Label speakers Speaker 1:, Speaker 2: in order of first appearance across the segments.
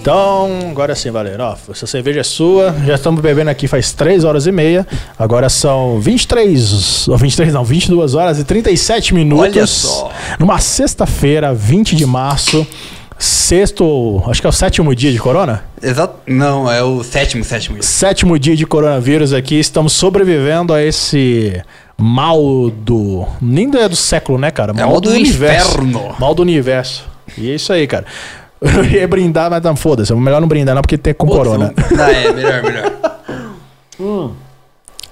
Speaker 1: Então, agora sim, Valendo. Ó, essa cerveja é sua. Já estamos bebendo aqui faz 3 horas e meia. Agora são 23. Ou 23 não, 22 horas e 37 minutos.
Speaker 2: Olha só.
Speaker 1: Numa sexta-feira, 20 de março. Sexto, acho que é o sétimo dia de corona?
Speaker 2: Exato. Não, é o sétimo, sétimo.
Speaker 1: Sétimo dia de coronavírus aqui. Estamos sobrevivendo a esse mal do. Nem é do século, né, cara?
Speaker 2: É o do inferno.
Speaker 1: Mal do universo. E é isso aí, cara. Eu ia brindar, mas não, foda-se. É Melhor não brindar, não, porque tem com corona.
Speaker 2: Não, é, melhor, melhor.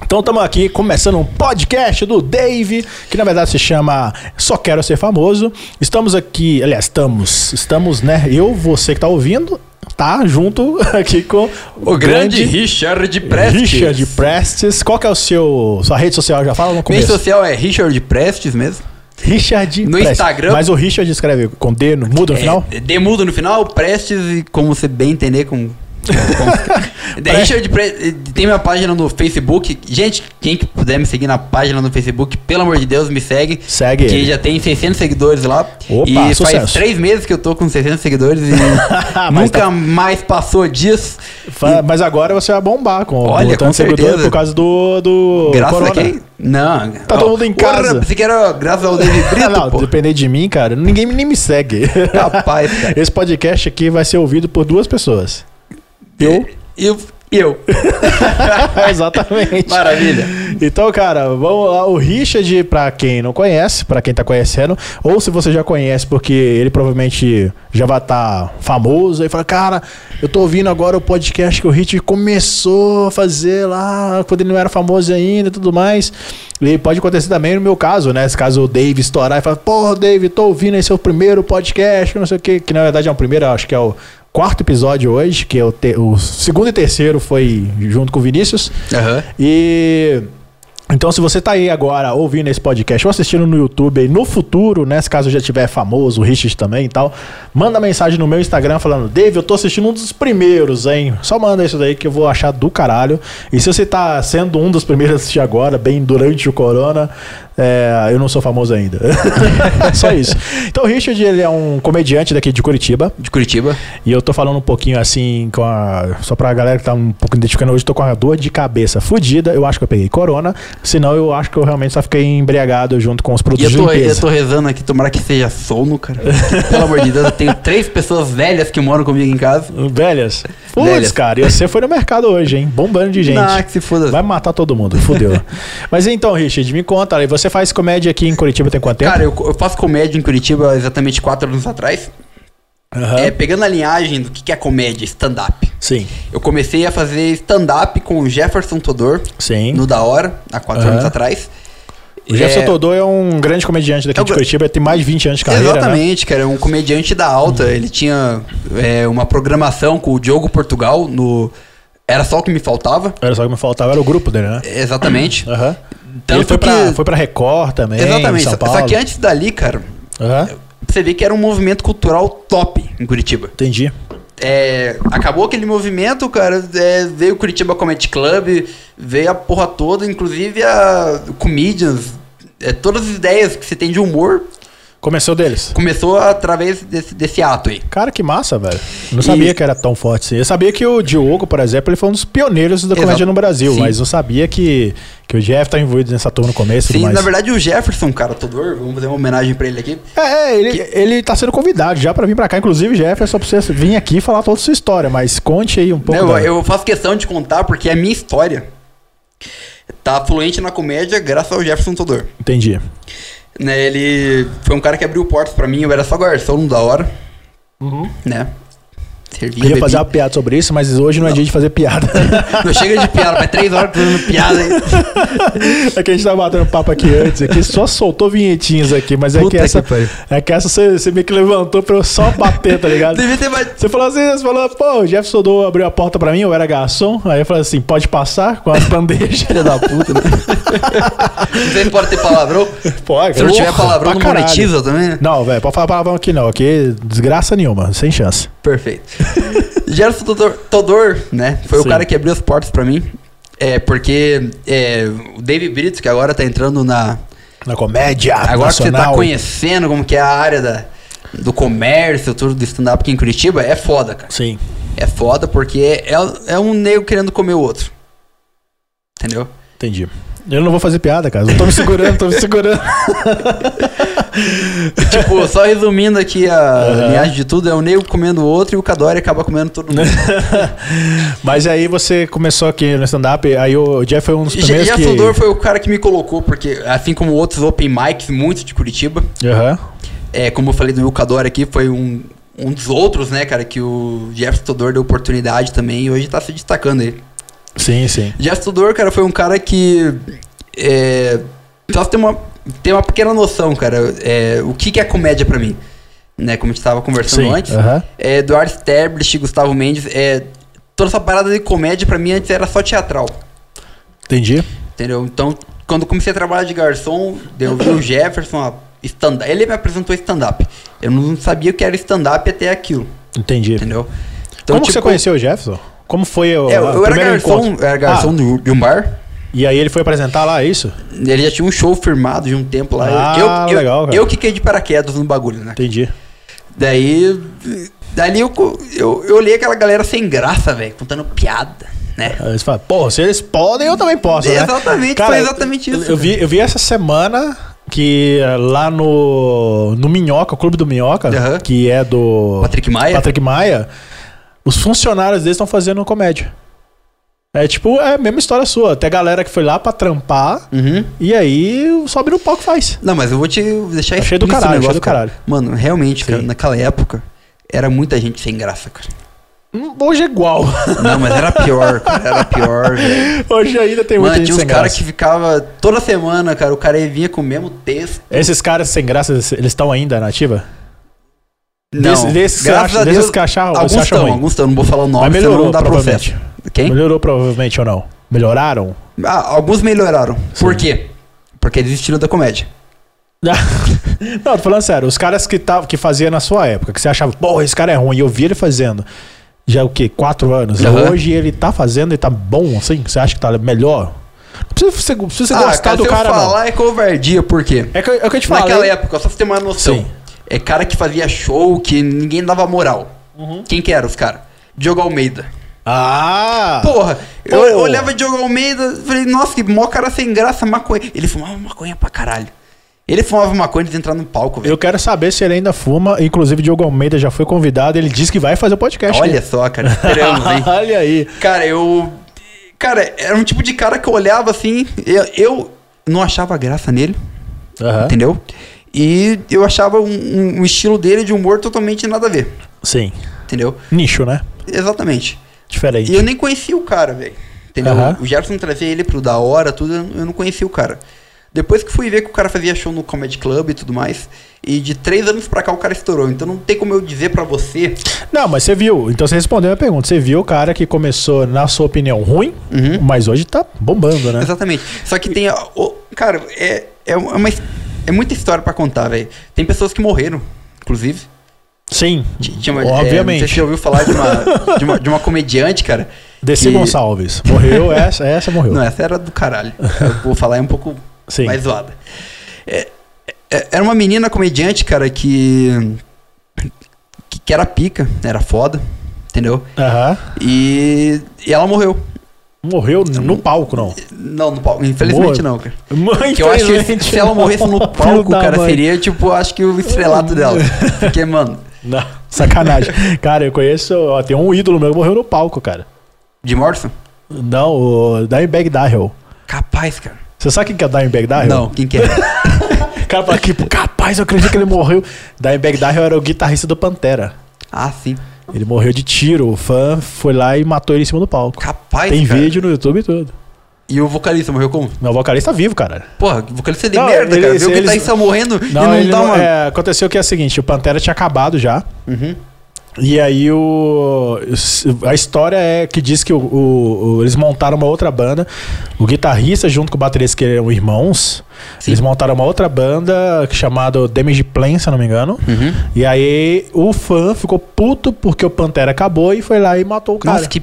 Speaker 1: Então estamos aqui começando um podcast do Dave, que na verdade se chama Só Quero Ser Famoso. Estamos aqui, aliás, estamos, estamos, né? Eu, você que tá ouvindo, tá junto aqui com
Speaker 2: O grande Richard Prestes.
Speaker 1: Richard Prestes. Qual que é o seu sua rede social? Já fala no
Speaker 2: Minha
Speaker 1: começo.
Speaker 2: rede social é Richard Prestes mesmo.
Speaker 1: Richard
Speaker 2: No Instagram.
Speaker 1: Mas o Richard escreve com D, no- muda no final?
Speaker 2: É, demudo no final, Prestes, e como você bem entender, com. com- É, Richard Pre- tem minha página no Facebook. Gente, quem que puder me seguir na página no Facebook, pelo amor de Deus, me segue.
Speaker 1: Segue
Speaker 2: Que
Speaker 1: ele.
Speaker 2: já tem 600 seguidores lá.
Speaker 1: Opa,
Speaker 2: e faz
Speaker 1: sucesso.
Speaker 2: três meses que eu tô com 600 seguidores e
Speaker 1: Mas
Speaker 2: nunca
Speaker 1: tá-
Speaker 2: mais passou disso.
Speaker 1: Fa- Mas agora você vai bombar com
Speaker 2: Olha,
Speaker 1: com tanto
Speaker 2: com
Speaker 1: seguidor
Speaker 2: certeza.
Speaker 1: por causa do, do
Speaker 2: Graças
Speaker 1: corona.
Speaker 2: a quem? Não. Tá
Speaker 1: todo mundo em casa.
Speaker 2: Você quer ó, graças ao David
Speaker 1: Ah,
Speaker 2: Brito,
Speaker 1: não,
Speaker 2: pô.
Speaker 1: depender de mim, cara, ninguém nem me segue.
Speaker 2: Capaz, cara.
Speaker 1: Esse podcast aqui vai ser ouvido por duas pessoas. Eu?
Speaker 2: Eu. Eu.
Speaker 1: Exatamente.
Speaker 2: Maravilha.
Speaker 1: Então, cara, vamos lá. O Richard, pra quem não conhece, pra quem tá conhecendo, ou se você já conhece, porque ele provavelmente já vai estar famoso, aí fala, cara, eu tô ouvindo agora o podcast que o Richard começou a fazer lá, quando ele não era famoso ainda e tudo mais. E pode acontecer também no meu caso, né? Se caso o Dave estourar e falar, porra, Dave, tô ouvindo esse seu primeiro podcast, que não sei o que, que na verdade é o primeiro, acho que é o quarto episódio hoje, que é o, te- o segundo e terceiro foi junto com o Vinícius.
Speaker 2: Aham.
Speaker 1: E. Então, se você tá aí agora ouvindo esse podcast ou assistindo no YouTube aí no futuro, né? Se caso já tiver famoso, o Richard também e tal, manda mensagem no meu Instagram falando, Dave, eu tô assistindo um dos primeiros, hein? Só manda isso daí que eu vou achar do caralho. E se você tá sendo um dos primeiros a assistir agora, bem durante o corona, é, eu não sou famoso ainda. Só isso. Então, o Richard, ele é um comediante daqui de Curitiba.
Speaker 2: De Curitiba.
Speaker 1: E eu tô falando um pouquinho assim, com a... só pra galera que tá um pouco identificando hoje, eu tô com a dor de cabeça fudida. Eu acho que eu peguei corona, senão eu acho que eu realmente só fiquei embriagado junto com os
Speaker 2: E
Speaker 1: produtos de
Speaker 2: eu tô, eu
Speaker 1: limpeza.
Speaker 2: tô rezando aqui, tomara que seja sono, cara. Pelo amor de Deus, eu tenho três pessoas velhas que moram comigo em casa.
Speaker 1: Velhas. Putz,
Speaker 2: Velhas.
Speaker 1: cara, e você foi no mercado hoje, hein? Bombando de gente.
Speaker 2: Ah, que se foda.
Speaker 1: Vai matar todo mundo, fudeu. Mas então, Richard, me conta aí, você faz comédia aqui em Curitiba tem quanto tempo?
Speaker 2: Cara, eu, eu faço comédia em Curitiba exatamente quatro anos atrás.
Speaker 1: Aham.
Speaker 2: É, pegando a linhagem do que, que é comédia, stand-up.
Speaker 1: Sim,
Speaker 2: Eu comecei a fazer stand-up com o Jefferson Todor
Speaker 1: sim.
Speaker 2: no Da Hora, há quatro
Speaker 1: Aham.
Speaker 2: anos atrás.
Speaker 1: O Jefferson
Speaker 2: É,
Speaker 1: Todô é um grande comediante daqui
Speaker 2: É o
Speaker 1: de
Speaker 2: gr-
Speaker 1: Curitiba, ele tem mais de 20 anos de carreira, né? Uhum.
Speaker 2: Exatamente, cara. É um comediante da alta. Ele tinha é, uma programação com o Diogo Portugal no. Era só o que me faltava.
Speaker 1: Era só o que me faltava, era o grupo dele, né?
Speaker 2: Exatamente.
Speaker 1: Aham.
Speaker 2: Tanto
Speaker 1: ele foi,
Speaker 2: que-
Speaker 1: pra, foi pra Record também,
Speaker 2: Exatamente.
Speaker 1: É, em São
Speaker 2: só-
Speaker 1: Paulo.
Speaker 2: Só que antes dali, cara,
Speaker 1: Aham,
Speaker 2: você vê que era um movimento cultural top em Curitiba.
Speaker 1: Entendi.
Speaker 2: É, acabou aquele movimento, cara. é, veio o Curitiba Comedy Club, veio a porra toda, inclusive a comedians. É, todas as ideias que você tem de humor
Speaker 1: Começou deles.
Speaker 2: começou através desse, desse ato aí.
Speaker 1: Cara, que massa, velho. Não sabia
Speaker 2: E-
Speaker 1: que era tão forte assim. Eu sabia que o Diogo, por exemplo, ele foi um dos pioneiros da
Speaker 2: Exato.
Speaker 1: comédia no Brasil,
Speaker 2: Sim.
Speaker 1: mas não sabia que, que o Jeff tá envolvido nessa turma no começo e
Speaker 2: Sim,
Speaker 1: tudo mais.
Speaker 2: na verdade o Jefferson, cara, Todor, vamos fazer uma homenagem pra ele aqui.
Speaker 1: É, é, ele, ele tá sendo convidado já pra vir pra cá. Inclusive, Jeff, é só pra você vir aqui falar toda a sua história, mas conte aí um pouco.
Speaker 2: Não,
Speaker 1: da-
Speaker 2: eu faço questão de contar porque a minha história tá fluente na comédia graças ao Jefferson Todor.
Speaker 1: Entendi.
Speaker 2: Né, ele foi um cara que abriu portas pra mim, eu era só garçom no da hora. Né? Servia,
Speaker 1: Eu ia
Speaker 2: bebia.
Speaker 1: fazer uma piada sobre isso, mas hoje não, é dia de fazer piada.
Speaker 2: Não chega de piada, faz três horas que eu tô fazendo piada aí.
Speaker 1: É que a gente tava batendo papo aqui antes, aqui só soltou vinhetinhas aqui, mas é
Speaker 2: Puta
Speaker 1: que essa.
Speaker 2: que pariu.
Speaker 1: é que essa você, você meio que levantou pra eu só bater, tá ligado?
Speaker 2: Devia ter mais.
Speaker 1: Você falou assim, você falou, pô, o Jefferson Dou abriu a porta pra mim, eu era garçom. Aí eu falei assim, pode passar com as bandejas.
Speaker 2: Filha da puta, né? Você pode ter palavrão?
Speaker 1: Pode,
Speaker 2: Se não tiver
Speaker 1: porra,
Speaker 2: palavrão,
Speaker 1: é pra
Speaker 2: não
Speaker 1: caralho.
Speaker 2: monetiza também, né?
Speaker 1: Não, velho, pode falar palavrão aqui não, aqui desgraça nenhuma, sem chance.
Speaker 2: Perfeito. Gerson Todor, Todor, né? Foi
Speaker 1: Sim.
Speaker 2: o cara que abriu as portas pra mim. É, porque é, o David Brito, que agora tá entrando na.
Speaker 1: Na comédia,
Speaker 2: Agora que você tá
Speaker 1: nacional.
Speaker 2: conhecendo como que é a área da, do comércio, tudo do stand-up aqui em Curitiba, é foda, cara.
Speaker 1: Sim.
Speaker 2: É foda porque é, é um nego querendo comer o outro. Entendeu?
Speaker 1: Entendi. Eu não vou fazer piada, cara. Eu tô me segurando, tô me segurando.
Speaker 2: tipo, só resumindo aqui a linhagem de tudo, é um nego comendo o outro e o Cadore acaba comendo todo mundo.
Speaker 1: Mas aí você começou aqui no stand-up, aí o Jeff foi um dos
Speaker 2: E Je-
Speaker 1: primeiros
Speaker 2: Jeff
Speaker 1: que...
Speaker 2: Sudor foi o cara que me colocou, porque assim como outros open mics, muito de Curitiba,
Speaker 1: Aham.
Speaker 2: é, como eu falei do Wilcador aqui, foi um, um dos outros, né, cara, que o Jeff Tudor deu oportunidade também e hoje tá se destacando aí.
Speaker 1: Sim, sim.
Speaker 2: Jeff Tudor, cara, foi um cara que. É, só tem uma, tem uma pequena noção, cara. É, o que, que é comédia pra mim? Né, como a gente tava conversando
Speaker 1: Sim,
Speaker 2: antes.
Speaker 1: aham.
Speaker 2: É, Eduardo Sterblich, Gustavo Mendes. É, toda essa parada de comédia pra mim antes era só teatral.
Speaker 1: Entendi.
Speaker 2: Entendeu? Então, quando eu comecei a trabalhar de garçom, eu vi o Jefferson a stand Ele me apresentou stand-up. Eu não sabia o que era stand-up até aquilo,
Speaker 1: Entendi.
Speaker 2: entendeu? Então, tipo,
Speaker 1: Como que você conheceu o Jefferson? Como foi o,
Speaker 2: É, eu,
Speaker 1: a-
Speaker 2: eu era
Speaker 1: primeiro
Speaker 2: garçom,
Speaker 1: encontro?
Speaker 2: era garçom
Speaker 1: Ah,
Speaker 2: do- de um bar.
Speaker 1: E aí ele foi apresentar lá, é isso?
Speaker 2: Ele já tinha um show firmado de um tempo lá.
Speaker 1: Ah,
Speaker 2: eu, eu,
Speaker 1: legal, cara.
Speaker 2: eu que caí de paraquedas no bagulho, né?
Speaker 1: Entendi.
Speaker 2: Daí. Dali eu, co- eu, eu olhei aquela galera sem graça, velho, contando piada, né?
Speaker 1: Aí Eles falam, porra, se eles podem, eu também posso, né?
Speaker 2: Exatamente, foi exatamente isso,
Speaker 1: Eu, eu vi, eu vi essa semana que eh, lá no, no Minhoca, o Clube do Minhoca,
Speaker 2: Aham.
Speaker 1: que é do
Speaker 2: Patrick Maia?
Speaker 1: Patrick Maia, os funcionários deles estão fazendo comédia. É tipo, é a mesma história sua. Tem a galera que foi lá pra trampar
Speaker 2: Uhum.
Speaker 1: e aí sobe no palco e faz.
Speaker 2: Não, mas eu vou te deixar
Speaker 1: Achei Tá do
Speaker 2: explícito o
Speaker 1: caralho, achei do
Speaker 2: cara.
Speaker 1: caralho.
Speaker 2: Mano, realmente, cara,
Speaker 1: Sim.
Speaker 2: naquela época, era muita gente sem graça, cara.
Speaker 1: Hum, Hoje é igual.
Speaker 2: Não, mas era pior, cara, era pior, velho.
Speaker 1: Hoje ainda tem muita gente
Speaker 2: Mano, tinha uns
Speaker 1: sem
Speaker 2: caras
Speaker 1: graça.
Speaker 2: que ficava toda semana, cara, o cara vinha com o mesmo texto.
Speaker 1: Esses caras sem graça, eles estão ainda na ativa?
Speaker 2: Não,
Speaker 1: Desses- desses que acha- desses que acha-
Speaker 2: alguns
Speaker 1: você acha
Speaker 2: estão,
Speaker 1: ruim.
Speaker 2: alguns estão, não vou falar o nome,
Speaker 1: Mas
Speaker 2: senão
Speaker 1: melhorou,
Speaker 2: não dá
Speaker 1: provavelmente.
Speaker 2: processo. Quem?
Speaker 1: Melhorou provavelmente ou não? Melhoraram?
Speaker 2: Ah, alguns melhoraram. Por quê? Porque desistiram da comédia.
Speaker 1: Não, tô falando sério, os caras que, tava, que fazia na sua época, que você achava, porra, esse cara é ruim, e eu vi ele fazendo. Já é o quê? Quatro anos.
Speaker 2: Aham.
Speaker 1: Hoje ele tá fazendo e tá bom, assim? Você acha que tá melhor? Não precisa você, não precisa você
Speaker 2: ah,
Speaker 1: gostar
Speaker 2: cara,
Speaker 1: do
Speaker 2: se
Speaker 1: cara,
Speaker 2: eu
Speaker 1: não.
Speaker 2: falar é covardia, por quê?
Speaker 1: É que, eu- é o que eu te falo.
Speaker 2: Tipo, Naquela época, só pra você ter uma noção.
Speaker 1: Sim.
Speaker 2: É cara que fazia show, que ninguém dava moral. Quem que era os caras? Diogo Almeida.
Speaker 1: Ah!
Speaker 2: Porra, eu
Speaker 1: Porra.
Speaker 2: olhava Diogo Almeida falei, nossa, que mó cara sem graça, maconha. Ele fumava maconha pra caralho. Ele fumava maconha antes de entrar no palco, velho.
Speaker 1: Eu quero saber se ele ainda fuma. Inclusive, Diogo Almeida já foi convidado. Ele disse que vai fazer o podcast.
Speaker 2: Olha só, cara, esperamos, hein?
Speaker 1: Olha aí.
Speaker 2: Cara, eu. Cara, era um tipo de cara que eu olhava assim, eu, eu não achava graça nele,
Speaker 1: Aham.
Speaker 2: entendeu? E eu achava um- um- um estilo dele de humor totalmente nada a ver,
Speaker 1: Sim.
Speaker 2: entendeu?
Speaker 1: Nicho, né?
Speaker 2: Exatamente.
Speaker 1: Diferente.
Speaker 2: E eu nem conhecia o cara, velho. Entendeu?
Speaker 1: Aham.
Speaker 2: O Gerson trazia ele pro da hora, tudo, eu não conhecia o cara. Depois que fui ver que o cara fazia show no Comedy Club e tudo mais, e de três anos pra cá o cara estourou. Então não tem como eu dizer pra você.
Speaker 1: Não, mas você viu. Então você respondeu a minha pergunta. Você viu o cara que começou, na sua opinião, ruim,
Speaker 2: Uhum.
Speaker 1: mas hoje tá bombando, né?
Speaker 2: Exatamente. Só que tem. a- o- cara, é, é, uma, his- é muita história pra contar, velho. Tem pessoas que morreram, inclusive.
Speaker 1: Sim.
Speaker 2: Ti- Tinha uma, é, não sei se
Speaker 1: obviamente.
Speaker 2: você já ouviu falar de uma, de uma, de uma comediante, cara.
Speaker 1: DC
Speaker 2: que-
Speaker 1: Gonçalves. Morreu, essa, essa morreu.
Speaker 2: Não, é. essa era do caralho. Eu vou falar é um pouco
Speaker 1: Sim.
Speaker 2: mais zoada. É, é, era uma menina comediante, cara, que, que. que era pica, era foda, entendeu?
Speaker 1: Aham.
Speaker 2: E, e ela morreu.
Speaker 1: Morreu no palco, não.
Speaker 2: Não, no palco. Infelizmente
Speaker 1: Boa.
Speaker 2: não, cara.
Speaker 1: Muito
Speaker 2: Porque eu acho que se ela morresse no palco, cara, seria, tipo, acho que o estrelato dela. Porque, mano,
Speaker 1: Não, sacanagem. cara, eu conheço. Ó, tem um ídolo meu que morreu no palco, cara.
Speaker 2: de Morrison?
Speaker 1: Não, o Dimebag Darrell.
Speaker 2: Capaz, cara.
Speaker 1: Você sabe quem que é o Dimebag Darrell?
Speaker 2: Não, quem é? quer?
Speaker 1: O cara fala que, capaz, eu acredito que ele morreu. Dimebag Darrell era o guitarrista do Pantera.
Speaker 2: ah, sim.
Speaker 1: Ele morreu de tiro. O fã foi lá e matou ele em cima do palco.
Speaker 2: Capaz,
Speaker 1: Tem
Speaker 2: cara.
Speaker 1: vídeo no YouTube e tudo.
Speaker 2: E o vocalista morreu como?
Speaker 1: Não, o vocalista tá vivo, cara.
Speaker 2: Porra, o vocalista é de
Speaker 1: Não,
Speaker 2: merda,
Speaker 1: ele-
Speaker 2: cara. Viu que
Speaker 1: eles-
Speaker 2: tá aí só morrendo e
Speaker 1: Não,
Speaker 2: não
Speaker 1: ele
Speaker 2: dá
Speaker 1: não-
Speaker 2: uma... Uhum.
Speaker 1: é, aconteceu que é o seguinte, o Pantera tinha acabado já. E aí o. A história é que diz que o- o- o- eles montaram uma outra banda. O guitarrista, junto com o baterista, que eram irmãos,
Speaker 2: Sim.
Speaker 1: eles montaram uma outra banda chamada Damage Plan, se eu não me engano.
Speaker 2: Uhum.
Speaker 1: E aí o fã ficou puto porque o Pantera acabou e foi lá e matou o cara.
Speaker 2: Nossa, que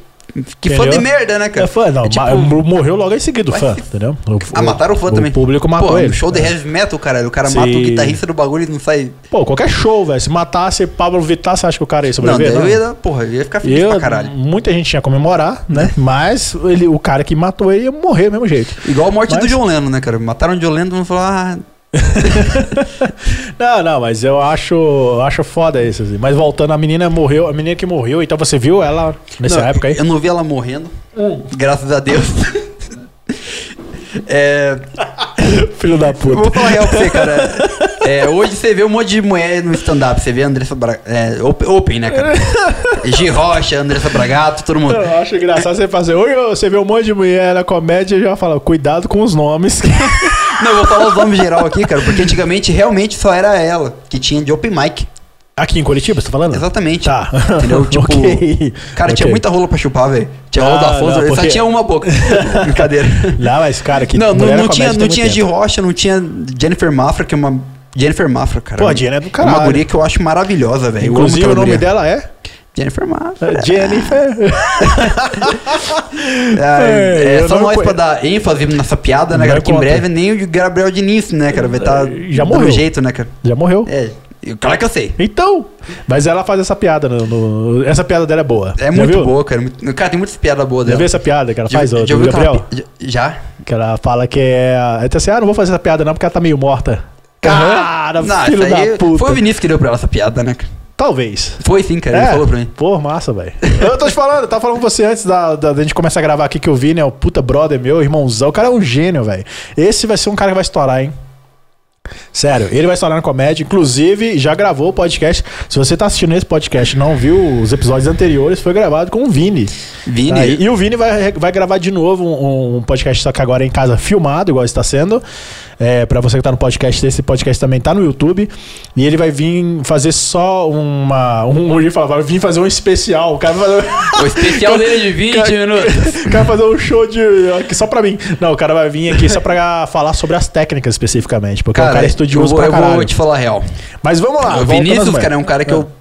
Speaker 2: Que fã de
Speaker 1: Entendeu?
Speaker 2: merda, né, cara?
Speaker 1: É fã, não,
Speaker 2: É tipo-
Speaker 1: ma- morreu logo em seguida o
Speaker 2: Vai
Speaker 1: fã,
Speaker 2: se-
Speaker 1: entendeu?
Speaker 2: Ah, mataram o fã
Speaker 1: o
Speaker 2: também.
Speaker 1: O público matou
Speaker 2: Pô,
Speaker 1: ele.
Speaker 2: um show de
Speaker 1: É.
Speaker 2: heavy metal, caralho. O cara mata o
Speaker 1: Sim.
Speaker 2: guitarrista do bagulho e não sai.
Speaker 1: Pô, qualquer show, velho. Se matasse Pablo Vittar, você acha que o cara ia
Speaker 2: não,
Speaker 1: sobreviver?
Speaker 2: daí eu ia, dar- porra, eu ia ficar
Speaker 1: E
Speaker 2: feliz pra caralho.
Speaker 1: muita gente ia comemorar, né? Mas ele, o cara que matou ele ia morrer do mesmo jeito.
Speaker 2: Igual a morte do
Speaker 1: Mas-
Speaker 2: John Lennon, né, cara? Mataram o John Lennon e falaram, ah,
Speaker 1: Não, não, mas eu acho, acho foda isso. assim. Mas voltando, a menina morreu, a menina que morreu, então você viu ela nessa
Speaker 2: Não,
Speaker 1: época aí?
Speaker 2: Eu não vi ela morrendo. Graças a Deus. é,
Speaker 1: Filho da
Speaker 2: eu vou
Speaker 1: puta.
Speaker 2: falar real pra você, cara. É, hoje você vê um monte de mulher no stand-up. Você vê a Andressa Bragato. É, op- open, né, cara? G. Rocha, Andressa Bragato, todo mundo.
Speaker 1: Eu acho engraçado você fazer. Oi, ô", você vê um monte de mulher na comédia e já fala, cuidado com os nomes.
Speaker 2: Não, eu vou falar os nomes geral aqui, cara, porque antigamente realmente só era ela que tinha de open mic.
Speaker 1: Aqui em Curitiba, você tá falando?
Speaker 2: Exatamente.
Speaker 1: Tá.
Speaker 2: Entendeu? Tipo.
Speaker 1: Ok.
Speaker 2: Cara, tinha
Speaker 1: Ok.
Speaker 2: muita rola pra chupar, velho. Tinha rola
Speaker 1: Ah,
Speaker 2: do Afonso,
Speaker 1: não,
Speaker 2: ele só
Speaker 1: porque-
Speaker 2: tinha uma boca. Brincadeira.
Speaker 1: Não, mas cara, que
Speaker 2: não, não,
Speaker 1: mulher
Speaker 2: não
Speaker 1: na
Speaker 2: tinha,
Speaker 1: comédia
Speaker 2: não
Speaker 1: tem
Speaker 2: tinha
Speaker 1: muito
Speaker 2: de
Speaker 1: tempo.
Speaker 2: Rocha, não tinha Jennifer Mafra, que é uma. Jennifer Mafra, cara.
Speaker 1: Pô, a Jennifer é do
Speaker 2: Uma
Speaker 1: caralho.
Speaker 2: guria que eu acho maravilhosa, velho. Eu amo
Speaker 1: Inclusive,
Speaker 2: aquela
Speaker 1: o nome
Speaker 2: guria.
Speaker 1: dela é
Speaker 2: Jennifer Mafra.
Speaker 1: é Jennifer.
Speaker 2: Ah,
Speaker 1: É,
Speaker 2: é
Speaker 1: eu
Speaker 2: só
Speaker 1: não
Speaker 2: nós
Speaker 1: conhe-
Speaker 2: pra dar ênfase nessa piada, né,
Speaker 1: Não
Speaker 2: cara? Que em
Speaker 1: conta. É,
Speaker 2: breve nem o Gabriel Diniz, né, cara? Vai estar.
Speaker 1: Já morreu.
Speaker 2: jeito, né, cara?
Speaker 1: Já morreu.
Speaker 2: É. e Claro que eu sei.
Speaker 1: Então, mas ela faz essa piada. No, no- essa piada dela é boa.
Speaker 2: É muito boa, cara. muito- Cara, tem muitas piadas boas
Speaker 1: Já
Speaker 2: dela.
Speaker 1: viu essa piada que ela faz, ô,
Speaker 2: já
Speaker 1: do
Speaker 2: ouviu aquela
Speaker 1: Gabriel?
Speaker 2: pi- Já. já.
Speaker 1: Que ela fala que é. Ela tá assim, ah, não vou fazer essa piada não porque ela tá meio morta. Cara,
Speaker 2: Não,
Speaker 1: filho
Speaker 2: isso aí
Speaker 1: da puta.
Speaker 2: Foi o Vinícius que deu pra ela essa piada, né? cara?
Speaker 1: Talvez.
Speaker 2: Foi sim, cara.
Speaker 1: É.
Speaker 2: Ele falou pra mim.
Speaker 1: Pô, massa, velho. Eu tô te falando, eu tava falando com você antes da, da, da gente começar a gravar aqui que eu vi, né? O puta brother meu, irmãozão. O cara é um gênio, velho. Esse vai ser um cara que vai estourar, hein? Sério, ele vai estourar na comédia. Inclusive, já gravou o podcast. Se você tá assistindo esse podcast e não viu os episódios anteriores, foi gravado com o Vini.
Speaker 2: Vini.
Speaker 1: Aí, e o Vini vai, vai gravar de novo um, um podcast, só que agora em casa, filmado, igual está sendo. É, para você que tá no podcast, esse podcast também tá no YouTube. E ele vai vir fazer só uma. Um, ele fala, vai vir fazer um especial. O cara vai fazer. um,
Speaker 2: O especial dele é de 20 minutos.
Speaker 1: O cara vai fazer um show de. aqui só pra mim. Não, o cara vai vir aqui só pra falar sobre as técnicas especificamente. Porque o cara é
Speaker 2: eu
Speaker 1: estudioso
Speaker 2: vou,
Speaker 1: pra
Speaker 2: eu vou
Speaker 1: caralho.
Speaker 2: te falar a real.
Speaker 1: Mas vamos lá.
Speaker 2: o
Speaker 1: voltando às
Speaker 2: Vinícius,
Speaker 1: mulheres. É.
Speaker 2: cara, é um cara que eu.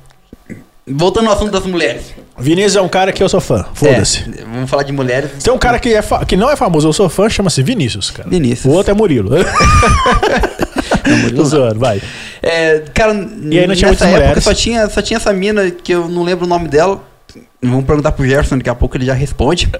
Speaker 2: Voltando ao assunto das mulheres.
Speaker 1: Vinícius é um cara que eu sou fã. Foda-se.
Speaker 2: É, vamos falar de mulheres.
Speaker 1: Tem um cara que, é fa- que não é famoso, eu sou fã, chama-se Vinícius, cara.
Speaker 2: Vinícius.
Speaker 1: O outro é Murilo. Tô zoando, vai.
Speaker 2: É, cara,
Speaker 1: E aí não tinha
Speaker 2: nessa
Speaker 1: muitas
Speaker 2: época
Speaker 1: mulheres.
Speaker 2: só tinha, só tinha essa mina que eu não lembro o nome dela. Vamos perguntar pro Gerson, daqui a pouco ele já responde.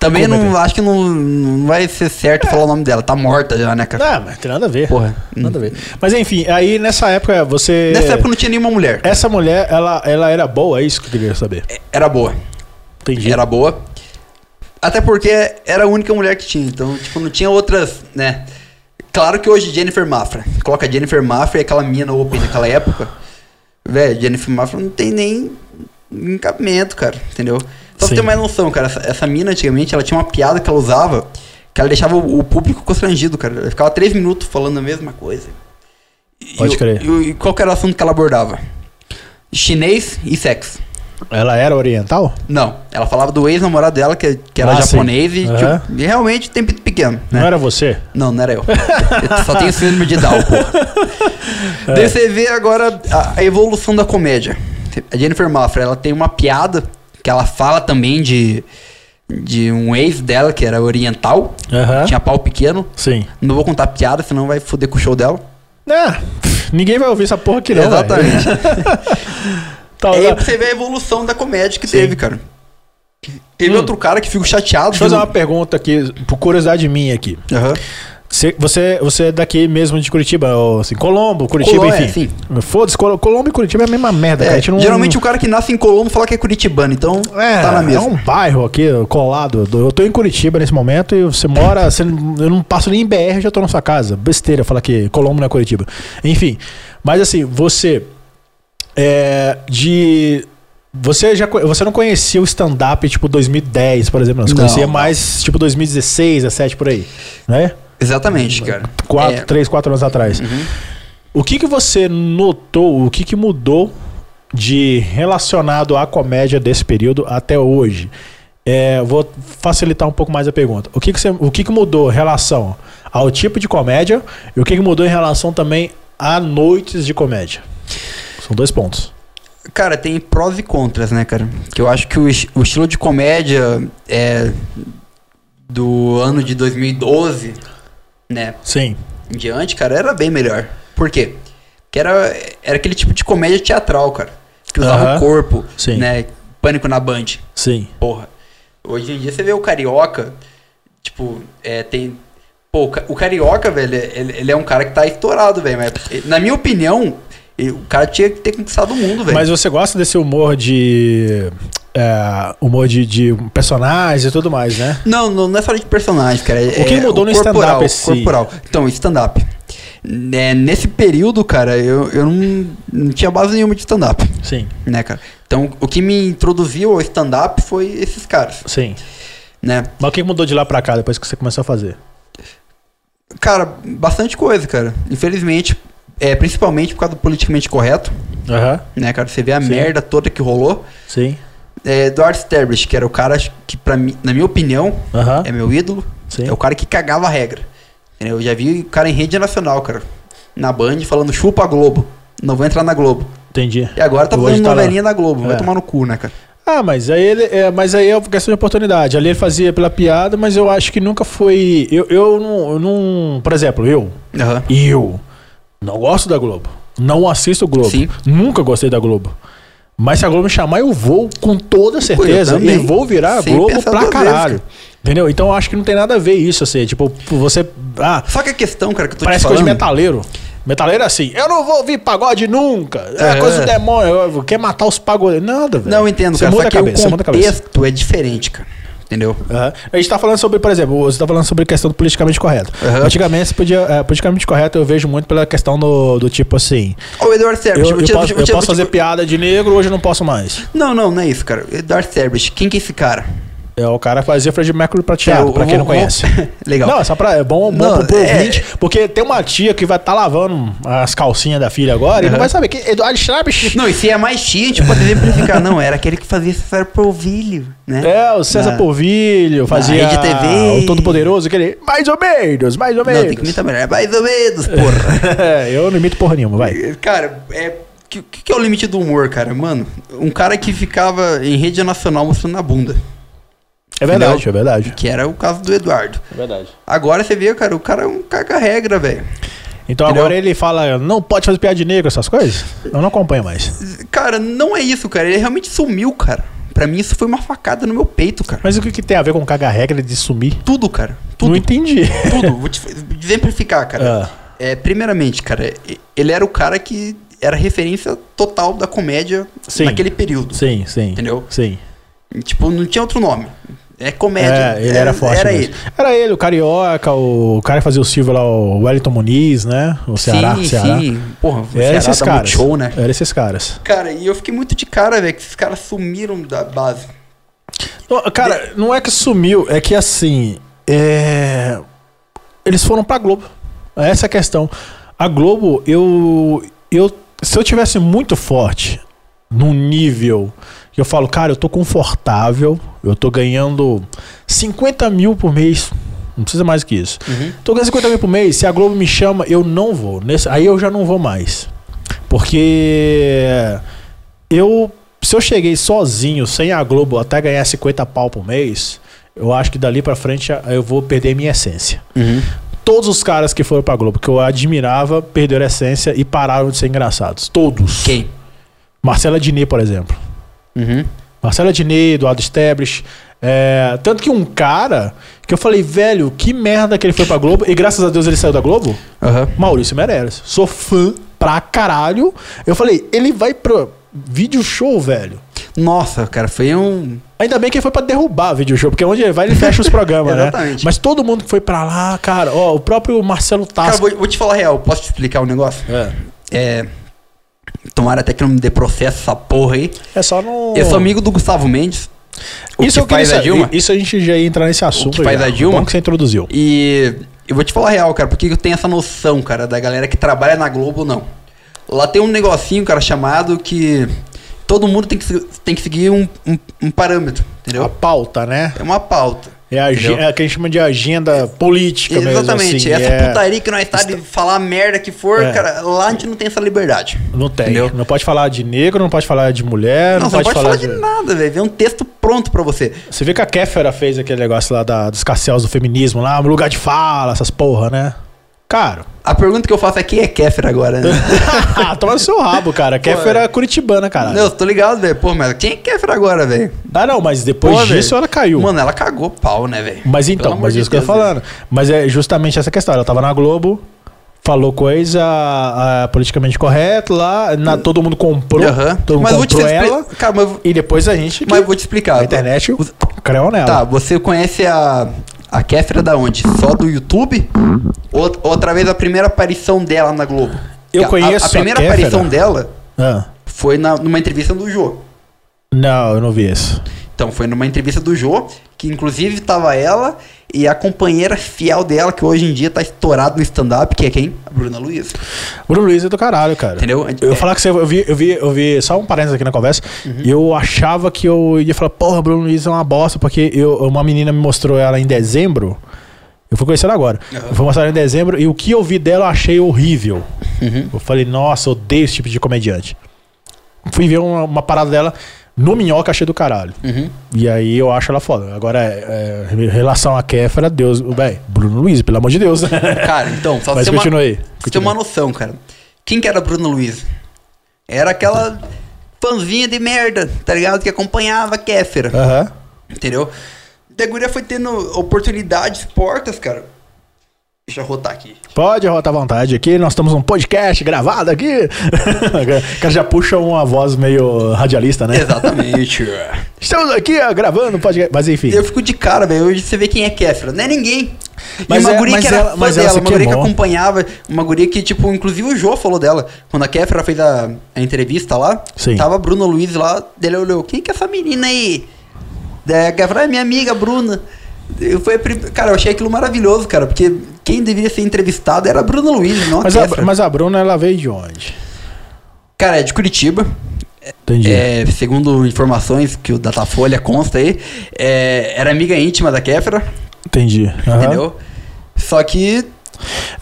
Speaker 2: Também
Speaker 1: Como é
Speaker 2: não acho que não, não vai ser certo falar o nome dela. Tá morta já, né, cara?
Speaker 1: Ah, mas tem nada a ver.
Speaker 2: Porra. Hum.
Speaker 1: Nada a ver. É. Mas enfim, aí nessa época você.
Speaker 2: Nessa época não tinha nenhuma mulher.
Speaker 1: Essa mulher, ela, ela era boa, é isso que eu queria saber.
Speaker 2: Era boa.
Speaker 1: Entendi.
Speaker 2: Era boa. Até porque era a única mulher que tinha, então, tipo, não tinha outras, né? Claro que hoje Jennifer Mafra. Coloca Jennifer Mafra e aquela mina open naquela época. Velho, Jennifer Mafra não tem nem encapimento, cara, entendeu? Só pra
Speaker 1: Sim.
Speaker 2: você ter mais noção, cara, essa, essa mina antigamente, ela tinha uma piada que ela usava, que ela deixava o, o público constrangido, cara. Ela ficava três minutos falando a mesma coisa. E
Speaker 1: Pode
Speaker 2: o-
Speaker 1: crer.
Speaker 2: E, o- e qual que era o assunto que ela abordava? Chinês e sexo.
Speaker 1: Ela era oriental?
Speaker 2: Não, ela falava do ex-namorado dela, que, que era
Speaker 1: Ah, sim.
Speaker 2: japonês e
Speaker 1: Aham.
Speaker 2: tipo, e realmente tem pinto pequeno,
Speaker 1: Não
Speaker 2: né?
Speaker 1: era você?
Speaker 2: Não, não era eu. eu só tenho síndrome de Down, porra.
Speaker 1: É.
Speaker 2: Daí você vê agora a, a evolução da comédia. A Jennifer Mafra, ela tem uma piada que ela fala também de, de um ex dela, que era oriental,
Speaker 1: Aham.
Speaker 2: tinha pau pequeno.
Speaker 1: Sim.
Speaker 2: Não vou contar piada, senão vai foder com o show dela.
Speaker 1: Ah, ninguém vai ouvir essa porra aqui, não. velho.
Speaker 2: Exatamente.
Speaker 1: Tá, tá.
Speaker 2: Aí você vê a evolução da comédia que
Speaker 1: Sim. Hum.
Speaker 2: teve, cara. Teve outro cara que ficou chateado.
Speaker 1: Deixa eu fazer
Speaker 2: viu?
Speaker 1: uma pergunta aqui, por curiosidade minha aqui.
Speaker 2: Aham.
Speaker 1: Você, você, você é daqui mesmo de Curitiba, ou assim, Colombo, Curitiba,
Speaker 2: Colombo, é,
Speaker 1: enfim. Foda-se, Colo- Colombo e Curitiba é a mesma merda,
Speaker 2: É,
Speaker 1: cara. A gente não-
Speaker 2: Geralmente o cara que nasce em Colombo fala que é curitibano, então
Speaker 1: É,
Speaker 2: tá na
Speaker 1: é
Speaker 2: mesma.
Speaker 1: um bairro aqui, colado. Eu tô em Curitiba nesse momento e você mora. Você, não- eu não passo nem em BR, já tô na sua casa. Besteira falar que Colombo não é Curitiba. Enfim. Mas assim, você. É. De. Você, já, co- você não conhecia o stand-up tipo 2010, por exemplo, não. Você
Speaker 2: Não,
Speaker 1: conhecia
Speaker 2: não.
Speaker 1: mais tipo 2016, 17 por aí, né?
Speaker 2: Exatamente, cara.
Speaker 1: Quatro,
Speaker 2: É,
Speaker 1: três, quatro anos atrás. O que que você notou, o que que mudou de relacionado à comédia desse período até hoje? É, vou facilitar um pouco mais a pergunta. O que que, você, o que que mudou em relação ao tipo de comédia e o que que mudou em relação também a noites de comédia? São dois pontos.
Speaker 2: É, Cara, tem prós e contras, né, cara? Que eu acho que o, es- o estilo de comédia é do ano de 2012, né,
Speaker 1: Sim.
Speaker 2: em diante, cara, era bem melhor. Por quê? Porque era, era aquele tipo de comédia teatral, cara. Que usava
Speaker 1: Aham.
Speaker 2: o corpo,
Speaker 1: Sim.
Speaker 2: né? Pânico na Band.
Speaker 1: Sim.
Speaker 2: Porra. Hoje em dia você vê o carioca, tipo, é, tem. Pô, o ca- o carioca, velho, ele, ele é um cara que tá estourado, velho. Mas, eh, na minha opinião, eh, o cara tinha que ter conquistado o mundo, velho.
Speaker 1: Mas você gosta desse humor de. é, humor de, de personagens e tudo mais, né?
Speaker 2: Não, não, não é só de personagem, cara. é,
Speaker 1: O que mudou no stand-up é
Speaker 2: corporal,
Speaker 1: esse-
Speaker 2: corporal. Então, stand-up. Né, nesse período, cara, eu, eu não, não tinha base nenhuma de stand-up,
Speaker 1: Sim.
Speaker 2: né, cara? Então, o que me introduziu ao stand-up foi esses caras,
Speaker 1: Sim.
Speaker 2: né?
Speaker 1: Mas o que mudou de lá pra cá depois que você começou a fazer?
Speaker 2: Cara, bastante coisa, cara. Infelizmente, é, principalmente por causa do politicamente correto,
Speaker 1: Aham.
Speaker 2: né, cara? Você vê a
Speaker 1: Sim.
Speaker 2: merda toda que rolou.
Speaker 1: Sim.
Speaker 2: É, Eduardo Sterblich, que era o cara que, pra mim, na minha opinião,
Speaker 1: Aham.
Speaker 2: é meu ídolo.
Speaker 1: Sim.
Speaker 2: É o cara que cagava a regra. Entendeu? Eu já vi o cara em rede nacional, cara. Na Band falando chupa a Globo. Não vou entrar na Globo.
Speaker 1: Entendi.
Speaker 2: E agora tá
Speaker 1: Hoje
Speaker 2: fazendo
Speaker 1: tá lá.
Speaker 2: novelinha da Globo.
Speaker 1: É.
Speaker 2: Vai tomar no cu, né, cara?
Speaker 1: Ah, mas aí ele. É, mas aí é uma questão de oportunidade. Ali ele fazia pela piada, mas eu acho que nunca foi. Eu, eu, não, eu não. Por exemplo, eu.
Speaker 2: Aham.
Speaker 1: Eu não gosto da Globo. Não assisto Globo.
Speaker 2: Sim.
Speaker 1: Nunca gostei da Globo. Mas se a Globo me chamar, eu vou com toda certeza.
Speaker 2: também.
Speaker 1: e vou virar a
Speaker 2: Sem
Speaker 1: Globo
Speaker 2: pensar
Speaker 1: pra
Speaker 2: duas vezes,
Speaker 1: caralho. Entendeu? Então eu acho que não tem nada a ver isso, assim. Tipo, você. Ah,
Speaker 2: Só que a questão, cara, que eu tô
Speaker 1: parece
Speaker 2: te
Speaker 1: coisa
Speaker 2: falando...
Speaker 1: de metaleiro. Metaleiro é assim, eu não vou ouvir pagode nunca. É,
Speaker 2: É.
Speaker 1: coisa do demônio. eu- Quer matar os pagodeiros. Nada, velho.
Speaker 2: Não, eu entendo,
Speaker 1: né? você
Speaker 2: cara.
Speaker 1: Muda a
Speaker 2: só que
Speaker 1: cabeça, você
Speaker 2: o
Speaker 1: muda a cabeça.
Speaker 2: contexto é diferente, cara. Entendeu?
Speaker 1: Aham. A gente tá falando sobre, por exemplo, você tá falando sobre a questão do politicamente correto.
Speaker 2: Aham.
Speaker 1: Antigamente, você podia, é, politicamente correto eu vejo muito pela questão do, do tipo assim.
Speaker 2: Ô, Eduardo Sterblich,
Speaker 1: Eu,
Speaker 2: vou
Speaker 1: eu
Speaker 2: te-
Speaker 1: posso,
Speaker 2: vou te-
Speaker 1: eu
Speaker 2: vou
Speaker 1: posso
Speaker 2: te-
Speaker 1: fazer piada de negro, hoje eu não posso mais.
Speaker 2: Não, não, não é isso, cara. Eduardo Sterblich, quem que é esse cara?
Speaker 1: É, o cara fazia Fred Mercury
Speaker 2: É,
Speaker 1: prateado,
Speaker 2: eu-
Speaker 1: pra quem
Speaker 2: eu
Speaker 1: não
Speaker 2: vou-
Speaker 1: conhece.
Speaker 2: Legal.
Speaker 1: Não, só pra, é bom, bom
Speaker 2: Não,
Speaker 1: pro, pro
Speaker 2: é-
Speaker 1: ouvinte, porque tem uma tia que vai estar lavando as calcinhas da filha agora e não
Speaker 2: Aham.
Speaker 1: vai saber que Eduardo Schrabich.
Speaker 2: Não, e se é mais tia, a gente pode exemplificar. Não, era aquele que fazia César Polvilho, né?
Speaker 1: É, o César
Speaker 2: Ah.
Speaker 1: Polvilho fazia
Speaker 2: Rede TV.
Speaker 1: o Todo Poderoso, aquele mais ou menos, mais ou menos.
Speaker 2: Não, tem que imitar melhor. É mais ou menos, porra.
Speaker 1: É, eu não imito porra nenhuma, vai.
Speaker 2: Cara, é. que- O que, que é o limite do humor, cara? Mano, um cara que ficava em rede nacional mostrando a bunda.
Speaker 1: É verdade, é verdade.
Speaker 2: Que era o caso do Eduardo.
Speaker 1: É verdade.
Speaker 2: Agora você vê, cara, o cara é um caga-regra, velho.
Speaker 1: Então
Speaker 2: Entendeu?
Speaker 1: agora ele fala, não pode fazer piada de negro, essas coisas? Eu não acompanho mais.
Speaker 2: Cara, não é isso, cara. Ele realmente sumiu, cara. Pra mim, isso foi uma facada no meu peito, cara.
Speaker 1: Mas o que, que tem a ver com caga-regra de sumir?
Speaker 2: Tudo, cara.
Speaker 1: Não
Speaker 2: Tudo.
Speaker 1: entendi.
Speaker 2: Tudo. Vou te exemplificar, cara.
Speaker 1: Ah,
Speaker 2: É, primeiramente, cara, e- ele era o cara que era referência total da comédia
Speaker 1: Sim.
Speaker 2: naquele período.
Speaker 1: sim, sim.
Speaker 2: Entendeu?
Speaker 1: Sim.
Speaker 2: Tipo, não tinha outro nome. É comédia.
Speaker 1: É, ele era forte.
Speaker 2: Era
Speaker 1: mesmo.
Speaker 2: ele.
Speaker 1: Era ele, o Carioca, o cara que fazia o Silvio lá, o Wellington Muniz, né? O Ceará.
Speaker 2: sim,
Speaker 1: Ceará.
Speaker 2: sim. Porra, o
Speaker 1: Era
Speaker 2: Ceará
Speaker 1: esses
Speaker 2: dá muito
Speaker 1: caras. É.
Speaker 2: show, né?
Speaker 1: Era esses caras.
Speaker 2: Cara, e eu fiquei muito de cara, velho, que esses caras sumiram da base.
Speaker 1: Não, Cara, não é que sumiu, é que assim. é, Eles foram pra Globo. Essa é a questão. A Globo, eu. eu se eu tivesse muito forte, num nível que eu falo, cara, eu tô confortável, eu tô ganhando 50 mil por mês. Não precisa mais que isso. Tô ganhando 50 mil por mês, se a Globo me chama, eu não vou. Nesse- aí eu já não vou mais. Porque eu. Se eu cheguei sozinho, sem a Globo, até ganhar 50 pau por mês, eu acho que dali pra frente a- eu vou perder minha essência. Todos os caras que foram pra Globo, que eu admirava, perderam a essência e pararam de ser engraçados. Todos.
Speaker 2: Quem?
Speaker 1: Marcela Diné, por exemplo.
Speaker 2: Uhum.
Speaker 1: Marcela Diné, Eduardo Stebrich. é, tanto que um cara que eu falei, velho, que merda que ele foi pra Globo, e graças a Deus ele saiu da Globo. Maurício Meirelles. Sou fã pra caralho. Eu falei, ele vai pro vídeo show, velho.
Speaker 2: Nossa, cara, foi um.
Speaker 1: Ainda bem que ele foi pra derrubar o vídeo show, porque é onde ele vai, ele fecha os programas, né?
Speaker 2: Exatamente.
Speaker 1: Mas todo mundo que foi pra lá, cara, ó, o próprio Marcelo
Speaker 2: Cara,
Speaker 1: Tasca.
Speaker 2: vou, vou te falar a real, posso te explicar um negócio?
Speaker 1: É.
Speaker 2: É. Tomara até que não me dê processo essa porra aí.
Speaker 1: é só não.
Speaker 2: Eu sou amigo do Gustavo Mendes. é O
Speaker 1: Isso
Speaker 2: que
Speaker 1: eu queria
Speaker 2: faz a
Speaker 1: saber.
Speaker 2: Dilma.
Speaker 1: Isso a gente já ia entrar nesse assunto.
Speaker 2: faz
Speaker 1: já.
Speaker 2: a Dilma?
Speaker 1: Bom que você introduziu.
Speaker 2: E eu vou te falar a real, cara, porque eu tenho essa noção, cara, da galera que trabalha na Globo ou não. Lá tem um negocinho, cara, chamado que todo mundo tem que, se- tem que seguir um, um, um parâmetro,
Speaker 1: A
Speaker 2: entendeu?
Speaker 1: pauta, né?
Speaker 2: É uma pauta.
Speaker 1: É, a, ag-
Speaker 3: Entendeu?
Speaker 1: é a que a gente chama de agenda política
Speaker 2: Exatamente.
Speaker 1: mesmo. assim,
Speaker 2: Essa
Speaker 1: é-
Speaker 2: putaria que nós tá de falar a merda que for,
Speaker 1: É.
Speaker 2: cara, lá a gente não tem essa liberdade.
Speaker 1: Não tem.
Speaker 3: Entendeu?
Speaker 1: Não pode falar de negro, não pode falar de mulher,
Speaker 2: É, Não,
Speaker 1: não,
Speaker 2: você não pode falar de nada, velho. Vem um texto pronto pra você.
Speaker 1: Você vê que a Kéfera fez aquele negócio lá da- dos carcéus do feminismo, lá, um lugar de fala, essas porra, né? Cara,
Speaker 2: A pergunta que eu faço é quem é Kéfera agora, né?
Speaker 1: Ah, toma no seu rabo, cara. Kéfera é curitibana, caralho.
Speaker 2: não, eu tô ligado, velho. Pô, mas quem é Kéfera agora, velho?
Speaker 1: Ah, não, mas depois
Speaker 2: Pô,
Speaker 1: disso
Speaker 2: velho.
Speaker 1: ela caiu.
Speaker 2: Mano, ela cagou pau, né, velho?
Speaker 1: mas
Speaker 2: Pelo
Speaker 1: então,
Speaker 2: amor
Speaker 1: mas
Speaker 2: de
Speaker 1: isso que eu tô
Speaker 2: Deus,
Speaker 1: falando.
Speaker 2: velho.
Speaker 1: Mas é justamente essa questão. Ela tava na Globo, falou coisa ah, politicamente correta lá, na- todo mundo comprou,
Speaker 2: Hum. Aham.
Speaker 1: todo mundo
Speaker 2: Mas vou te
Speaker 1: Então comprou
Speaker 2: expli-
Speaker 1: ela.
Speaker 2: Cara, mas,
Speaker 1: E depois a gente.
Speaker 2: mas eu vou te explicar.
Speaker 1: a internet, o creão nela.
Speaker 2: Tá, você conhece a, a Kéfera da onde? Só do YouTube? Ou, outra vez a primeira aparição dela na Globo?
Speaker 1: Eu
Speaker 2: A- a-
Speaker 1: conheço
Speaker 2: A,
Speaker 1: a
Speaker 2: primeira
Speaker 1: Kéfera.
Speaker 2: aparição dela
Speaker 1: Ah.
Speaker 2: foi na- numa entrevista do Jô.
Speaker 1: Não, eu não vi isso.
Speaker 2: Então, foi numa entrevista do Jô, que inclusive tava ela e a companheira fiel dela, que hoje em dia tá estourado no stand-up, que é quem? A Bruna Luiz.
Speaker 1: Bruno Luiz é do caralho, cara.
Speaker 2: Entendeu?
Speaker 1: Eu
Speaker 2: É. Uhum.
Speaker 1: ia falar que você. Eu vi, eu vi, eu vi só um parênteses aqui na conversa. Eu achava que eu ia falar, porra, Bruno Luiz é uma bosta, porque eu, uma menina me mostrou ela em dezembro. Eu fui conhecendo agora. Eu fui mostrar ela em dezembro e o que eu vi dela eu achei horrível.
Speaker 2: Uhum.
Speaker 1: Eu falei, nossa, eu odeio esse tipo de comediante. Fui ver uma, uma parada dela no Minhoca, achei do caralho.
Speaker 2: Uhum.
Speaker 1: E aí eu acho ela foda. Agora, é, é, em relação a Kéfera, Deus. Bem, Bruno Luiz, pelo amor de Deus.
Speaker 2: Cara, então, só
Speaker 1: Mas
Speaker 2: você ter uma,
Speaker 1: continua aí,
Speaker 2: você ter
Speaker 1: continua.
Speaker 2: uma noção, cara. Quem que era a Bruna Luiz? Era aquela fãzinha de merda, tá ligado? Que acompanhava a Kéfera.
Speaker 1: Aham.
Speaker 2: Entendeu? Daí A guria foi tendo oportunidades, portas, cara. Deixa eu rotar aqui.
Speaker 1: Pode rotar à vontade aqui, nós estamos num podcast gravado aqui. o cara já puxa uma voz meio radialista, né?
Speaker 2: Exatamente.
Speaker 1: Estamos aqui ó, gravando um podcast. Mas enfim.
Speaker 2: Eu fico de cara, velho. Hoje você vê quem é Kéfera. Não é ninguém. E
Speaker 1: Mas
Speaker 2: uma
Speaker 1: é-
Speaker 2: guria
Speaker 1: mas
Speaker 2: que era
Speaker 1: ela-
Speaker 2: fã
Speaker 1: mas ela
Speaker 2: dela,
Speaker 1: se
Speaker 2: uma guria que
Speaker 1: queimou.
Speaker 2: acompanhava, uma guria que, tipo, inclusive o Jô falou dela. Quando a Kéfera fez a, a entrevista lá,
Speaker 1: Sim.
Speaker 2: tava Bruno Luiz lá, dele olhou, quem que é essa menina aí? Daí a Kéfera, ah, minha amiga, Bruna. Eu foi, a prim- cara, eu achei aquilo maravilhoso, cara, porque quem deveria ser entrevistado era Bruno Luiz, não a
Speaker 1: mas, a,
Speaker 2: Kéfera.
Speaker 1: mas a Bruna, ela veio de onde?
Speaker 2: Cara, é de Curitiba.
Speaker 1: Entendi.
Speaker 2: É, segundo informações que o Datafolha consta aí, é, era amiga íntima da Kéfera,
Speaker 1: Entendi. Aham.
Speaker 2: entendeu? Só que.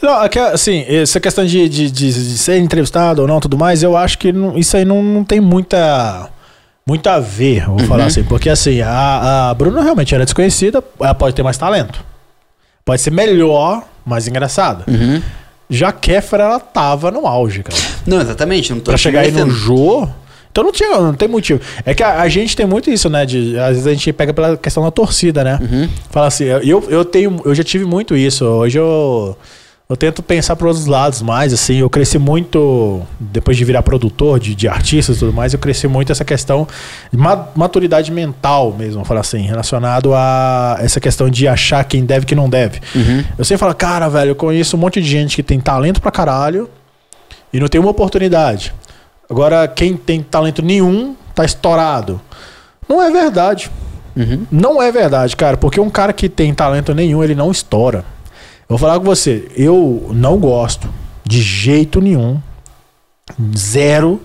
Speaker 1: Não, é que, assim, essa questão de, de, de- de ser entrevistado ou não tudo mais, eu acho que não- isso aí não, não tem muita. Muito a ver,
Speaker 2: Uhum.
Speaker 1: vou falar assim. Porque assim, a, a Bruna realmente era desconhecida, ela pode ter mais talento. Pode ser melhor, mais engraçada. Já Kéfera, ela tava no auge, cara.
Speaker 2: Não, exatamente, não tô
Speaker 1: Pra chegar aí no
Speaker 2: desmerecendo.
Speaker 1: Jô. Então não tinha, não tem motivo. É que a, a gente tem muito isso, né? De, às vezes a gente pega pela questão da torcida, né? Fala assim, eu, eu tenho, eu já tive muito isso. Hoje eu, eu tento pensar para outros lados mais, assim. Eu cresci muito, depois de virar produtor de, de artistas e tudo mais, eu cresci muito essa questão de ma- maturidade mental mesmo, falar assim, relacionado a essa questão de achar quem deve e quem não deve. Eu sempre falo, cara, velho, eu conheço um monte de gente que tem talento pra caralho, e não tem uma oportunidade. Agora, quem tem talento nenhum tá estourado. Não é verdade. Não é verdade, cara, porque um cara que tem talento nenhum, ele não estoura. Eu vou falar com você, eu não gosto de jeito nenhum, zero,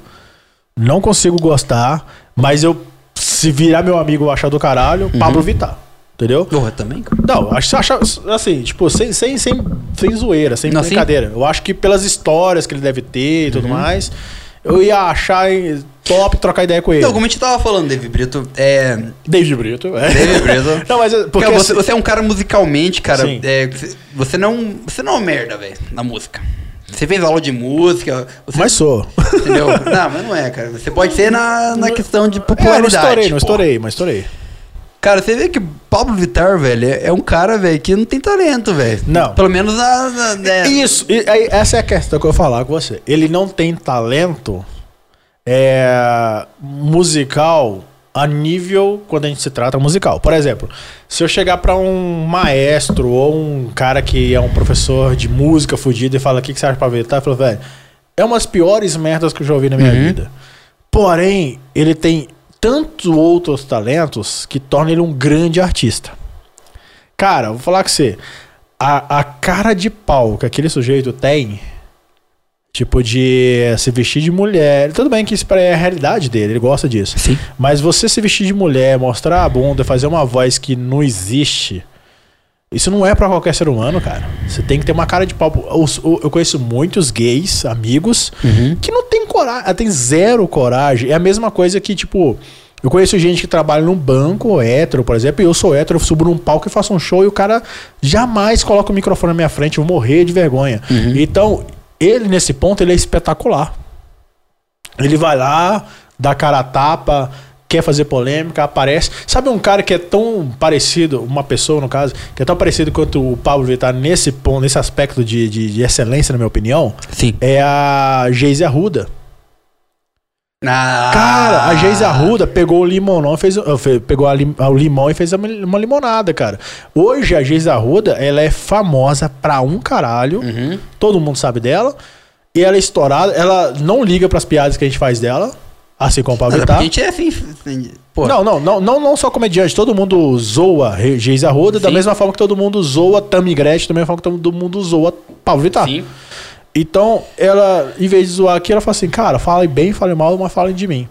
Speaker 1: não consigo gostar, mas eu, se virar meu amigo eu achar do caralho, Pablo Vittar, entendeu?
Speaker 2: Porra, também, cara.
Speaker 1: Não, acho que achar, assim, tipo, sem, sem, sem, sem zoeira, sem
Speaker 2: Não, sim. Uhum.
Speaker 1: brincadeira. Eu acho que pelas histórias que ele deve ter e tudo mais, eu ia achar eh, top trocar ideia com ele.
Speaker 2: Então, como a gente tava falando, David Brito, é.
Speaker 1: David Brito, é.
Speaker 2: David Brito.
Speaker 1: Não, mas é- porque
Speaker 2: Cara,
Speaker 1: assim-
Speaker 2: você, você é um cara musicalmente, cara.
Speaker 1: Sim.
Speaker 2: é, você- você não. Você não é uma merda, velho, na música. Você fez aula de música. Você,
Speaker 1: Mas sou.
Speaker 2: Entendeu? não, mas não é, cara. Você pode ser na, na questão de
Speaker 1: É, não
Speaker 2: popularidade.
Speaker 1: estourei, não
Speaker 2: pô.
Speaker 1: estourei, mas estourei.
Speaker 2: Cara, você vê que Pablo Vittar, velho, é é um cara, velho, que não tem talento, velho.
Speaker 1: Não.
Speaker 2: Pelo menos na. na- né?
Speaker 1: Isso, e- aí, essa é a questão que eu vou falar com você. Ele não tem talento é, musical a nível quando a gente se trata musical. Por exemplo, se eu chegar pra um maestro ou um cara que é um professor de música fudido e fala: O que, que você acha pra ver? Tá? Eu falo, velho, é uma das piores merdas que eu já ouvi na minha vida. Porém, ele tem tantos outros talentos que torna ele um grande artista. Cara, vou falar com você. A, a cara de pau que aquele sujeito tem, tipo, de se vestir de mulher. Tudo bem que isso pra- é a realidade dele, ele gosta disso.
Speaker 2: Sim.
Speaker 1: Mas você se vestir de mulher, mostrar a bunda, fazer uma voz que não existe. Isso não é pra qualquer ser humano, cara. Você tem que ter uma cara de pau. Os- o- Eu conheço muitos gays, amigos, que não tem coragem, ah, tem zero coragem. É a mesma coisa que, tipo, eu conheço gente que trabalha num banco, hétero, por exemplo, e eu sou hétero, eu subo num palco e faço um show e o cara jamais coloca o microfone na minha frente, eu vou morrer de vergonha. Então, ele, nesse ponto, ele é espetacular. Ele vai lá, dá cara a tapa, quer fazer polêmica, aparece. Sabe um cara que é tão parecido, uma pessoa no caso, que é tão parecido quanto o Pablo Vittar nesse ponto, nesse aspecto de, de- de excelência, na minha opinião?
Speaker 2: Sim.
Speaker 1: É a Geise Arruda.
Speaker 2: Ah,
Speaker 1: Cara, a Geise Arruda pegou o limonão, fez, eh, fe- pegou a lim- o limão e fez uma uma limonada, cara. Hoje a Geise Arruda, ela é famosa pra um caralho.
Speaker 2: Uhum.
Speaker 1: Todo mundo sabe dela. E ela é estourada, ela não liga pras piadas que a gente faz dela, assim como o Pablo
Speaker 2: Mas é
Speaker 1: Vittar.
Speaker 2: porque a gente é assim. assim, Pô,
Speaker 1: Não, não, não, não, não só comediante. Todo mundo zoa Re- Geis Arruda, da
Speaker 3: Sim.
Speaker 1: mesma forma que todo mundo zoa Tammy Gretchen, da mesma forma que todo mundo zoa Paulo Vittar.
Speaker 3: Sim.
Speaker 1: Então, ela, em vez de zoar aqui, ela fala assim, cara, falem bem, falem mal, mas falem de mim.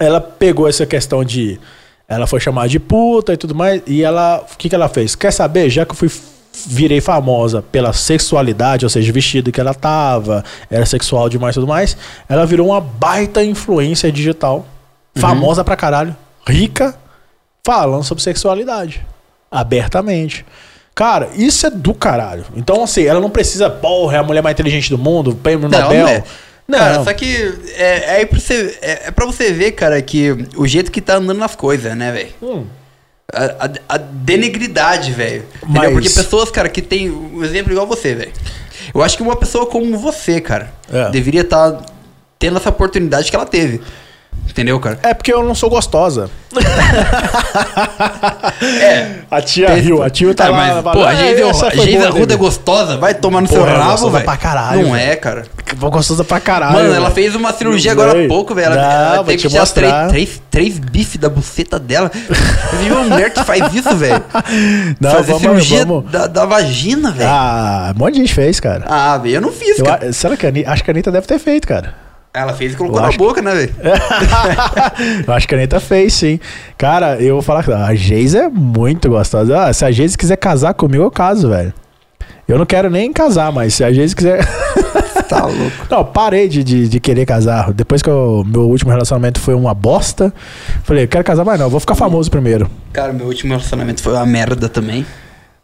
Speaker 1: Ela pegou essa questão de. Ela foi chamada de puta e tudo mais. E ela. O que, que ela fez? Quer saber? Já que eu fui. Virei famosa pela sexualidade, ou seja, o vestido que ela tava, era sexual demais e tudo mais. Ela virou uma baita influência digital.
Speaker 2: Uhum.
Speaker 1: Famosa pra caralho. Rica. Falando sobre sexualidade. Abertamente. Cara, isso é do caralho. Então, assim, ela não precisa, porra, é a mulher mais inteligente do mundo, prêmio
Speaker 2: Não,
Speaker 1: Nobel.
Speaker 2: não é. Cara, só que é, é, pra você, é, é pra você ver, cara, que o jeito que tá andando nas coisas, né, velho?
Speaker 1: Hum.
Speaker 2: A, a- a denegridade, velho. Entendeu?
Speaker 1: Mas-
Speaker 2: Porque pessoas, cara, que tem um exemplo igual você, velho. Eu acho que uma pessoa como você, cara,
Speaker 1: É.
Speaker 2: deveria estar tendo essa oportunidade que ela teve. Entendeu, cara?
Speaker 1: É porque eu não sou gostosa.
Speaker 2: É.
Speaker 1: A tia riu, a tia tá
Speaker 2: Cara,
Speaker 1: lá.
Speaker 2: mas, pô, a Geisa
Speaker 1: essa foi
Speaker 2: Geisa
Speaker 1: boa,
Speaker 2: Arruda é
Speaker 1: David.
Speaker 2: gostosa, vai tomar no seu
Speaker 1: Porra, ela é
Speaker 2: rabo,
Speaker 1: gostosa
Speaker 2: velho.
Speaker 1: pra caralho,
Speaker 2: Não
Speaker 1: velho.
Speaker 2: é, cara.
Speaker 1: Pô, gostosa pra caralho. né?
Speaker 2: Mano, ela
Speaker 1: velho.
Speaker 2: fez uma cirurgia
Speaker 1: Não
Speaker 2: agora
Speaker 1: sei.
Speaker 2: há pouco, velho. Ela,
Speaker 1: Não,
Speaker 2: ela
Speaker 1: vou
Speaker 2: teve
Speaker 1: te
Speaker 2: que tirar três,
Speaker 1: mostrar.
Speaker 2: três, três bifes da buceta dela. Eu vi uma mulher que faz isso, velho.
Speaker 1: Não,
Speaker 2: Fazer
Speaker 1: vamos,
Speaker 2: cirurgia
Speaker 1: vamos.
Speaker 2: Da, da vagina, velho. Ah,
Speaker 1: Ah, um monte de gente fez, cara.
Speaker 2: velho, eu não fiz,
Speaker 1: Eu
Speaker 2: cara.
Speaker 1: a- será que a Anitta, acho que a Anitta deve ter feito, cara.
Speaker 2: Ela fez e colocou
Speaker 1: eu
Speaker 2: na
Speaker 1: acho- É.
Speaker 2: boca, né, velho?
Speaker 1: eu acho que a Anitta fez, sim. Cara, eu vou falar, a Geise é muito gostosa. Ah, se a Geise quiser casar comigo, eu caso, velho. Eu não quero nem casar, mas se a Geise quiser.
Speaker 2: Tá louco.
Speaker 1: Não, parei de, de, de querer casar. Depois que o meu último relacionamento foi uma bosta, falei, eu quero casar, mas não, eu vou ficar famoso primeiro.
Speaker 2: Cara, meu último relacionamento foi uma merda também.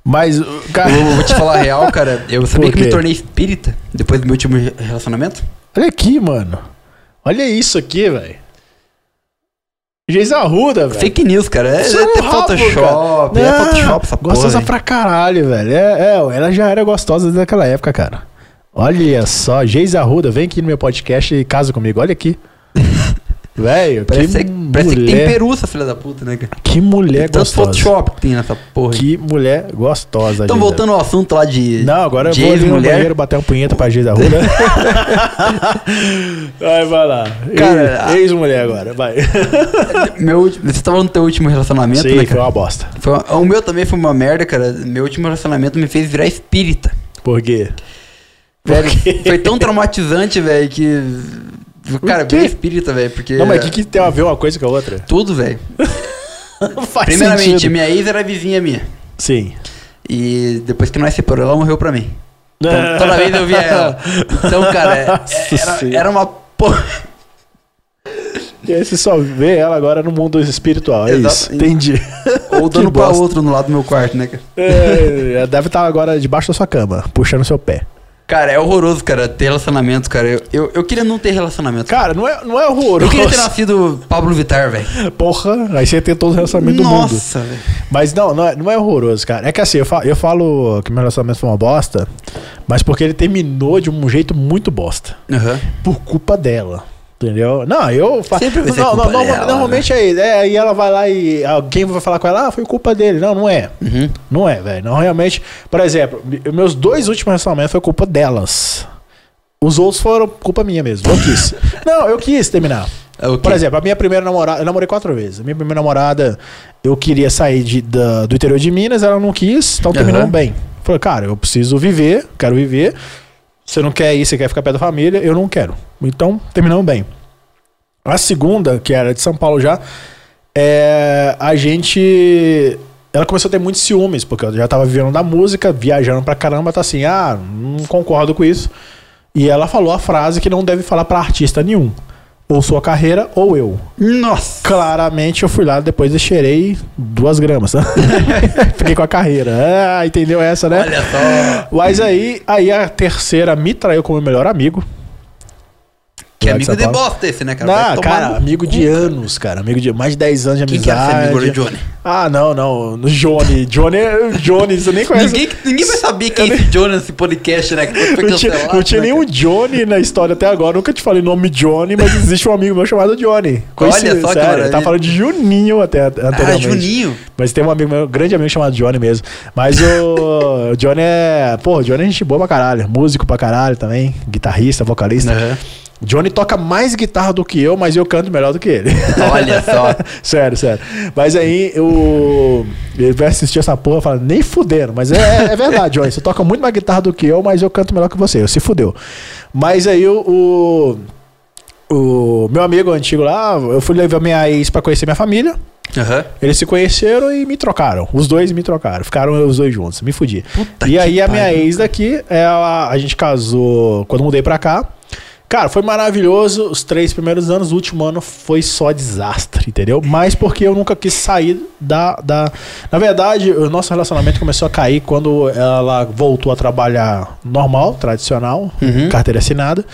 Speaker 1: Mas, cara.
Speaker 2: Eu vou te falar a real, cara. Eu sabia
Speaker 1: Por
Speaker 2: que me
Speaker 1: quê?
Speaker 2: tornei espírita depois do meu último re- relacionamento?
Speaker 1: Olha aqui, mano. Olha isso aqui, velho. Geis Arruda, velho.
Speaker 2: Fake news, cara. É,
Speaker 1: Isso
Speaker 2: é
Speaker 1: um
Speaker 2: até
Speaker 1: rabo,
Speaker 2: Photoshop.
Speaker 1: cara.
Speaker 2: É
Speaker 1: Não,
Speaker 2: Photoshop essa porra.
Speaker 1: Gostosa
Speaker 2: velho.
Speaker 1: pra caralho, velho. É, é, ela já era gostosa desde aquela época, cara. Olha só, Geis Arruda, vem aqui no meu podcast e casa comigo. Olha aqui. velho, que
Speaker 2: Parece,
Speaker 1: mulher,
Speaker 2: parece que tem peru, essa filha da puta, né, cara?
Speaker 1: que mulher
Speaker 2: Tanto
Speaker 1: gostosa.
Speaker 2: Photoshop que tem nessa porra. aí.
Speaker 1: é Que mulher gostosa.
Speaker 2: Então,
Speaker 1: Geisa.
Speaker 2: voltando ao assunto lá de.
Speaker 1: Não, agora eu
Speaker 2: de
Speaker 1: vou ali no
Speaker 2: ex-mulher.
Speaker 1: banheiro bater um punheta pra Geis Arruda. vai, vai lá.
Speaker 2: Cara,
Speaker 1: Cara, ex-mulher agora, vai.
Speaker 2: Meu último- você tava falando do teu último relacionamento,
Speaker 1: Sim,
Speaker 2: né,
Speaker 1: foi
Speaker 2: cara?
Speaker 1: uma bosta.
Speaker 2: Foi uma- o meu também foi uma merda, cara. Meu último relacionamento me fez virar espírita.
Speaker 1: Por quê?
Speaker 2: Velho, foi tão traumatizante, velho, que. Cara,
Speaker 1: quê?
Speaker 2: virei espírita, velho, porque.
Speaker 1: Não, mas o que, que tem a ver uma coisa com a outra?
Speaker 2: Tudo, velho.
Speaker 1: Não faz
Speaker 2: Primeiramente,
Speaker 1: sentido.
Speaker 2: minha ex era vizinha minha.
Speaker 1: Sim.
Speaker 2: E depois que nós separamos, ela morreu pra mim. Então, toda vez eu via ela. Então, cara, é-
Speaker 1: Nossa
Speaker 2: era,
Speaker 1: Senhora.
Speaker 2: era uma porra.
Speaker 1: E aí você só vê ela agora no mundo espiritual, é
Speaker 2: Exato.
Speaker 1: isso. Entendi.
Speaker 2: Ou dando pra
Speaker 1: bosta.
Speaker 2: outro no lado do meu quarto, né, cara?
Speaker 1: É, ela deve estar agora debaixo da sua cama, puxando seu pé.
Speaker 2: Cara, é horroroso, cara, ter relacionamento, cara. Eu, eu, eu queria não ter relacionamento.
Speaker 1: Cara, não é, não é
Speaker 2: eu
Speaker 1: horroroso.
Speaker 2: queria ter nascido Pablo Vittar, velho.
Speaker 1: Porra, aí você tem todo o relacionamento do mundo.
Speaker 2: Nossa, velho.
Speaker 1: Mas não, não é, não é horroroso, cara. É que assim, eu falo, eu falo que meu relacionamento foi uma bosta, mas porque ele terminou de um jeito muito bosta.
Speaker 2: Aham.
Speaker 1: por culpa dela. Entendeu? Não, eu fa-
Speaker 2: Sempre vai ser
Speaker 1: não, não,
Speaker 2: culpa
Speaker 1: não,
Speaker 2: dela, né?
Speaker 1: normalmente é isso. É, aí ela vai lá e alguém vai falar com ela, ah, foi culpa dele. Não, não é.
Speaker 2: uhum.
Speaker 1: Não é, velho. Não, realmente. Por exemplo, me- meus dois últimos relacionamentos foi culpa delas. Os outros foram culpa minha mesmo. Eu quis. não, eu quis terminar.
Speaker 2: É o quê?
Speaker 1: Por exemplo, a minha primeira namorada, eu namorei quatro vezes. A minha primeira namorada, eu queria sair de- da- do interior de Minas, ela não quis, então
Speaker 2: Aham.
Speaker 1: terminamos bem. Falei, cara, eu preciso viver, quero viver. Você não quer ir, você quer ficar perto da família, eu não quero. Então, terminamos bem. A segunda, que era de São Paulo já, é, a gente ela começou a ter muitos ciúmes, porque eu já tava vivendo da música, viajando pra caramba, tá assim, ah, não concordo com isso. E ela falou a frase que não deve falar pra artista nenhum. Ou sua carreira, ou eu.
Speaker 2: Nossa!
Speaker 1: Claramente eu fui lá, depois eu cheirei duas gramas. né? Fiquei com a carreira. Ah, entendeu essa, né?
Speaker 2: Olha só!
Speaker 1: Mas aí, aí a terceira me traiu como melhor amigo.
Speaker 2: Que
Speaker 1: Lá de
Speaker 2: amigo
Speaker 1: São
Speaker 2: de
Speaker 1: Paulo.
Speaker 2: bosta esse, né, cara? Vai
Speaker 1: Ah,
Speaker 2: tomar
Speaker 1: cara,
Speaker 2: no
Speaker 1: amigo
Speaker 2: cu,
Speaker 1: de
Speaker 2: cara.
Speaker 1: anos, cara. Amigo de mais de 10 anos de
Speaker 2: Quem
Speaker 1: amizade.
Speaker 2: que é esse amigo do Johnny?
Speaker 1: Ah, não, não. No Johnny. Johnny, é Johnny, você nem conhece.
Speaker 2: Ninguém, ninguém vai saber quem é esse Johnny nesse podcast, né? Que foi
Speaker 1: Não tinha,
Speaker 2: cancelado,
Speaker 1: não tinha
Speaker 2: né,
Speaker 1: nenhum Johnny na história até agora. Nunca te falei o nome Johnny, mas existe um amigo meu chamado Johnny. Coincidência,
Speaker 2: só que
Speaker 1: sério.
Speaker 2: maravilha.
Speaker 1: Tá falando de Juninho até
Speaker 2: cara? Ah,
Speaker 1: anteriormente.
Speaker 2: Juninho.
Speaker 1: Mas tem um amigo meu, grande amigo chamado Johnny mesmo. Mas o, o Johnny é. Pô, o Johnny é gente boa pra caralho. Músico pra caralho também. Guitarrista, vocalista.
Speaker 2: Né?
Speaker 1: Johnny toca mais guitarra do que eu, mas eu canto melhor do que ele.
Speaker 2: Olha só.
Speaker 1: sério, sério. Mas aí o. Ele vai assistir essa porra e fala, nem fuderam. Mas é, é verdade, Johnny. Você toca muito mais guitarra do que eu, mas eu canto melhor que você. Eu se fudeu. Mas aí o. o... o meu amigo antigo lá, eu fui levar minha ex pra conhecer minha família.
Speaker 2: Aham.
Speaker 1: Eles se conheceram e me trocaram. Os dois me trocaram. Ficaram os dois juntos. Me fudi.
Speaker 2: Puta
Speaker 1: e
Speaker 2: que
Speaker 1: aí a minha
Speaker 2: pariu,
Speaker 1: ex daqui, ela, a gente casou quando eu mudei pra cá. Cara, foi maravilhoso os três primeiros anos. O último ano foi só desastre, entendeu? Mas porque eu nunca quis sair da, da. Na verdade, o nosso relacionamento começou a cair quando ela voltou a trabalhar normal, tradicional,
Speaker 2: Uhum.
Speaker 1: carteira assinada.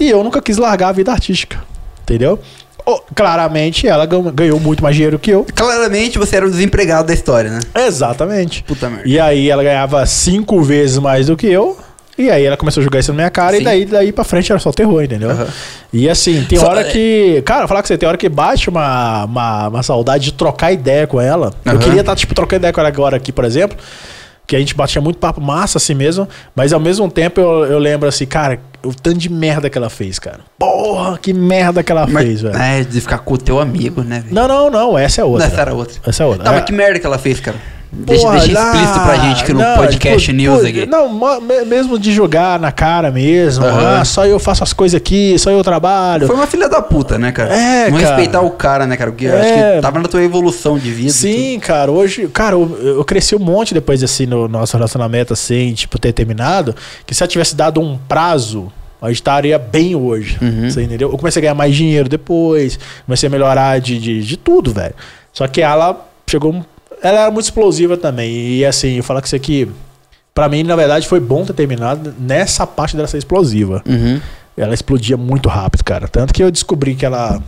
Speaker 1: E eu nunca quis largar a vida artística, entendeu? Oh, claramente ela gan- ganhou muito mais dinheiro que eu.
Speaker 2: Claramente você era o desempregado da história, né?
Speaker 1: Exatamente.
Speaker 2: Puta merda.
Speaker 1: E aí ela ganhava cinco vezes mais do que eu. E aí ela começou a jogar isso na minha cara
Speaker 2: Sim.
Speaker 1: e daí, daí pra frente era só terror, entendeu?
Speaker 2: Aham.
Speaker 1: E assim, tem
Speaker 2: Só- é
Speaker 1: hora que. Cara, falar com você, tem hora que bate uma, uma, uma saudade de trocar ideia com ela. Eu
Speaker 2: Aham.
Speaker 1: queria estar, tipo, trocando ideia com ela agora aqui, por exemplo. Que a gente batia muito papo massa assim mesmo. Mas ao mesmo tempo eu, eu lembro assim, cara, o tanto de merda que ela fez, cara. Porra, que merda que ela fez, velho.
Speaker 2: É, de ficar com o teu amigo, né, velho?
Speaker 1: Não, não, não, essa é outra.
Speaker 2: Essa era outra.
Speaker 1: Essa é outra.
Speaker 2: Tá,
Speaker 1: É-
Speaker 2: mas que merda que ela fez, cara? Deixa,
Speaker 1: Porra,
Speaker 2: deixa
Speaker 1: lá-
Speaker 2: explícito pra gente que no
Speaker 1: não,
Speaker 2: podcast
Speaker 1: tipo,
Speaker 2: news
Speaker 1: pô,
Speaker 2: aqui.
Speaker 1: Não, mo- me- mesmo de jogar na cara mesmo.
Speaker 2: Aham.
Speaker 1: Ah, só eu faço as coisas aqui, só eu trabalho.
Speaker 2: Foi uma filha da puta, né, cara?
Speaker 1: É,
Speaker 2: não
Speaker 1: cara.
Speaker 2: respeitar o cara, né, cara? Porque eu acho
Speaker 1: É.
Speaker 2: que tava na tua evolução de vida. e tudo.
Speaker 1: Sim, cara, hoje, cara, eu, eu cresci um monte depois assim no nosso relacionamento assim, tipo ter terminado, que se eu tivesse dado um prazo, a gente estaria bem hoje.
Speaker 2: Uhum.
Speaker 1: Você entendeu? Eu comecei a ganhar mais dinheiro depois, comecei a melhorar de, de, de tudo, velho. Só que ela chegou, um- ela era muito explosiva também. E assim, eu falar com isso aqui, pra mim na verdade foi bom ter terminado nessa parte dela ser explosiva.
Speaker 2: Uhum.
Speaker 1: Ela explodia muito rápido, cara. Tanto que eu descobri que ela.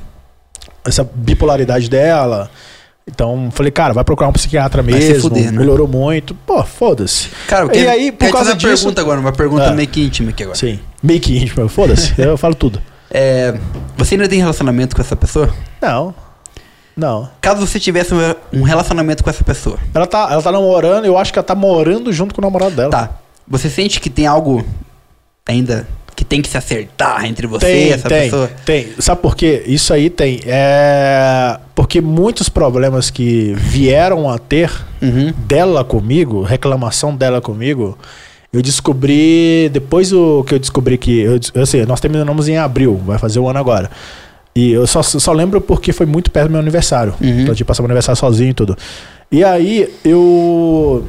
Speaker 1: Essa bipolaridade dela. Então, falei, cara, vai procurar um psiquiatra
Speaker 2: Vai se
Speaker 1: mesmo.
Speaker 2: fuder, né?
Speaker 1: Melhorou muito. Pô, foda-se.
Speaker 2: Cara, eu
Speaker 1: E aí, por
Speaker 2: quero te
Speaker 1: causa
Speaker 2: fazer uma
Speaker 1: disso-
Speaker 2: pergunta agora, uma pergunta
Speaker 1: Ah.
Speaker 2: meio que íntima aqui agora.
Speaker 1: Sim. Meio que íntimo, foda-se. eu falo tudo.
Speaker 2: É, você ainda tem relacionamento com essa pessoa?
Speaker 1: Não. Não.
Speaker 2: Caso você tivesse um- um relacionamento com essa pessoa,
Speaker 1: Ela tá, ela tá namorando, eu acho que ela tá morando junto com o namorado dela.
Speaker 2: tá? Você sente que tem algo ainda que tem que se acertar entre você e
Speaker 1: Tem,
Speaker 2: essa
Speaker 1: tem,
Speaker 2: pessoa?
Speaker 1: tem. Sabe por quê? Isso aí tem. É. Porque muitos problemas que vieram a ter
Speaker 2: Uhum.
Speaker 1: dela comigo, reclamação dela comigo, eu descobri. Depois o que eu descobri que. Eu, des- eu sei, nós terminamos em abril, vai fazer um ano agora. E eu só, só lembro porque foi muito perto do meu aniversário.
Speaker 2: Uhum.
Speaker 1: Então, tipo, passar meu aniversário sozinho e tudo. E aí eu.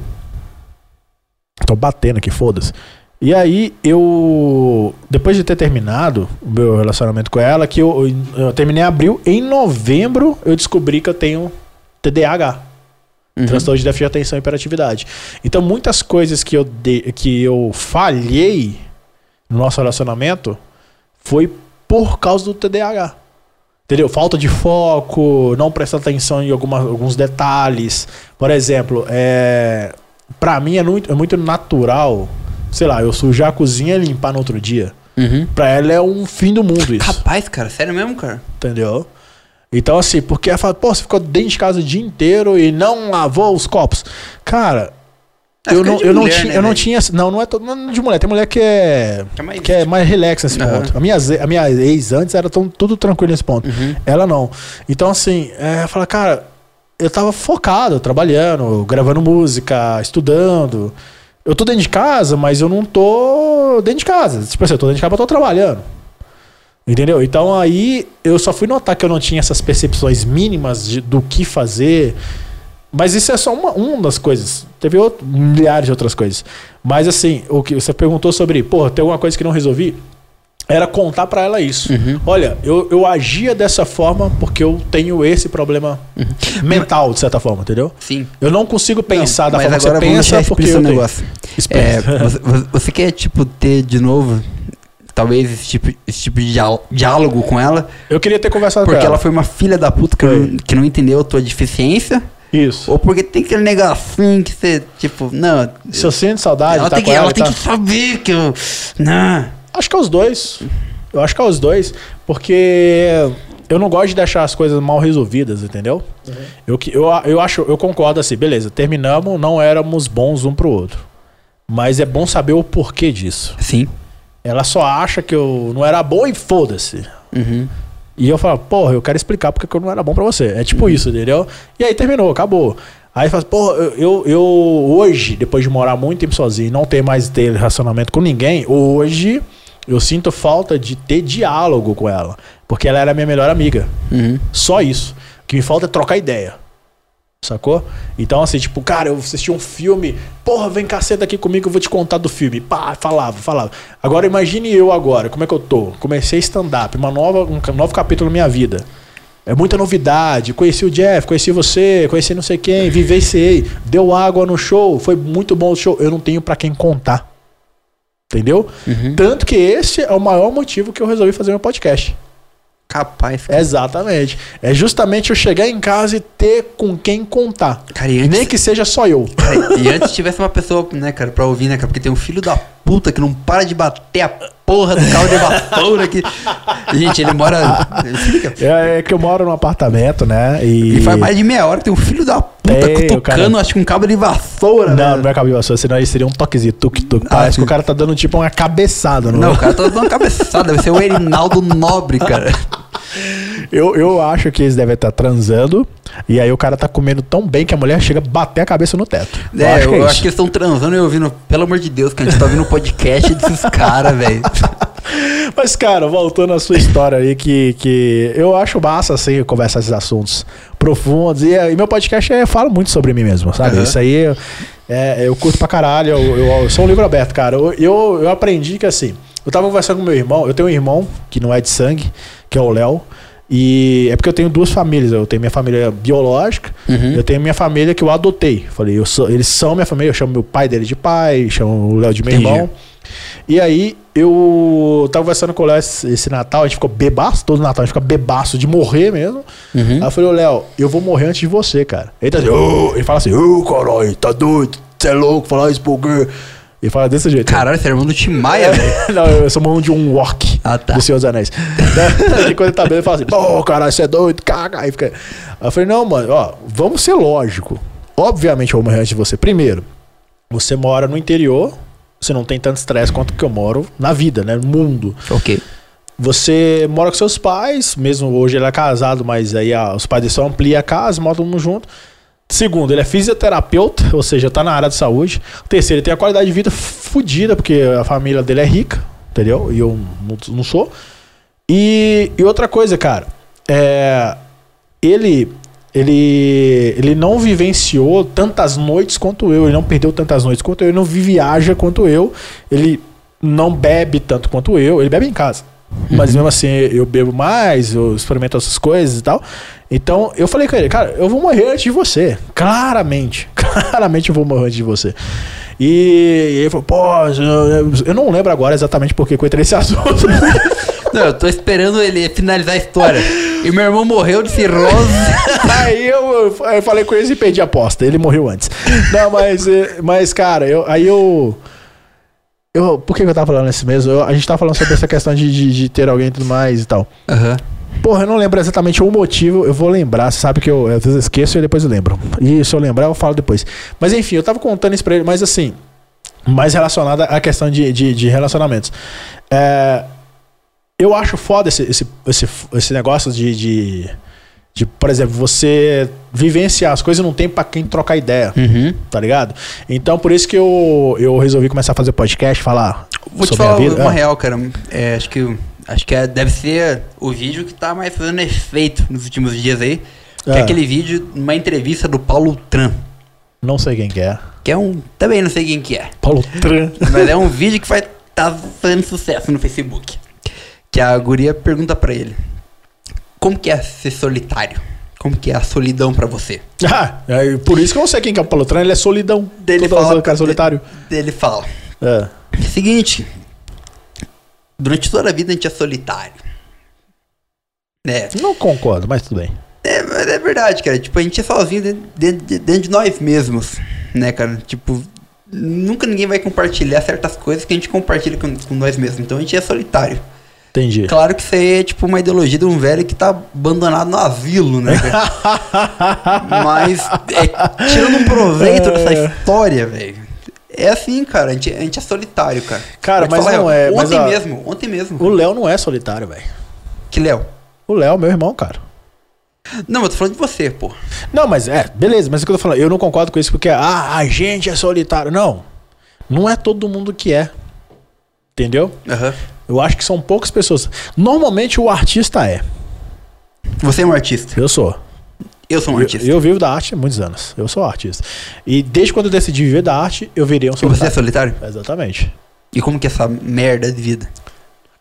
Speaker 1: Tô batendo aqui, foda-se. E aí eu. Depois de ter terminado o meu relacionamento com ela, que eu, eu- eu terminei em abril, em novembro eu descobri que eu tenho TDAH.
Speaker 2: Uhum.
Speaker 1: Transtorno de déficit de atenção e hiperatividade. Então, muitas coisas que eu, de- que eu falhei no nosso relacionamento foi por causa do TDAH. Entendeu? Falta de foco, não prestar atenção em alguma- alguns detalhes. Por exemplo, é, para mim é muito, é muito natural, sei lá, eu sujar a cozinha e limpar no outro dia.
Speaker 2: Uhum.
Speaker 1: Pra ela é um fim do mundo isso.
Speaker 2: Rapaz, cara, sério mesmo, cara?
Speaker 1: Entendeu? Então, assim, porque ela fala, pô, você ficou dentro de casa o dia inteiro e não lavou os copos. Cara,
Speaker 2: Ah,
Speaker 1: eu
Speaker 2: fica
Speaker 1: não,
Speaker 2: de
Speaker 1: eu, não
Speaker 2: mulher,
Speaker 1: tinha,
Speaker 2: né,
Speaker 1: eu não
Speaker 2: velho?
Speaker 1: tinha. Não, não é, to- não é de mulher. Tem mulher que é.
Speaker 2: É mais-
Speaker 1: Que é mais relax nesse
Speaker 2: Aham.
Speaker 1: ponto. A minha, ze- a minha ex antes era tão, tudo tranquilo nesse ponto.
Speaker 2: Uhum.
Speaker 1: Ela não. Então, assim, é, fala, cara, eu tava focado, trabalhando, gravando música, estudando. Eu tô dentro de casa, mas eu não tô dentro de casa. Tipo assim, eu tô dentro de casa, mas eu tô trabalhando. Entendeu? Então aí eu só fui notar que eu não tinha essas percepções mínimas de- do que fazer, Mas isso é só uma, uma das coisas. Teve outro- milhares de outras coisas. Mas assim, o que você perguntou sobre, pô, tem alguma coisa que não resolvi? Era contar pra ela isso.
Speaker 2: Uhum.
Speaker 1: Olha, eu, eu agia dessa forma porque eu tenho esse problema mental, de certa forma, entendeu?
Speaker 2: Sim.
Speaker 1: Eu não consigo pensar da
Speaker 2: Uhum. mas
Speaker 1: forma que você
Speaker 2: agora vamos
Speaker 1: pensa
Speaker 2: deixar
Speaker 1: porque
Speaker 2: explícito
Speaker 1: eu
Speaker 2: um
Speaker 1: tenho.
Speaker 2: negócio. É,
Speaker 1: Expressa.
Speaker 2: você, você- você quer, tipo, ter de novo, talvez, esse tipo, esse tipo de diá- diálogo com ela?
Speaker 1: Eu queria ter conversado
Speaker 2: Porque
Speaker 1: com ela.
Speaker 2: ela foi uma filha da puta que,
Speaker 1: Foi.
Speaker 2: não, que não entendeu a tua deficiência?
Speaker 1: Isso.
Speaker 2: Ou porque tem aquele negocinho que você, tipo, não.
Speaker 1: Se eu sinto saudade,
Speaker 2: ela
Speaker 1: tá
Speaker 2: tem, que,
Speaker 1: com ela,
Speaker 2: ela
Speaker 1: e
Speaker 2: tem
Speaker 1: tá-
Speaker 2: que saber que eu. né? Não.
Speaker 1: Acho que é os dois. Eu acho que é os dois, porque eu não gosto de deixar as coisas mal resolvidas, entendeu? Eu, que- eu, a- eu acho, eu concordo assim, beleza, terminamos, não éramos bons um pro outro. Mas é bom saber o porquê disso.
Speaker 2: Sim.
Speaker 1: Ela só acha que eu não era bom e foda-se.
Speaker 2: Uhum.
Speaker 1: E eu falo, porra, eu quero explicar porque que eu não era bom pra você. É
Speaker 2: Uhum.
Speaker 1: tipo isso, entendeu? E aí terminou, acabou. Aí fala, porra, eu, eu, eu hoje, depois de morar muito tempo sozinho e não ter mais ter relacionamento com ninguém, hoje eu sinto falta de ter diálogo com ela. Porque ela era minha melhor amiga.
Speaker 2: Uhum.
Speaker 1: Só isso. O que me falta é trocar ideia. Sacou? Então, assim, tipo, cara, eu assisti um filme. Porra, vem cá, senta aqui comigo, eu vou te contar do filme. Pá, falava, falava. Agora imagine eu agora, como é que eu tô? Comecei stand-up, uma nova, um ca- novo capítulo na minha vida. É muita novidade. Conheci o Jeff, conheci você, conheci não sei quem, vivenciei, deu água no show, foi muito bom o show. Eu não tenho pra quem contar. Entendeu? Tanto que esse é o maior motivo que eu resolvi fazer meu podcast.
Speaker 2: Capaz. cara.
Speaker 1: Exatamente. É justamente eu chegar em casa e ter com quem contar.
Speaker 2: Cara, e
Speaker 1: E
Speaker 2: antes,
Speaker 1: nem que seja só eu.
Speaker 2: cara, e antes tivesse uma pessoa, né, cara, pra ouvir, né, cara? Porque tem um filho da puta que não para de bater a porra do carro de vassoura aqui. Gente, ele mora. Explica.
Speaker 1: É, é que eu moro num apartamento, né? E,
Speaker 2: E faz mais de meia hora que tem um filho da puta
Speaker 1: Tem, o
Speaker 2: cutucando,
Speaker 1: cara-
Speaker 2: acho que um cabo de vassoura,
Speaker 1: Não, não
Speaker 2: né?
Speaker 1: é cabelo só, senão aí seria um toquezinho, tuk-tuk. Parece que o cara tá dando tipo uma cabeçada,
Speaker 2: Não,
Speaker 1: não?
Speaker 2: o cara tá dando uma cabeçada, deve ser o Erinaldo Nobre, cara.
Speaker 1: Eu, eu acho que eles devem estar transando, e aí o cara tá comendo tão bem que a mulher chega a bater a cabeça no teto.
Speaker 2: É, eu acho que, eles estão transando e ouvindo, pelo amor de Deus, que a gente tá ouvindo o podcast desses caras, velho.
Speaker 1: Mas, cara, voltando à sua história aí, que, que eu acho massa, assim, conversar esses assuntos profundos. E, e meu podcast é, fala muito sobre mim mesmo, sabe?
Speaker 2: Aham.
Speaker 1: Isso aí eu- é, eu curto pra caralho. Eu, eu- eu sou um livro aberto, cara. Eu, eu, eu aprendi que, assim, eu tava conversando com meu irmão. Eu tenho um irmão que não é de sangue, que é o Léo. E é porque eu tenho duas famílias. Eu tenho minha família biológica,
Speaker 2: Uhum.
Speaker 1: eu tenho minha família que eu adotei. Falei, eu sou, eles são minha família. Eu chamo meu pai dele de pai, chamo o Léo de meu
Speaker 2: Entendi.
Speaker 1: irmão. E aí, eu tava conversando com o Léo esse, esse Natal, a gente ficou bebaço, todo Natal a gente fica bebaço de morrer mesmo. Aí eu falei, ô Léo, eu vou morrer antes de você, cara. Ele tá assim, ô, ele fala assim, ô, caralho, tá doido, você é louco, falar isso pro quê?" Ele fala desse jeito. né?
Speaker 2: Caralho, você é irmão do Tim Maia, velho.
Speaker 1: É, Não, eu sou mão de um walk
Speaker 2: Ah, tá.
Speaker 1: do Senhor dos Anéis. e quando ele tá bem, ele fala assim, pô, caralho, você é doido, caga. Aí fica. Aí eu falei, não, mano, ó, vamos ser lógico. Obviamente eu vou morrer antes de você. Primeiro, você mora no interior, você não tem tanto estresse quanto que eu moro na vida, né? No mundo.
Speaker 2: Ok.
Speaker 1: Você mora com seus pais, mesmo hoje ele é casado, mas aí ah, os pais dele só ampliam a casa, moram todo mundo junto. Segundo, ele é fisioterapeuta, ou seja, tá na área de saúde. Terceiro, ele tem a qualidade de vida fodida, porque a família dele é rica, entendeu? E eu não, não sou. E, e outra coisa, cara, é, ele, ele, ele não vivenciou tantas noites quanto eu, ele não perdeu tantas noites quanto eu, ele não viaja quanto eu, ele não bebe tanto quanto eu, ele bebe em casa. Mas mesmo assim, eu bebo mais, eu experimento essas coisas e tal. Então, eu falei com ele, cara, eu vou morrer antes de você. Claramente. Claramente eu vou morrer antes de você. E ele falou, pô, eu eu não lembro agora exatamente porque que eu entrei nesse assunto.
Speaker 2: Não, eu tô esperando ele finalizar a história. E meu irmão morreu de cirrose.
Speaker 1: aí eu, eu falei com ele e perdi a aposta. Ele morreu antes. Não, mas, eh, mas cara, eu, aí eu. Eu, por que que eu tava falando isso mesmo? Eu- a gente tava falando sobre essa questão de, de, de ter alguém e tudo mais e tal.
Speaker 2: Aham.
Speaker 1: Porra, eu não lembro exatamente o motivo, eu vou lembrar. Você sabe que eu às vezes esqueço e depois eu lembro. E se eu lembrar, eu falo depois. Mas enfim, eu tava contando isso pra ele, mas assim, mais relacionada à questão de, de, de relacionamentos. É, eu acho foda esse, esse, esse, esse negócio de, de, de, por exemplo, você vivenciar as coisas e não tem pra quem trocar ideia,
Speaker 2: Uhum.
Speaker 1: tá ligado? Então por isso que eu, eu resolvi começar a fazer podcast, falar
Speaker 2: Vou te
Speaker 1: sobre
Speaker 2: falar
Speaker 1: a vida.
Speaker 2: uma
Speaker 1: É.
Speaker 2: real, cara. É, acho que, acho que é- deve ser o vídeo que tá mais fazendo efeito nos últimos dias aí. Que é
Speaker 1: Ah.
Speaker 2: aquele vídeo, uma entrevista do Paulo Tran.
Speaker 1: Não sei quem que é.
Speaker 2: Que é um. Também não sei quem que é.
Speaker 1: Paulo Tran.
Speaker 2: Mas é um vídeo que vai tá fazendo sucesso no Facebook. Que a guria pergunta pra ele: Como que é ser solitário? Como que é a solidão pra você?
Speaker 1: ah, é, por isso que eu não sei quem que é o Paulo Tran, ele é solidão.
Speaker 2: Daí ele
Speaker 1: Toda hora
Speaker 2: fala-
Speaker 1: o cara é solitário.
Speaker 2: Daí Ele fala:
Speaker 1: É.
Speaker 2: Seguinte, durante toda a vida a gente é solitário. Né?
Speaker 1: Não concordo, mas tudo bem.
Speaker 2: É, mas é verdade, cara. Tipo, a gente é sozinho dentro, dentro de- dentro de nós mesmos, né, cara? Tipo, nunca ninguém vai compartilhar certas coisas que a gente compartilha com, com nós mesmos. Então a gente é solitário.
Speaker 1: Entendi.
Speaker 2: Claro que isso aí é tipo uma ideologia de um velho que tá abandonado no asilo, né, cara? Mas é, tirando um proveito dessa
Speaker 1: É.
Speaker 2: história, velho. É assim, cara. A gente, a gente é solitário, cara.
Speaker 1: Cara,
Speaker 2: Vou te
Speaker 1: mas não é,
Speaker 2: Ontem
Speaker 1: mas a-
Speaker 2: mesmo, ontem mesmo.
Speaker 1: O Léo não é solitário, velho.
Speaker 2: Que Léo?
Speaker 1: O Léo é meu irmão, cara.
Speaker 2: Não, eu tô falando de você, pô.
Speaker 1: Não, mas é, beleza, mas é o que eu tô falando. Eu não concordo com isso porque ah, a gente é solitário. Não. Não é todo mundo que é. Entendeu?
Speaker 2: Aham.
Speaker 1: Eu acho que são poucas pessoas. Normalmente o artista é.
Speaker 2: Você é um artista.
Speaker 1: Eu sou.
Speaker 2: Eu sou um
Speaker 1: Eu,
Speaker 2: artista.
Speaker 1: eu vivo da arte há muitos anos. Eu sou artista. E desde quando eu decidi viver da arte, eu virei um
Speaker 2: E você é
Speaker 1: solitário.
Speaker 2: solitário?
Speaker 1: Exatamente.
Speaker 2: E como que é essa merda de vida?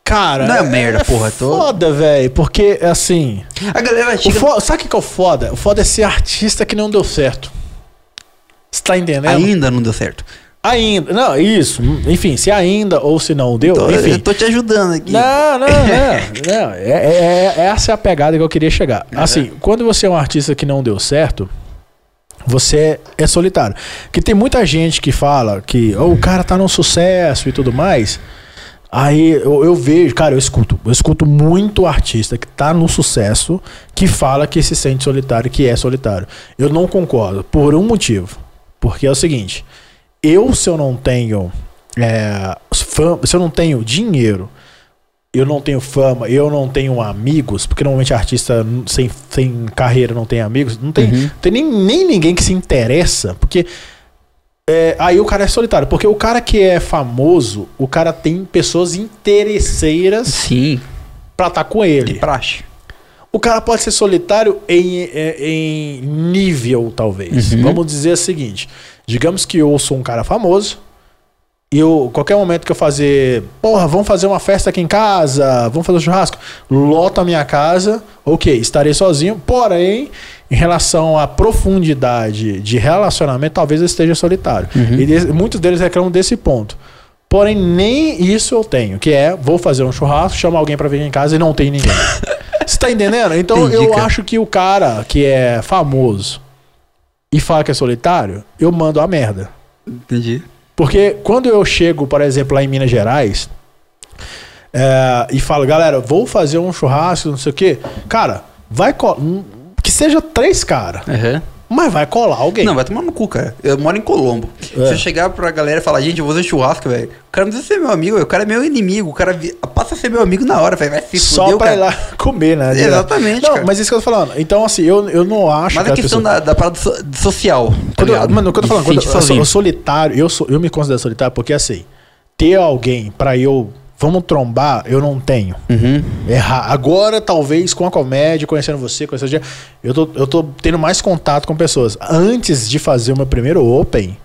Speaker 1: Cara.
Speaker 2: Não é merda, porra, tô-
Speaker 1: Foda, velho. Porque, assim.
Speaker 2: A galera
Speaker 1: O
Speaker 2: chega.
Speaker 1: fo... Sabe o que que é o foda? O foda é ser artista que não deu certo. Você tá entendendo?
Speaker 2: Ainda não deu certo.
Speaker 1: Ainda. Não, isso. Enfim, se ainda ou se não deu,
Speaker 2: Tô-
Speaker 1: enfim.
Speaker 2: Então, eu tô te ajudando aqui.
Speaker 1: Não, não, não. não. É, é- é- essa é a pegada que eu queria chegar. Assim, quando você é um artista que não deu certo, você é solitário. Que tem muita gente que fala que "Ô, o cara tá num sucesso e tudo mais. Aí eu, eu vejo, cara, eu escuto, eu escuto muito artista que tá no sucesso que fala que se sente solitário, que é solitário. Eu não concordo, por um motivo. Porque é o seguinte, eu se eu não tenho é, fam- se eu não tenho dinheiro, eu não tenho fama, eu não tenho amigos, porque normalmente artista n- sem, sem carreira não tem amigos, não tem,
Speaker 2: Uhum.
Speaker 1: não tem nem, nem ninguém que se interessa, porque é, aí o cara é solitário, porque o cara que é famoso, o cara tem pessoas interesseiras
Speaker 2: Sim,
Speaker 1: pra estar com
Speaker 2: de
Speaker 1: ele.
Speaker 2: praxe.
Speaker 1: O cara pode ser solitário em, é, em nível, talvez.
Speaker 2: Uhum.
Speaker 1: Vamos dizer o seguinte: digamos que eu sou um cara famoso. E eu, qualquer momento que eu fazer, porra, vamos fazer uma festa aqui em casa, vamos fazer um churrasco, loto a minha casa, ok, estarei sozinho, porém, em relação à profundidade de relacionamento, talvez eu esteja solitário.
Speaker 2: Uhum.
Speaker 1: E de- muitos deles reclamam desse ponto. Porém, nem isso eu tenho, que é, vou fazer um churrasco, chamo alguém pra vir em casa e não tem ninguém. Você tá entendendo? Então
Speaker 2: Entendi,
Speaker 1: eu
Speaker 2: cara.
Speaker 1: acho que o cara que é famoso e fala que é solitário, eu mando a merda.
Speaker 2: Entendi.
Speaker 1: Porque quando eu chego, por exemplo, lá em Minas Gerais é, e falo, galera, vou fazer um churrasco, não sei o quê, cara, vai co- hum, que seja três caras,
Speaker 2: Aham.
Speaker 1: mas vai colar alguém.
Speaker 2: Não, vai tomar no cu, cara. Eu moro em Colombo.
Speaker 1: É.
Speaker 2: Se eu chegar pra galera e falar, gente, eu vou fazer um churrasco, velho. O cara não precisa ser meu amigo, velho. o cara é meu inimigo. O cara vi- passa a ser meu amigo na hora, velho. Vai se
Speaker 1: Só
Speaker 2: fuder,
Speaker 1: pra
Speaker 2: cara.
Speaker 1: ir lá comer, né? direto.
Speaker 2: Exatamente,
Speaker 1: Não,
Speaker 2: cara.
Speaker 1: mas isso que eu tô falando. Então, assim, eu, eu não acho
Speaker 2: Mas
Speaker 1: que
Speaker 2: a
Speaker 1: as
Speaker 2: questão
Speaker 1: pessoas-
Speaker 2: da, da parada so- de social. tá
Speaker 1: Quando,
Speaker 2: ligado?
Speaker 1: mano, o que eu tô
Speaker 2: De
Speaker 1: falando, quando
Speaker 2: sentir
Speaker 1: eu, eu sou
Speaker 2: sozinho.
Speaker 1: eu solitário, eu, sou, eu me considero solitário porque assim, ter alguém pra eu. Vamos trombar, eu não tenho.
Speaker 2: Uhum.
Speaker 1: É ra- Agora, talvez, com a comédia, conhecendo você, conhecendo gente, eu tô, eu tô tendo mais contato com pessoas. Antes de fazer o meu primeiro Open,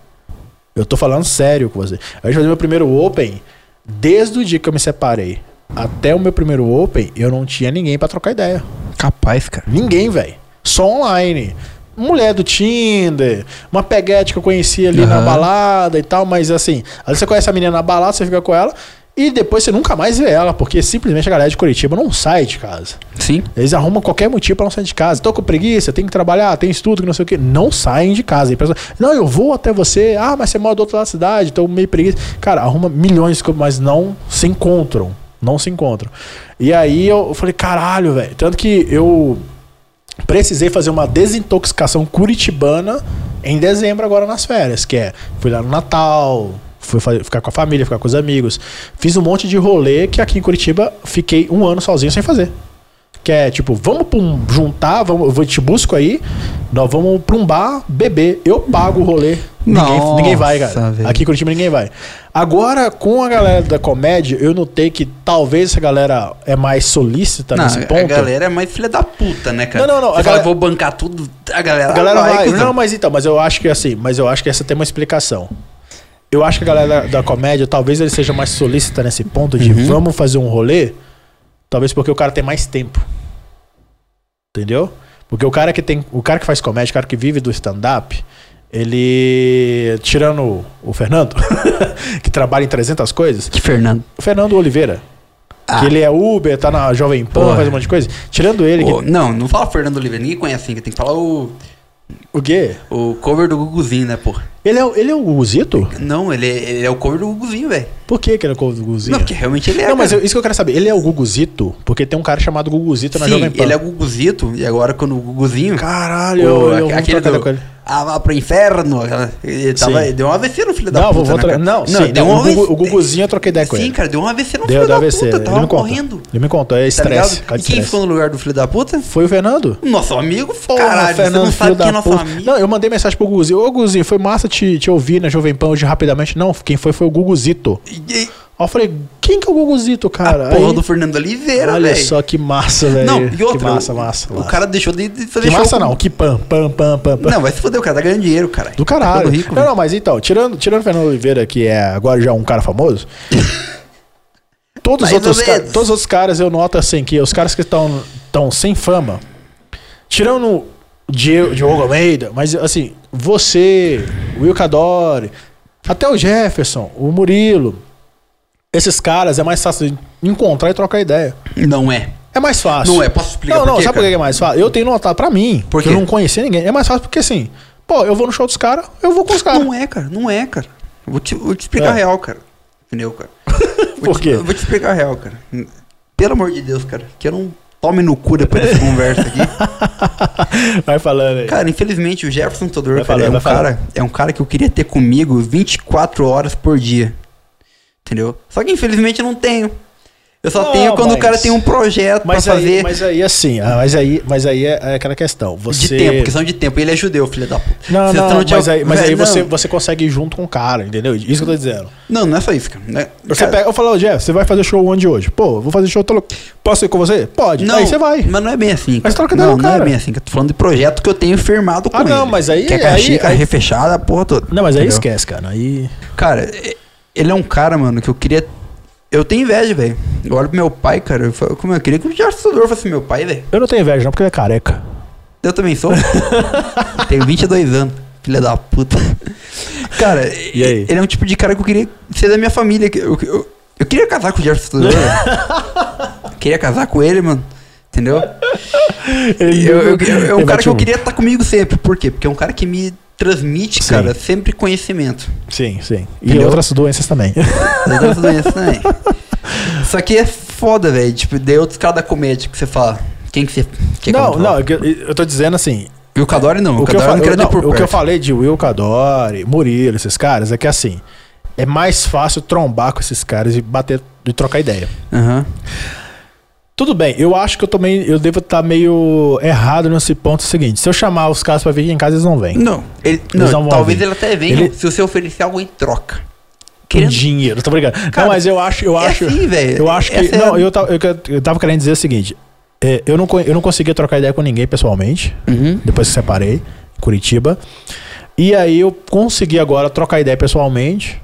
Speaker 1: eu tô falando sério com você. Antes de fazer meu primeiro Open, desde o dia que eu me separei até o meu primeiro Open, eu não tinha ninguém pra trocar ideia.
Speaker 2: Capaz, cara.
Speaker 1: Ninguém, velho. Só online. Mulher do Tinder, uma peguete que eu conheci ali na
Speaker 2: Aham.
Speaker 1: balada e tal, mas assim, às vezes você conhece a menina na balada, você fica com ela e depois você nunca mais vê ela, porque simplesmente a galera de Curitiba não sai de casa.
Speaker 2: Sim.
Speaker 1: Eles arrumam qualquer motivo pra não sair de casa. Tô com preguiça, tem que trabalhar, tem estudo, que não sei o quê. Não saem de casa. E pessoa, não, eu vou até você. Ah, mas você mora do outro lado da cidade, tô meio preguiça. Cara, arruma milhões de coisas, mas não se encontram. Não se encontram. E aí eu falei, caralho, velho. Tanto que eu precisei fazer uma desintoxicação curitibana em dezembro, agora nas férias, que é fui lá no Natal, fui fa- ficar com a família, ficar com os amigos. Fiz um monte de rolê que aqui em Curitiba fiquei um ano sozinho sem fazer. Que é tipo, vamos pra um, juntar, vamos, eu vou- te busco aí, nós vamos pra um bar beber, eu pago o rolê. Ninguém, ninguém vai,
Speaker 2: Nossa,
Speaker 1: cara.
Speaker 2: velho.
Speaker 1: Aqui em Curitiba ninguém vai. Agora, com a galera da comédia, eu notei que talvez essa galera é mais solícita
Speaker 2: não,
Speaker 1: nesse
Speaker 2: a
Speaker 1: ponto.
Speaker 2: galera é mais filha da puta, né, cara?
Speaker 1: Não, não, não,
Speaker 2: Você
Speaker 1: a
Speaker 2: fala,
Speaker 1: galera-
Speaker 2: vou bancar tudo, a galera,
Speaker 1: A galera vai.
Speaker 2: cuzão.
Speaker 1: Não, mas então, mas eu acho que é assim, mas eu acho que essa tem uma explicação. Eu acho que a galera da comédia, talvez ele seja mais solícita nesse ponto de vamos fazer um rolê, talvez porque o cara tem mais tempo. Entendeu? Porque o cara que tem, o cara que faz comédia, o cara que vive do stand up, ele tirando o- o Fernando, que trabalha em 300 coisas,
Speaker 2: Que Fernando.
Speaker 1: o Fernando Oliveira,
Speaker 2: Ah.
Speaker 1: que ele é Uber, tá na Jovem Pan,
Speaker 2: Porra.
Speaker 1: faz um monte de coisa, tirando ele,
Speaker 2: Ô, não, não fala Fernando Oliveira, ninguém conhece ninguém. Tem que falar o,
Speaker 1: que, o quê?
Speaker 2: o cover do Guguzinho, né, pô?
Speaker 1: Ele é, o- ele é o Zito?
Speaker 2: Não, ele, é- ele é o cover do Guguzinho, velho.
Speaker 1: Por que que ele é o Guguzinho?
Speaker 2: Não, porque realmente ele é.
Speaker 1: Não, mas
Speaker 2: cara.
Speaker 1: eu- isso que eu quero saber. Ele é o Guguzito? Porque tem um cara chamado Guguzito na
Speaker 2: Sim,
Speaker 1: Jovem Pan.
Speaker 2: ele é o Guguzito, e agora quando o Guguzinho.
Speaker 1: Caralho,
Speaker 2: o-
Speaker 1: eu, eu
Speaker 2: aque-
Speaker 1: vou
Speaker 2: aquele
Speaker 1: trocar
Speaker 2: do,
Speaker 1: com ele.
Speaker 2: Ah, vá pro inferno. aquela- Ele tava,
Speaker 1: Sim.
Speaker 2: deu um AVC no filho da
Speaker 1: Não,
Speaker 2: puta.
Speaker 1: vou, vou
Speaker 2: né,
Speaker 1: tra-
Speaker 2: cara?
Speaker 1: Não, sim,
Speaker 2: deu
Speaker 1: não, o,
Speaker 2: um
Speaker 1: Gugu,
Speaker 2: AVC
Speaker 1: o Guguzinho eu troquei ideia com
Speaker 2: Sim,
Speaker 1: ele.
Speaker 2: cara, deu um AVC no
Speaker 1: Deu,
Speaker 2: filho
Speaker 1: deu
Speaker 2: da
Speaker 1: AVC.
Speaker 2: puta.
Speaker 1: Ele
Speaker 2: Tava
Speaker 1: me
Speaker 2: correndo.
Speaker 1: contou. Ele me contou, é
Speaker 2: Tá
Speaker 1: estresse.
Speaker 2: ligado?
Speaker 1: cara
Speaker 2: E
Speaker 1: de
Speaker 2: quem
Speaker 1: estresse.
Speaker 2: ficou no lugar do filho da puta?
Speaker 1: Foi o Fernando.
Speaker 2: Nosso amigo,
Speaker 1: Porra,
Speaker 2: caralho. Você não
Speaker 1: filho
Speaker 2: sabe quem é
Speaker 1: da
Speaker 2: nosso
Speaker 1: puta.
Speaker 2: amigo.
Speaker 1: Não, eu mandei mensagem pro Guguzinho. Ô, Guguzinho, foi massa te, te ouvir na Jovem Pan hoje rapidamente. Não, quem foi foi o Guguzito.
Speaker 2: E- e-
Speaker 1: Aí eu falei, quem que é o Guguzito, cara?
Speaker 2: a porra
Speaker 1: Aí-
Speaker 2: do Fernando Oliveira, velho.
Speaker 1: Olha só que massa, velho.
Speaker 2: Não, e outra.
Speaker 1: Que massa,
Speaker 2: o-
Speaker 1: massa,
Speaker 2: O
Speaker 1: massa.
Speaker 2: cara deixou de de fazer
Speaker 1: Que massa
Speaker 2: show.
Speaker 1: não, que pam, pam, pam, pam, pam.
Speaker 2: Não, vai se foder, o cara tá ganhando dinheiro, cara.
Speaker 1: Do caralho.
Speaker 2: Tá ficando rico,
Speaker 1: não,
Speaker 2: velho.
Speaker 1: não, mas então, tirando, tirando o Fernando Oliveira, que é agora já um cara famoso. todos, os
Speaker 2: Mais
Speaker 1: outros
Speaker 2: ou
Speaker 1: ca-
Speaker 2: menos.
Speaker 1: todos os outros caras eu noto assim que os caras que estão tão sem fama, tirando o Diego, Diogo Almeida, mas assim, você, o Will Cadore, até o Jefferson, o Murilo, esses caras é mais fácil de encontrar e trocar ideia.
Speaker 2: Não é.
Speaker 1: É mais fácil.
Speaker 2: Não é, posso explicar
Speaker 1: Não,
Speaker 2: por
Speaker 1: não,
Speaker 2: quê,
Speaker 1: sabe por
Speaker 2: cara?
Speaker 1: que é mais fácil? Eu tenho notado pra mim,
Speaker 2: Por
Speaker 1: porque
Speaker 2: quê?
Speaker 1: eu não conhecia ninguém. É mais fácil porque assim, pô, eu vou no show dos caras, eu vou com os caras.
Speaker 2: Não é, cara. Não é, cara. Eu Vou te, vou te
Speaker 1: É.
Speaker 2: explicar a real, cara. Entendeu, cara? Vou
Speaker 1: Por
Speaker 2: te-
Speaker 1: quê?
Speaker 2: eu Vou te explicar a real, cara. Pelo amor de Deus, cara. Que eu não tome no cu depois dessa conversa aqui.
Speaker 1: Vai falando aí.
Speaker 2: é. Cara, infelizmente o Jefferson Todor
Speaker 1: Vai falando,
Speaker 2: é um
Speaker 1: vai
Speaker 2: cara, é um cara que eu queria ter comigo 24 horas por dia. Entendeu? Só que infelizmente eu não tenho. Eu só
Speaker 1: Não,
Speaker 2: tenho quando o cara
Speaker 1: mas-
Speaker 2: tem um projeto
Speaker 1: mas,
Speaker 2: pra
Speaker 1: aí,
Speaker 2: fazer
Speaker 1: mas aí assim, ah, mas aí, mas aí é, é aquela questão.
Speaker 2: de
Speaker 1: Você
Speaker 2: tempo, questão de tempo. Ele é judeu, filho da puta.
Speaker 1: Não,
Speaker 2: Você
Speaker 1: não,
Speaker 2: tá no dia-
Speaker 1: mas aí, mas aí
Speaker 2: Velho,
Speaker 1: você,
Speaker 2: não.
Speaker 1: você consegue ir junto com o cara, entendeu? Isso que eu tô dizendo.
Speaker 2: Não, não é só isso, cara. Né?
Speaker 1: Você
Speaker 2: Cara,
Speaker 1: pega, eu falo, ô Jeff, você vai fazer show onde hoje? Pô, vou fazer show. tal- Posso ir com você? Pode.
Speaker 2: Não,
Speaker 1: aí você vai.
Speaker 2: Mas não é bem assim.
Speaker 1: Mas
Speaker 2: cara.
Speaker 1: troca ideia
Speaker 2: não,
Speaker 1: com o
Speaker 2: não é
Speaker 1: cara.
Speaker 2: bem assim. cara. Tô falando de projeto que eu tenho firmado com
Speaker 1: Ah, não,
Speaker 2: ele.
Speaker 1: mas aí-
Speaker 2: Que é caixinha,
Speaker 1: aí-
Speaker 2: caixinha
Speaker 1: aí-
Speaker 2: fechada, a porra toda.
Speaker 1: Não, mas aí
Speaker 2: Entendeu?
Speaker 1: esquece, cara. Aí.
Speaker 2: Cara, e- ele é um cara, mano, que eu queria. Eu tenho inveja, velho. Eu olho pro meu pai, cara. Eu falo, como é?" eu queria que o Jorge Sudor fosse meu pai, velho.
Speaker 1: Eu não tenho inveja, não, porque ele é careca.
Speaker 2: Eu também sou. tenho 22 anos. Filha da puta. Cara,
Speaker 1: E aí?
Speaker 2: ele é um tipo de cara que eu queria ser da minha família. que Eu, eu, eu queria casar com o Jorge Sudor. queria casar com ele, mano. Entendeu? Eu, eu, eu- é um
Speaker 1: Ele
Speaker 2: cara
Speaker 1: bate
Speaker 2: que eu
Speaker 1: um.
Speaker 2: queria estar comigo sempre. Por quê? Porque é um cara que me transmite,
Speaker 1: Sim.
Speaker 2: cara, sempre conhecimento.
Speaker 1: Sim, sim. E
Speaker 2: Entendeu?
Speaker 1: outras doenças também.
Speaker 2: Das outras doenças também. Só que é foda, velho. Tipo, daí outros caras da comédia que você fala. Quem que você quer
Speaker 1: não,
Speaker 2: controlar?
Speaker 1: não, é que eu, eu tô dizendo assim.
Speaker 2: E o Cadore não.
Speaker 1: o, que eu
Speaker 2: Cadore
Speaker 1: fa-
Speaker 2: não queria
Speaker 1: eu- não,
Speaker 2: ter por
Speaker 1: o que eu
Speaker 2: perto.
Speaker 1: falei de Will Cadore, Murilo, esses caras, é que assim, é mais fácil trombar com esses caras e bater e trocar ideia.
Speaker 2: Aham.
Speaker 1: Tudo bem, eu acho que eu também eu devo estar meio errado nesse ponto seguinte. Se eu chamar os caras pra vir aqui em casa, eles não vêm.
Speaker 2: Não. Ele,
Speaker 1: Eles
Speaker 2: não,
Speaker 1: não vão
Speaker 2: talvez
Speaker 1: vir.
Speaker 2: ele até venha
Speaker 1: Ele-
Speaker 2: se você oferecer algo em troca.
Speaker 1: Com
Speaker 2: Querendo.
Speaker 1: dinheiro, tô brincando. não,
Speaker 2: Cara,
Speaker 1: mas eu acho, eu
Speaker 2: é
Speaker 1: acho.
Speaker 2: assim, velho.
Speaker 1: eu acho que.
Speaker 2: Essa é
Speaker 1: não,
Speaker 2: a-
Speaker 1: eu, tava, eu, eu tava querendo dizer o seguinte. é, eu, não, co- eu não conseguia trocar ideia com ninguém pessoalmente.
Speaker 2: Uhum.
Speaker 1: depois que separei, Curitiba. E aí eu consegui agora trocar ideia pessoalmente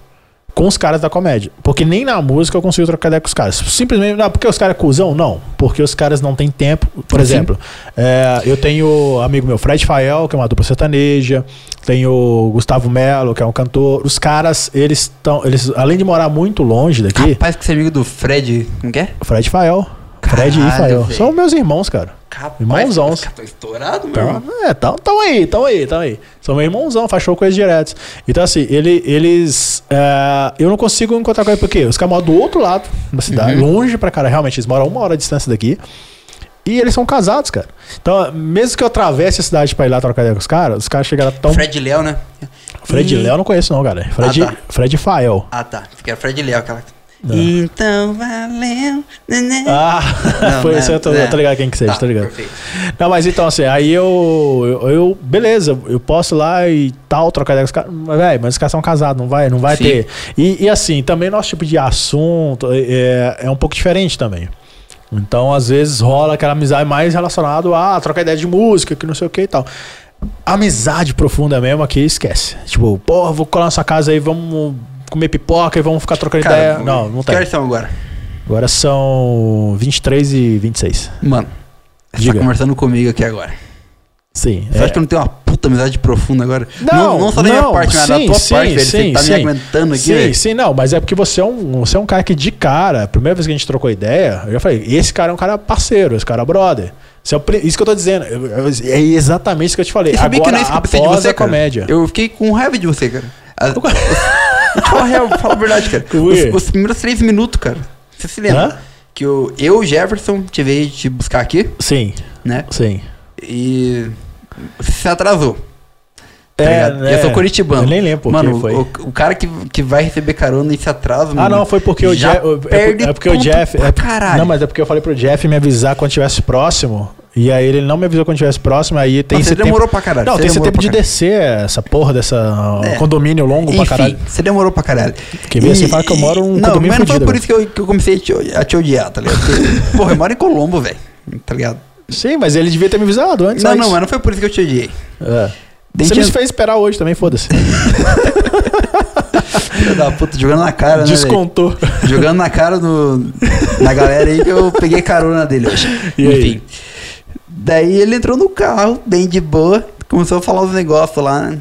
Speaker 1: com os caras da comédia. Porque nem na música eu consigo trocar ideia com os caras. Simplesmente, não, porque os caras é cuzão? Não. Porque os caras não têm tempo. Por
Speaker 2: Sim.
Speaker 1: exemplo, é, eu tenho amigo meu, Fred Fael, que é uma dupla sertaneja. Tenho o Gustavo Melo, que é um cantor. Os caras, eles estão. Eles, além de morar muito longe daqui,
Speaker 2: Rapaz, que você é amigo do Fred. Como que é?
Speaker 1: Fred Fael. Fred e
Speaker 2: Caralho,
Speaker 1: Fael.
Speaker 2: velho.
Speaker 1: São meus irmãos, cara.
Speaker 2: Capaz.
Speaker 1: Irmãozão.
Speaker 2: Tô estourado, meu
Speaker 1: Então,
Speaker 2: irmão.
Speaker 1: é, tão, tão aí, tão aí, tão aí. São meu irmãozão, faz show com eles direto. Então, assim, ele, eles. é, eu não consigo encontrar com ele, porque os caras moram do outro lado da cidade, longe pra cara, realmente, eles moram a uma hora de distância daqui. E eles são casados, cara. Então, mesmo que eu atravesse a cidade pra ir lá trocar ideia com os caras, os caras chegaram tão. Fred,
Speaker 2: Fred Léo, né?
Speaker 1: Léo eu não conheço, não, cara. Fred,
Speaker 2: Ah, tá.
Speaker 1: Fred Fael.
Speaker 2: Ah, tá. Porque era é Fred Léo, aquela. Então valeu. né, né.
Speaker 1: Ah,
Speaker 2: Não,
Speaker 1: foi
Speaker 2: né,
Speaker 1: isso, eu tô,
Speaker 2: né.
Speaker 1: eu tô ligado quem que seja,
Speaker 2: Tá,
Speaker 1: tá ligado?
Speaker 2: perfeito.
Speaker 1: Não, mas então assim, aí eu, eu, eu- beleza, eu posso ir lá e tal, trocar ideia com os caras, mas velho, mas os caras são casados, não vai, não vai
Speaker 2: Sim.
Speaker 1: ter. E, e, assim, também nosso tipo de assunto é, é um pouco diferente também. Então, às vezes rola aquela amizade mais relacionada a ah, trocar ideia de música, que não sei o que e tal. Amizade profunda mesmo aqui, esquece. Tipo, porra, vou colar na sua casa aí, vamos comer pipoca e vamos ficar trocando ideia. Não, não
Speaker 2: Que
Speaker 1: tem.
Speaker 2: horas são um agora?
Speaker 1: Agora são 23 e 26.
Speaker 2: Mano, você
Speaker 1: Diga.
Speaker 2: tá conversando comigo aqui agora.
Speaker 1: Sim.
Speaker 2: Você
Speaker 1: é-
Speaker 2: acha que eu não tenho uma puta amizade profunda agora?
Speaker 1: Não,
Speaker 2: não só da minha
Speaker 1: não,
Speaker 2: parte, mas da
Speaker 1: sim,
Speaker 2: tua
Speaker 1: sim,
Speaker 2: parte, velho.
Speaker 1: sim,
Speaker 2: você tá
Speaker 1: sim.
Speaker 2: me aguentando aqui,
Speaker 1: Sim,
Speaker 2: velho.
Speaker 1: sim, não, mas é porque você é, um, você é um cara que de cara, a primeira vez que a gente trocou ideia, eu já falei, esse cara é um cara parceiro, esse cara é brother. Isso, é o pri- isso que eu tô dizendo, eu- eu- é exatamente isso que eu te falei.
Speaker 2: Eu sabia
Speaker 1: Agora,
Speaker 2: que não é isso que eu pensei de
Speaker 1: após
Speaker 2: você,
Speaker 1: a
Speaker 2: cara.
Speaker 1: comédia.
Speaker 2: Eu fiquei com raiva de você, cara. A- Fala a real, fala a verdade, cara.
Speaker 1: Ui.
Speaker 2: Os, os primeiros três minutos, cara. Você se lembra?
Speaker 1: Hã?
Speaker 2: Que eu, eu, Jefferson, te veio te buscar aqui,
Speaker 1: Sim,
Speaker 2: né?
Speaker 1: sim.
Speaker 2: E você se atrasou. tá ligado? E eu sou
Speaker 1: É,
Speaker 2: curitibano.
Speaker 1: né? Eu nem lembro por
Speaker 2: Mano,
Speaker 1: que foi.
Speaker 2: O, o cara que, que vai receber carona e se atrasa,
Speaker 1: Ah,
Speaker 2: mano.
Speaker 1: não, foi porque o
Speaker 2: já
Speaker 1: Jeff. é por-
Speaker 2: perde
Speaker 1: É porque o
Speaker 2: ponto
Speaker 1: Jeff.
Speaker 2: pra
Speaker 1: é-
Speaker 2: caralho.
Speaker 1: não, mas é porque eu falei pro Jeff me avisar quando estivesse próximo. E aí ele não me avisou quando estivesse próximo. Aí tem
Speaker 2: Não, você
Speaker 1: esse tempo.
Speaker 2: demorou pra caralho.
Speaker 1: Não,
Speaker 2: você
Speaker 1: tem esse
Speaker 2: demorou
Speaker 1: tempo de
Speaker 2: pra caralho.
Speaker 1: descer essa porra dessa
Speaker 2: É.
Speaker 1: condomínio longo pra
Speaker 2: Enfim,
Speaker 1: caralho.
Speaker 2: você demorou pra caralho.
Speaker 1: Porque vê, você fala que eu moro num
Speaker 2: Não,
Speaker 1: condomínio
Speaker 2: mas não foi
Speaker 1: fudido,
Speaker 2: por
Speaker 1: velho.
Speaker 2: isso que eu, que eu comecei a te, a te odiar, tá ligado? Porque, porra, eu moro em Colombo, velho. Tá ligado?
Speaker 1: Sim, mas ele devia ter me avisado antes.
Speaker 2: Não,
Speaker 1: só
Speaker 2: não,
Speaker 1: isso.
Speaker 2: mas não foi por isso que eu te odiei.
Speaker 1: É. Você
Speaker 2: Dente
Speaker 1: me fez esperar hoje também, foda-se.
Speaker 2: filho da puta, jogando na cara, né?
Speaker 1: Descontou.
Speaker 2: velho? Jogando na cara no, na galera aí que eu peguei carona dele hoje.
Speaker 1: E aí?
Speaker 2: Daí ele entrou no carro, bem de boa, começou a falar uns negócios lá, né?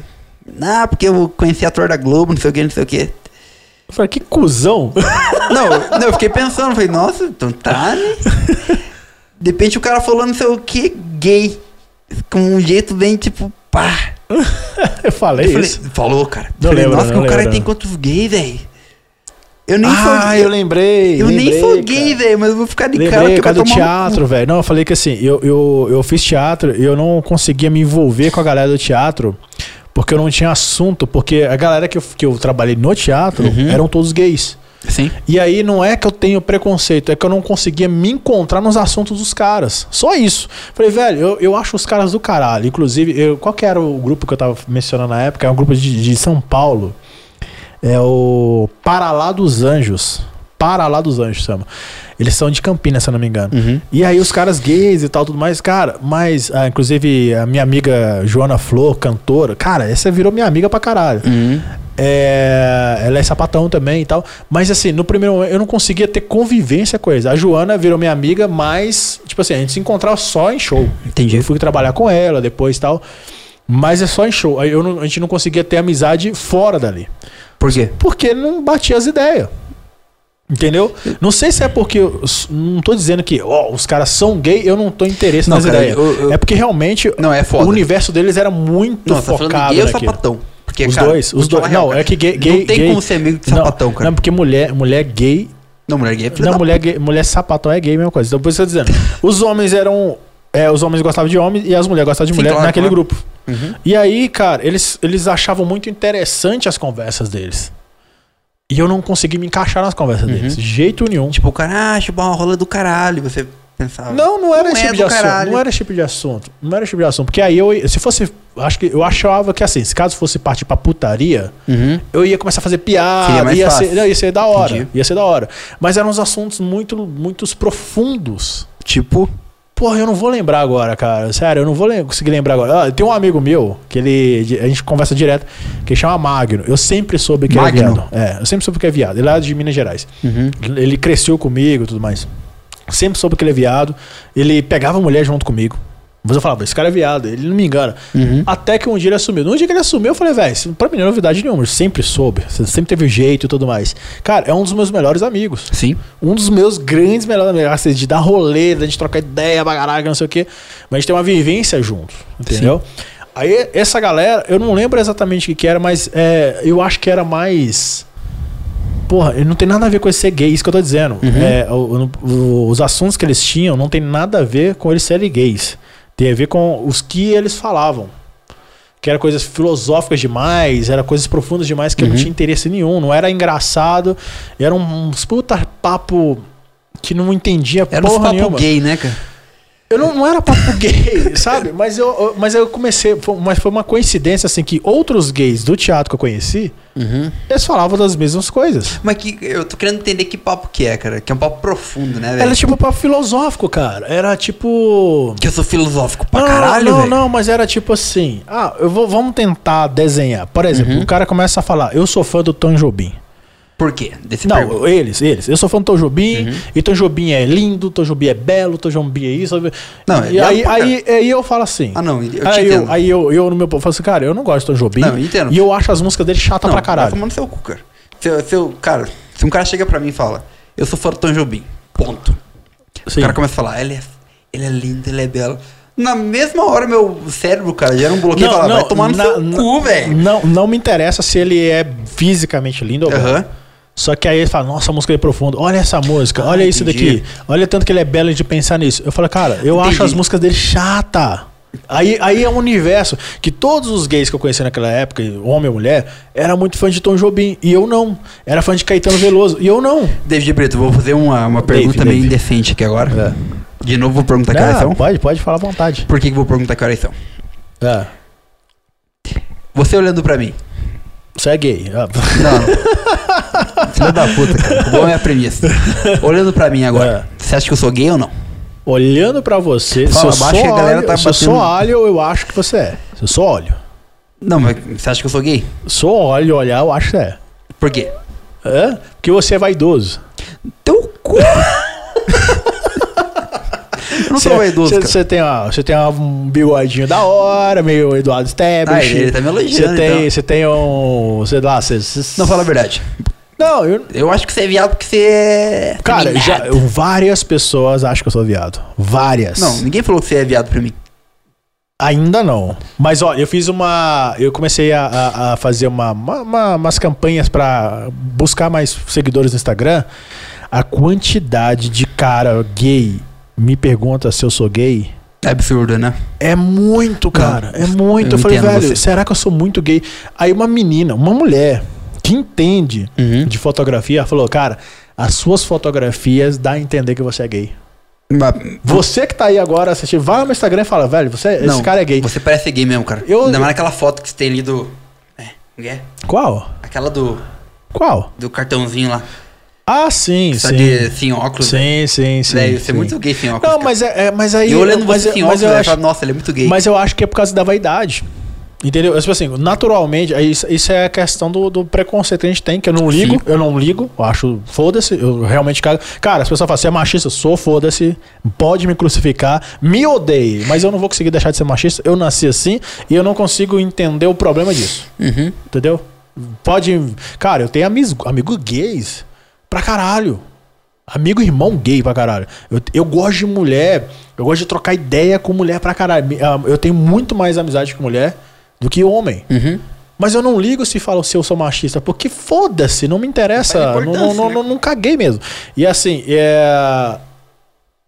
Speaker 2: Ah, porque eu conheci ator da Globo, não sei o que, não sei o que.
Speaker 1: Eu falei, que cuzão.
Speaker 2: Não, não, eu fiquei pensando, falei, nossa, então tá, né? De repente o cara falou não sei o que, gay. Com um jeito bem tipo, pá.
Speaker 1: Eu falei
Speaker 2: eu falei,
Speaker 1: É isso.
Speaker 2: falou, cara.
Speaker 1: Não
Speaker 2: falei,
Speaker 1: lembro,
Speaker 2: nossa,
Speaker 1: não
Speaker 2: o cara
Speaker 1: lembro.
Speaker 2: tem quantos gays, velho? Eu nem
Speaker 1: ah,
Speaker 2: sou
Speaker 1: eu lembrei.
Speaker 2: Eu nem
Speaker 1: lembrei,
Speaker 2: sou
Speaker 1: cara.
Speaker 2: gay, velho, mas eu vou ficar de cara
Speaker 1: Lembrei,
Speaker 2: que
Speaker 1: por causa
Speaker 2: vai
Speaker 1: do
Speaker 2: tomar no cu.
Speaker 1: teatro, velho. Não, eu falei que assim, eu, eu, eu fiz teatro e eu não conseguia me envolver com a galera do teatro porque eu não tinha assunto. Porque a galera que eu, que eu trabalhei no teatro
Speaker 2: Uhum.
Speaker 1: eram todos gays.
Speaker 2: Sim.
Speaker 1: E aí não é que eu tenho preconceito, é que eu não conseguia me encontrar nos assuntos dos caras. Só isso. Falei, velho, eu, eu acho os caras do caralho. Inclusive, eu, qual que era o grupo que eu tava mencionando na época? É um grupo de, de São Paulo. É o Paralá dos Anjos. Paralá dos Anjos chama. Eles são de Campinas, se eu não me engano. E aí os caras gays e tal, tudo mais, cara, mas ah, inclusive a minha amiga Joana Flor, cantora, cara, essa virou minha amiga pra caralho. É, ela é sapatão também e tal. Mas assim, no primeiro momento eu não conseguia ter convivência com eles. A Joana virou minha amiga, mas, tipo assim, a gente se encontrava só em show.
Speaker 2: Entendi.
Speaker 1: Eu fui trabalhar com ela depois e tal. Mas é só em show. Aí eu não- a gente não conseguia ter amizade fora dali.
Speaker 2: Por quê?
Speaker 1: Porque não batia as ideias. Entendeu? Não sei se é porque. eu s- não tô dizendo que ó, os caras são gay, eu não tô interesse
Speaker 2: Não,
Speaker 1: nas
Speaker 2: cara,
Speaker 1: ideias.
Speaker 2: eu- eu-
Speaker 1: É porque realmente
Speaker 2: Não, é foda.
Speaker 1: o universo deles era muito
Speaker 2: Não, você tá falando
Speaker 1: focado
Speaker 2: gay ou
Speaker 1: naquilo.
Speaker 2: sapatão? Porque,
Speaker 1: Os
Speaker 2: cara,
Speaker 1: dois,
Speaker 2: vou
Speaker 1: os
Speaker 2: te falar
Speaker 1: dois.
Speaker 2: a real,
Speaker 1: Não,
Speaker 2: cara.
Speaker 1: é que gay, gay
Speaker 2: Não tem
Speaker 1: gay-
Speaker 2: como ser amigo de
Speaker 1: Não,
Speaker 2: sapatão, cara.
Speaker 1: Não, porque mulher, mulher gay
Speaker 2: Não, mulher gay é filha
Speaker 1: não,
Speaker 2: da
Speaker 1: mulher, gay- mulher sapatão é gay, mesma coisa. Então, por isso que eu tô dizendo. Os homens eram. é, os homens gostavam de homem e as mulheres gostavam de
Speaker 2: Sim,
Speaker 1: mulher
Speaker 2: claro,
Speaker 1: naquele
Speaker 2: claro. Uhum.
Speaker 1: grupo. E aí, cara, eles, eles achavam muito interessante as conversas deles. E eu não consegui me encaixar nas conversas
Speaker 2: Uhum.
Speaker 1: deles. De jeito nenhum.
Speaker 2: Tipo, o cara, ah, chupar uma rola do caralho. e Você pensava.
Speaker 1: Não, não era
Speaker 2: Não
Speaker 1: esse
Speaker 2: é
Speaker 1: tipo de
Speaker 2: do
Speaker 1: assunto.
Speaker 2: caralho.
Speaker 1: Não era esse tipo de assunto. Não era esse tipo de assunto. Porque aí eu, se fosse. Acho que eu achava que assim, se caso fosse partir pra putaria,
Speaker 2: Uhum.
Speaker 1: eu ia começar a fazer
Speaker 2: Seria
Speaker 1: piada.
Speaker 2: mais
Speaker 1: Ia
Speaker 2: fácil.
Speaker 1: ser, não, ia ser da hora.
Speaker 2: Entendi.
Speaker 1: Ia ser da hora. Mas eram uns assuntos muito, muito profundos.
Speaker 2: Tipo.
Speaker 1: Porra, eu não vou lembrar agora, cara. Sério, eu não vou lem- conseguir lembrar agora. Ah, tem um amigo meu, que ele. A gente conversa direto, que ele chama Magno. Eu sempre soube que
Speaker 2: Magno?
Speaker 1: é viado. É, eu sempre soube que é viado. Ele é lá de Minas Gerais.
Speaker 2: Uhum.
Speaker 1: Ele cresceu comigo e tudo mais. Sempre soube que ele é viado. Ele pegava mulher junto comigo. Mas eu falava, esse cara é viado, ele não me engana.
Speaker 2: Uhum.
Speaker 1: Até que um dia ele assumiu. No dia que ele assumiu, eu falei, velho, isso pra mim não é novidade nenhuma. Eu sempre soube. Você sempre teve o jeito e tudo mais. Cara, é um dos meus melhores amigos.
Speaker 2: Sim.
Speaker 1: Um dos meus grandes melhores amigos, assim, de dar rolê, da gente trocar ideia, bagaralho, não sei o quê. Mas a gente tem uma vivência junto, entendeu? Aí, essa galera, eu não lembro exatamente o que, que era, mas é, eu acho que era mais. Porra, não tem nada a ver com ele ser gay, isso que eu tô dizendo. É, o- o- os assuntos que eles tinham não tem nada a ver com eles serem gays. Tem a ver com os que eles falavam. que era coisas filosóficas demais, era coisas profundas demais
Speaker 2: Uhum.
Speaker 1: que eu não tinha interesse nenhum, não era engraçado, era um- uns puta papo que não entendia
Speaker 2: Era uns
Speaker 1: porra
Speaker 2: papo
Speaker 1: nenhuma.
Speaker 2: gay, né, cara?
Speaker 1: Eu não, não era papo gay, sabe? Mas eu, eu- mas eu comecei, foi- mas foi uma coincidência assim que outros gays do teatro que eu conheci,
Speaker 2: Uhum.
Speaker 1: eles falavam das mesmas coisas.
Speaker 2: Mas que, eu tô querendo entender que papo que é, cara. Que é um papo profundo, né, velho?
Speaker 1: Era tipo papo filosófico, cara. Era tipo
Speaker 2: Que eu sou filosófico pra
Speaker 1: não,
Speaker 2: caralho,
Speaker 1: Não,
Speaker 2: velho.
Speaker 1: não, mas era tipo assim. Ah, eu vou, vamos tentar desenhar. Por exemplo,
Speaker 2: Uhum.
Speaker 1: o cara começa a falar: Eu sou fã do Tom Jobim.
Speaker 2: Por quê? Desse
Speaker 1: Não,
Speaker 2: pergunta.
Speaker 1: eles, eles. Eu sou fã do Tom Jobim,
Speaker 2: Uhum.
Speaker 1: e Tom Jobim é lindo, Tom Jobim é belo, Tom Jobim é isso.
Speaker 2: Não,
Speaker 1: e
Speaker 2: é
Speaker 1: aí,
Speaker 2: pra
Speaker 1: aí, aí eu falo assim.
Speaker 2: Ah, não, eu te
Speaker 1: aí
Speaker 2: entendo.
Speaker 1: eu, aí eu, eu no meu povo falo assim, cara, eu não gosto do Tom Jobim.
Speaker 2: Não, eu entendo.
Speaker 1: E eu acho as músicas dele chata
Speaker 2: Não,
Speaker 1: Tá pra
Speaker 2: Vai
Speaker 1: caralho.
Speaker 2: tomar no seu cu, cara. Se, eu- se eu- cara, se um cara chega pra mim e fala, eu sou fã do Tom Jobim, ponto.
Speaker 1: Sim.
Speaker 2: O cara começa a falar, ele é, ele é lindo, ele é belo. Na mesma hora, meu cérebro, cara, gera um bloqueio e fala, vai tomar no
Speaker 1: na-
Speaker 2: seu
Speaker 1: na-
Speaker 2: cu, velho.
Speaker 1: Não, não me interessa se ele é fisicamente lindo ou
Speaker 2: Aham.
Speaker 1: não. Só que aí ele fala, nossa, a música é profunda. Olha essa música,
Speaker 2: Ah,
Speaker 1: olha isso
Speaker 2: entendi.
Speaker 1: daqui. Olha tanto que ele é belo de pensar nisso. Eu falo, cara, eu
Speaker 2: Entendi.
Speaker 1: acho as músicas dele chata. Aí, aí é um universo que todos os gays que eu conheci naquela época, homem ou mulher, era muito fã de Tom Jobim. E eu não. Era fã de Caetano Veloso. E eu não.
Speaker 2: David Brito, vou fazer uma, uma
Speaker 1: Dave,
Speaker 2: pergunta meio
Speaker 1: Dave.
Speaker 2: indecente aqui agora. De novo, vou perguntar que horas
Speaker 1: É. Ah,
Speaker 2: são.
Speaker 1: pode, pode falar à vontade.
Speaker 2: Por que, que eu vou perguntar que horas são?
Speaker 1: É.
Speaker 2: Você olhando pra mim.
Speaker 1: Você é gay. Ah,
Speaker 2: Não. Filho da puta, cara. Qual é a premissa? Olhando pra mim agora,
Speaker 1: É.
Speaker 2: você acha que eu sou gay ou não?
Speaker 1: Olhando pra você,
Speaker 2: Fala
Speaker 1: se eu
Speaker 2: baixo
Speaker 1: só
Speaker 2: que a galera
Speaker 1: olho,
Speaker 2: tá
Speaker 1: se eu
Speaker 2: batendo.
Speaker 1: só olho, eu acho que você é. Se eu só olho.
Speaker 2: Não, mas você acha que eu sou gay?
Speaker 1: Só olho, olhar, eu acho que é.
Speaker 2: Por quê?
Speaker 1: É? Porque você é vaidoso.
Speaker 2: Teu cu! eu não sou vaidoso, cara.
Speaker 1: Você tem, uma- você tem uma- um bigodinho da hora, meio Eduardo Stablish.
Speaker 2: Ah, ele tá me elogiando,
Speaker 1: Você tem,
Speaker 2: então.
Speaker 1: você tem um. Sei lá, você.
Speaker 2: Não, fala a verdade.
Speaker 1: Não, eu.
Speaker 2: Eu acho que você é viado porque você é...
Speaker 1: Cara,
Speaker 2: feminado.
Speaker 1: já, eu- várias pessoas acham que eu sou viado. Várias.
Speaker 2: Não, ninguém falou que você é viado pra mim.
Speaker 1: Ainda não. Mas ó, eu fiz uma. Eu comecei a, a- a fazer uma, uma- uma- umas campanhas pra buscar mais seguidores no Instagram. A quantidade de cara gay me pergunta se eu sou gay.
Speaker 2: É absurdo, né?
Speaker 1: É muito, cara. é muito.
Speaker 2: eu
Speaker 1: Eu falei,
Speaker 2: entendo
Speaker 1: velho,
Speaker 2: você.
Speaker 1: será que eu sou muito gay? Aí uma menina, uma mulher, que entende
Speaker 2: Uhum.
Speaker 1: de fotografia, falou, cara, as suas fotografias dá a entender que você é gay.
Speaker 2: Mas,
Speaker 1: Você que tá aí agora assistindo, vai no meu Instagram e fala, velho, você, esse cara é gay.
Speaker 2: Você parece gay mesmo, cara.
Speaker 1: Eu-
Speaker 2: Ainda mais naquela foto que você tem ali do... É, como que é?
Speaker 1: Qual?
Speaker 2: Aquela do,
Speaker 1: Qual?
Speaker 2: do cartãozinho lá.
Speaker 1: Ah, sim,
Speaker 2: Só
Speaker 1: sim.
Speaker 2: de sem óculos. né?
Speaker 1: Sim, sim, sim.
Speaker 2: Velho, você é
Speaker 1: sim.
Speaker 2: muito gay sem óculos.
Speaker 1: Não,
Speaker 2: cara.
Speaker 1: mas é, é- mas aí
Speaker 2: E olhando
Speaker 1: mas,
Speaker 2: você sem
Speaker 1: eu- mas
Speaker 2: óculos, eu
Speaker 1: eu
Speaker 2: acho...
Speaker 1: acho,
Speaker 2: nossa, ele é muito gay.
Speaker 1: mas eu acho que é por causa da vaidade. Entendeu? Tipo assim, naturalmente, aí isso, isso é a questão do, do preconceito que a gente tem, que eu não
Speaker 2: Tipo,
Speaker 1: ligo, eu não ligo, eu acho, foda-se, eu realmente cago. Cara, as pessoas falam, você é machista, eu sou, foda-se, pode me crucificar, me odeie, mas eu não vou conseguir deixar de ser machista, eu nasci assim e eu não consigo entender o problema disso.
Speaker 2: Uhum.
Speaker 1: Entendeu? Pode. Cara, eu tenho amigos, amigo gays pra caralho. Amigo e irmão gay pra caralho. Eu, eu gosto de mulher. Eu gosto de trocar ideia com mulher pra caralho. Me- ah, Eu tenho muito mais amizade com mulher do que homem. Mas eu não ligo se falam se eu sou machista, porque foda-se, não me interessa. Não,
Speaker 2: Não faz
Speaker 1: não, não,
Speaker 2: importância,
Speaker 1: não- não caguei mesmo. E assim, é.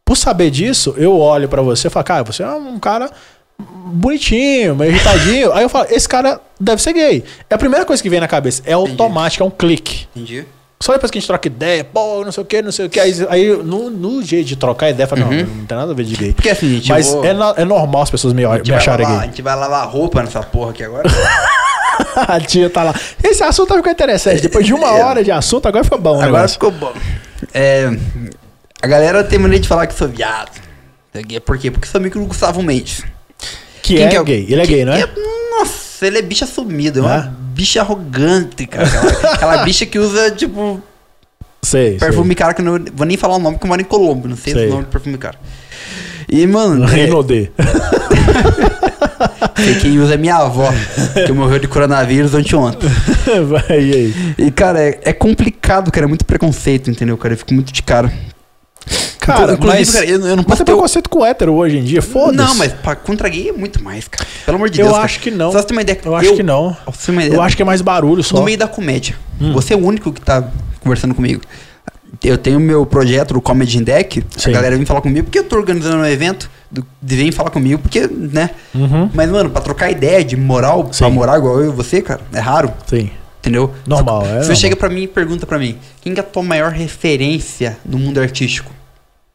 Speaker 1: Por saber disso, eu olho pra você e falo, cara, você é um cara bonitinho, meio irritadinho. Aí eu falo, esse cara deve ser gay. É a primeira coisa que vem na cabeça. É automático, é um clique.
Speaker 2: Entendi.
Speaker 1: Só depois que a gente troca ideia, pô, não sei o que, não sei o que. Aí, aí no, no jeito de trocar ideia, fala, não, não tem nada a ver de gay.
Speaker 2: Uhum. Porque assim, gente,
Speaker 1: Mas
Speaker 2: eu vou- tá
Speaker 1: é, na- é normal as pessoas me,
Speaker 2: A gente,
Speaker 1: me
Speaker 2: vai
Speaker 1: acharem
Speaker 2: lavar, a
Speaker 1: gay.
Speaker 2: gente vai lavar roupa nessa porra aqui agora.
Speaker 1: a tia tá lá. Esse assunto vai ficar interessante. Depois de uma hora de assunto, agora ficou bom, né?
Speaker 2: É. agora ficou bom. É, a galera tem mania de falar que sou viado. Sou gay. Por quê? Porque sou amigo do Gustavo Mendes.
Speaker 1: Que
Speaker 2: Quem
Speaker 1: é,
Speaker 2: que o-
Speaker 1: gay. Ele é
Speaker 2: quem
Speaker 1: gay, não é?
Speaker 2: que Nossa, ele é bicho assumido. É uma
Speaker 1: É?
Speaker 2: bicha arrogante, cara. Aquela, aquela bicha que usa, tipo,
Speaker 1: Sei.
Speaker 2: perfume cara que eu não vou nem falar o nome, que eu moro em Colombo. Não sei,
Speaker 1: Sei.
Speaker 2: o nome do perfume cara. E, mano,
Speaker 1: sei.
Speaker 2: é-
Speaker 1: Renaudet.
Speaker 2: E quem usa é minha avó, que morreu de coronavírus anteontem.
Speaker 1: Vai aí.
Speaker 2: E, cara, é, é complicado, cara. É muito preconceito, entendeu, cara? Eu fico muito de cara.
Speaker 1: Cara,
Speaker 2: Inclusive,
Speaker 1: mas,
Speaker 2: cara, eu, eu não
Speaker 1: mas
Speaker 2: posso
Speaker 1: tem
Speaker 2: ter... o-
Speaker 1: preconceito com hétero hoje em dia, foda-se.
Speaker 2: Não, mas pra, contra gay é muito mais, cara. Pelo amor de
Speaker 1: Eu
Speaker 2: Deus, cara.
Speaker 1: acho que não.
Speaker 2: Só você tem uma ideia.
Speaker 1: Eu acho que não.
Speaker 2: Pra Você tem uma ideia.
Speaker 1: Eu acho que é mais barulho é só.
Speaker 2: No meio da comédia. Você é o único que tá conversando comigo. eu tenho meu projeto do Comedy in Deck.
Speaker 1: Sim.
Speaker 2: A galera vem falar comigo porque eu tô organizando um evento. do- de- Vem falar comigo porque, né?
Speaker 1: Uhum.
Speaker 2: Mas, mano, pra trocar ideia de moral,
Speaker 1: Sim.
Speaker 2: pra moral igual eu e você, cara, é raro.
Speaker 1: Sim.
Speaker 2: Entendeu?
Speaker 1: Normal,
Speaker 2: Se-
Speaker 1: é
Speaker 2: Se você
Speaker 1: normal.
Speaker 2: chega pra mim e pergunta pra mim, quem que é a tua maior referência no mundo artístico?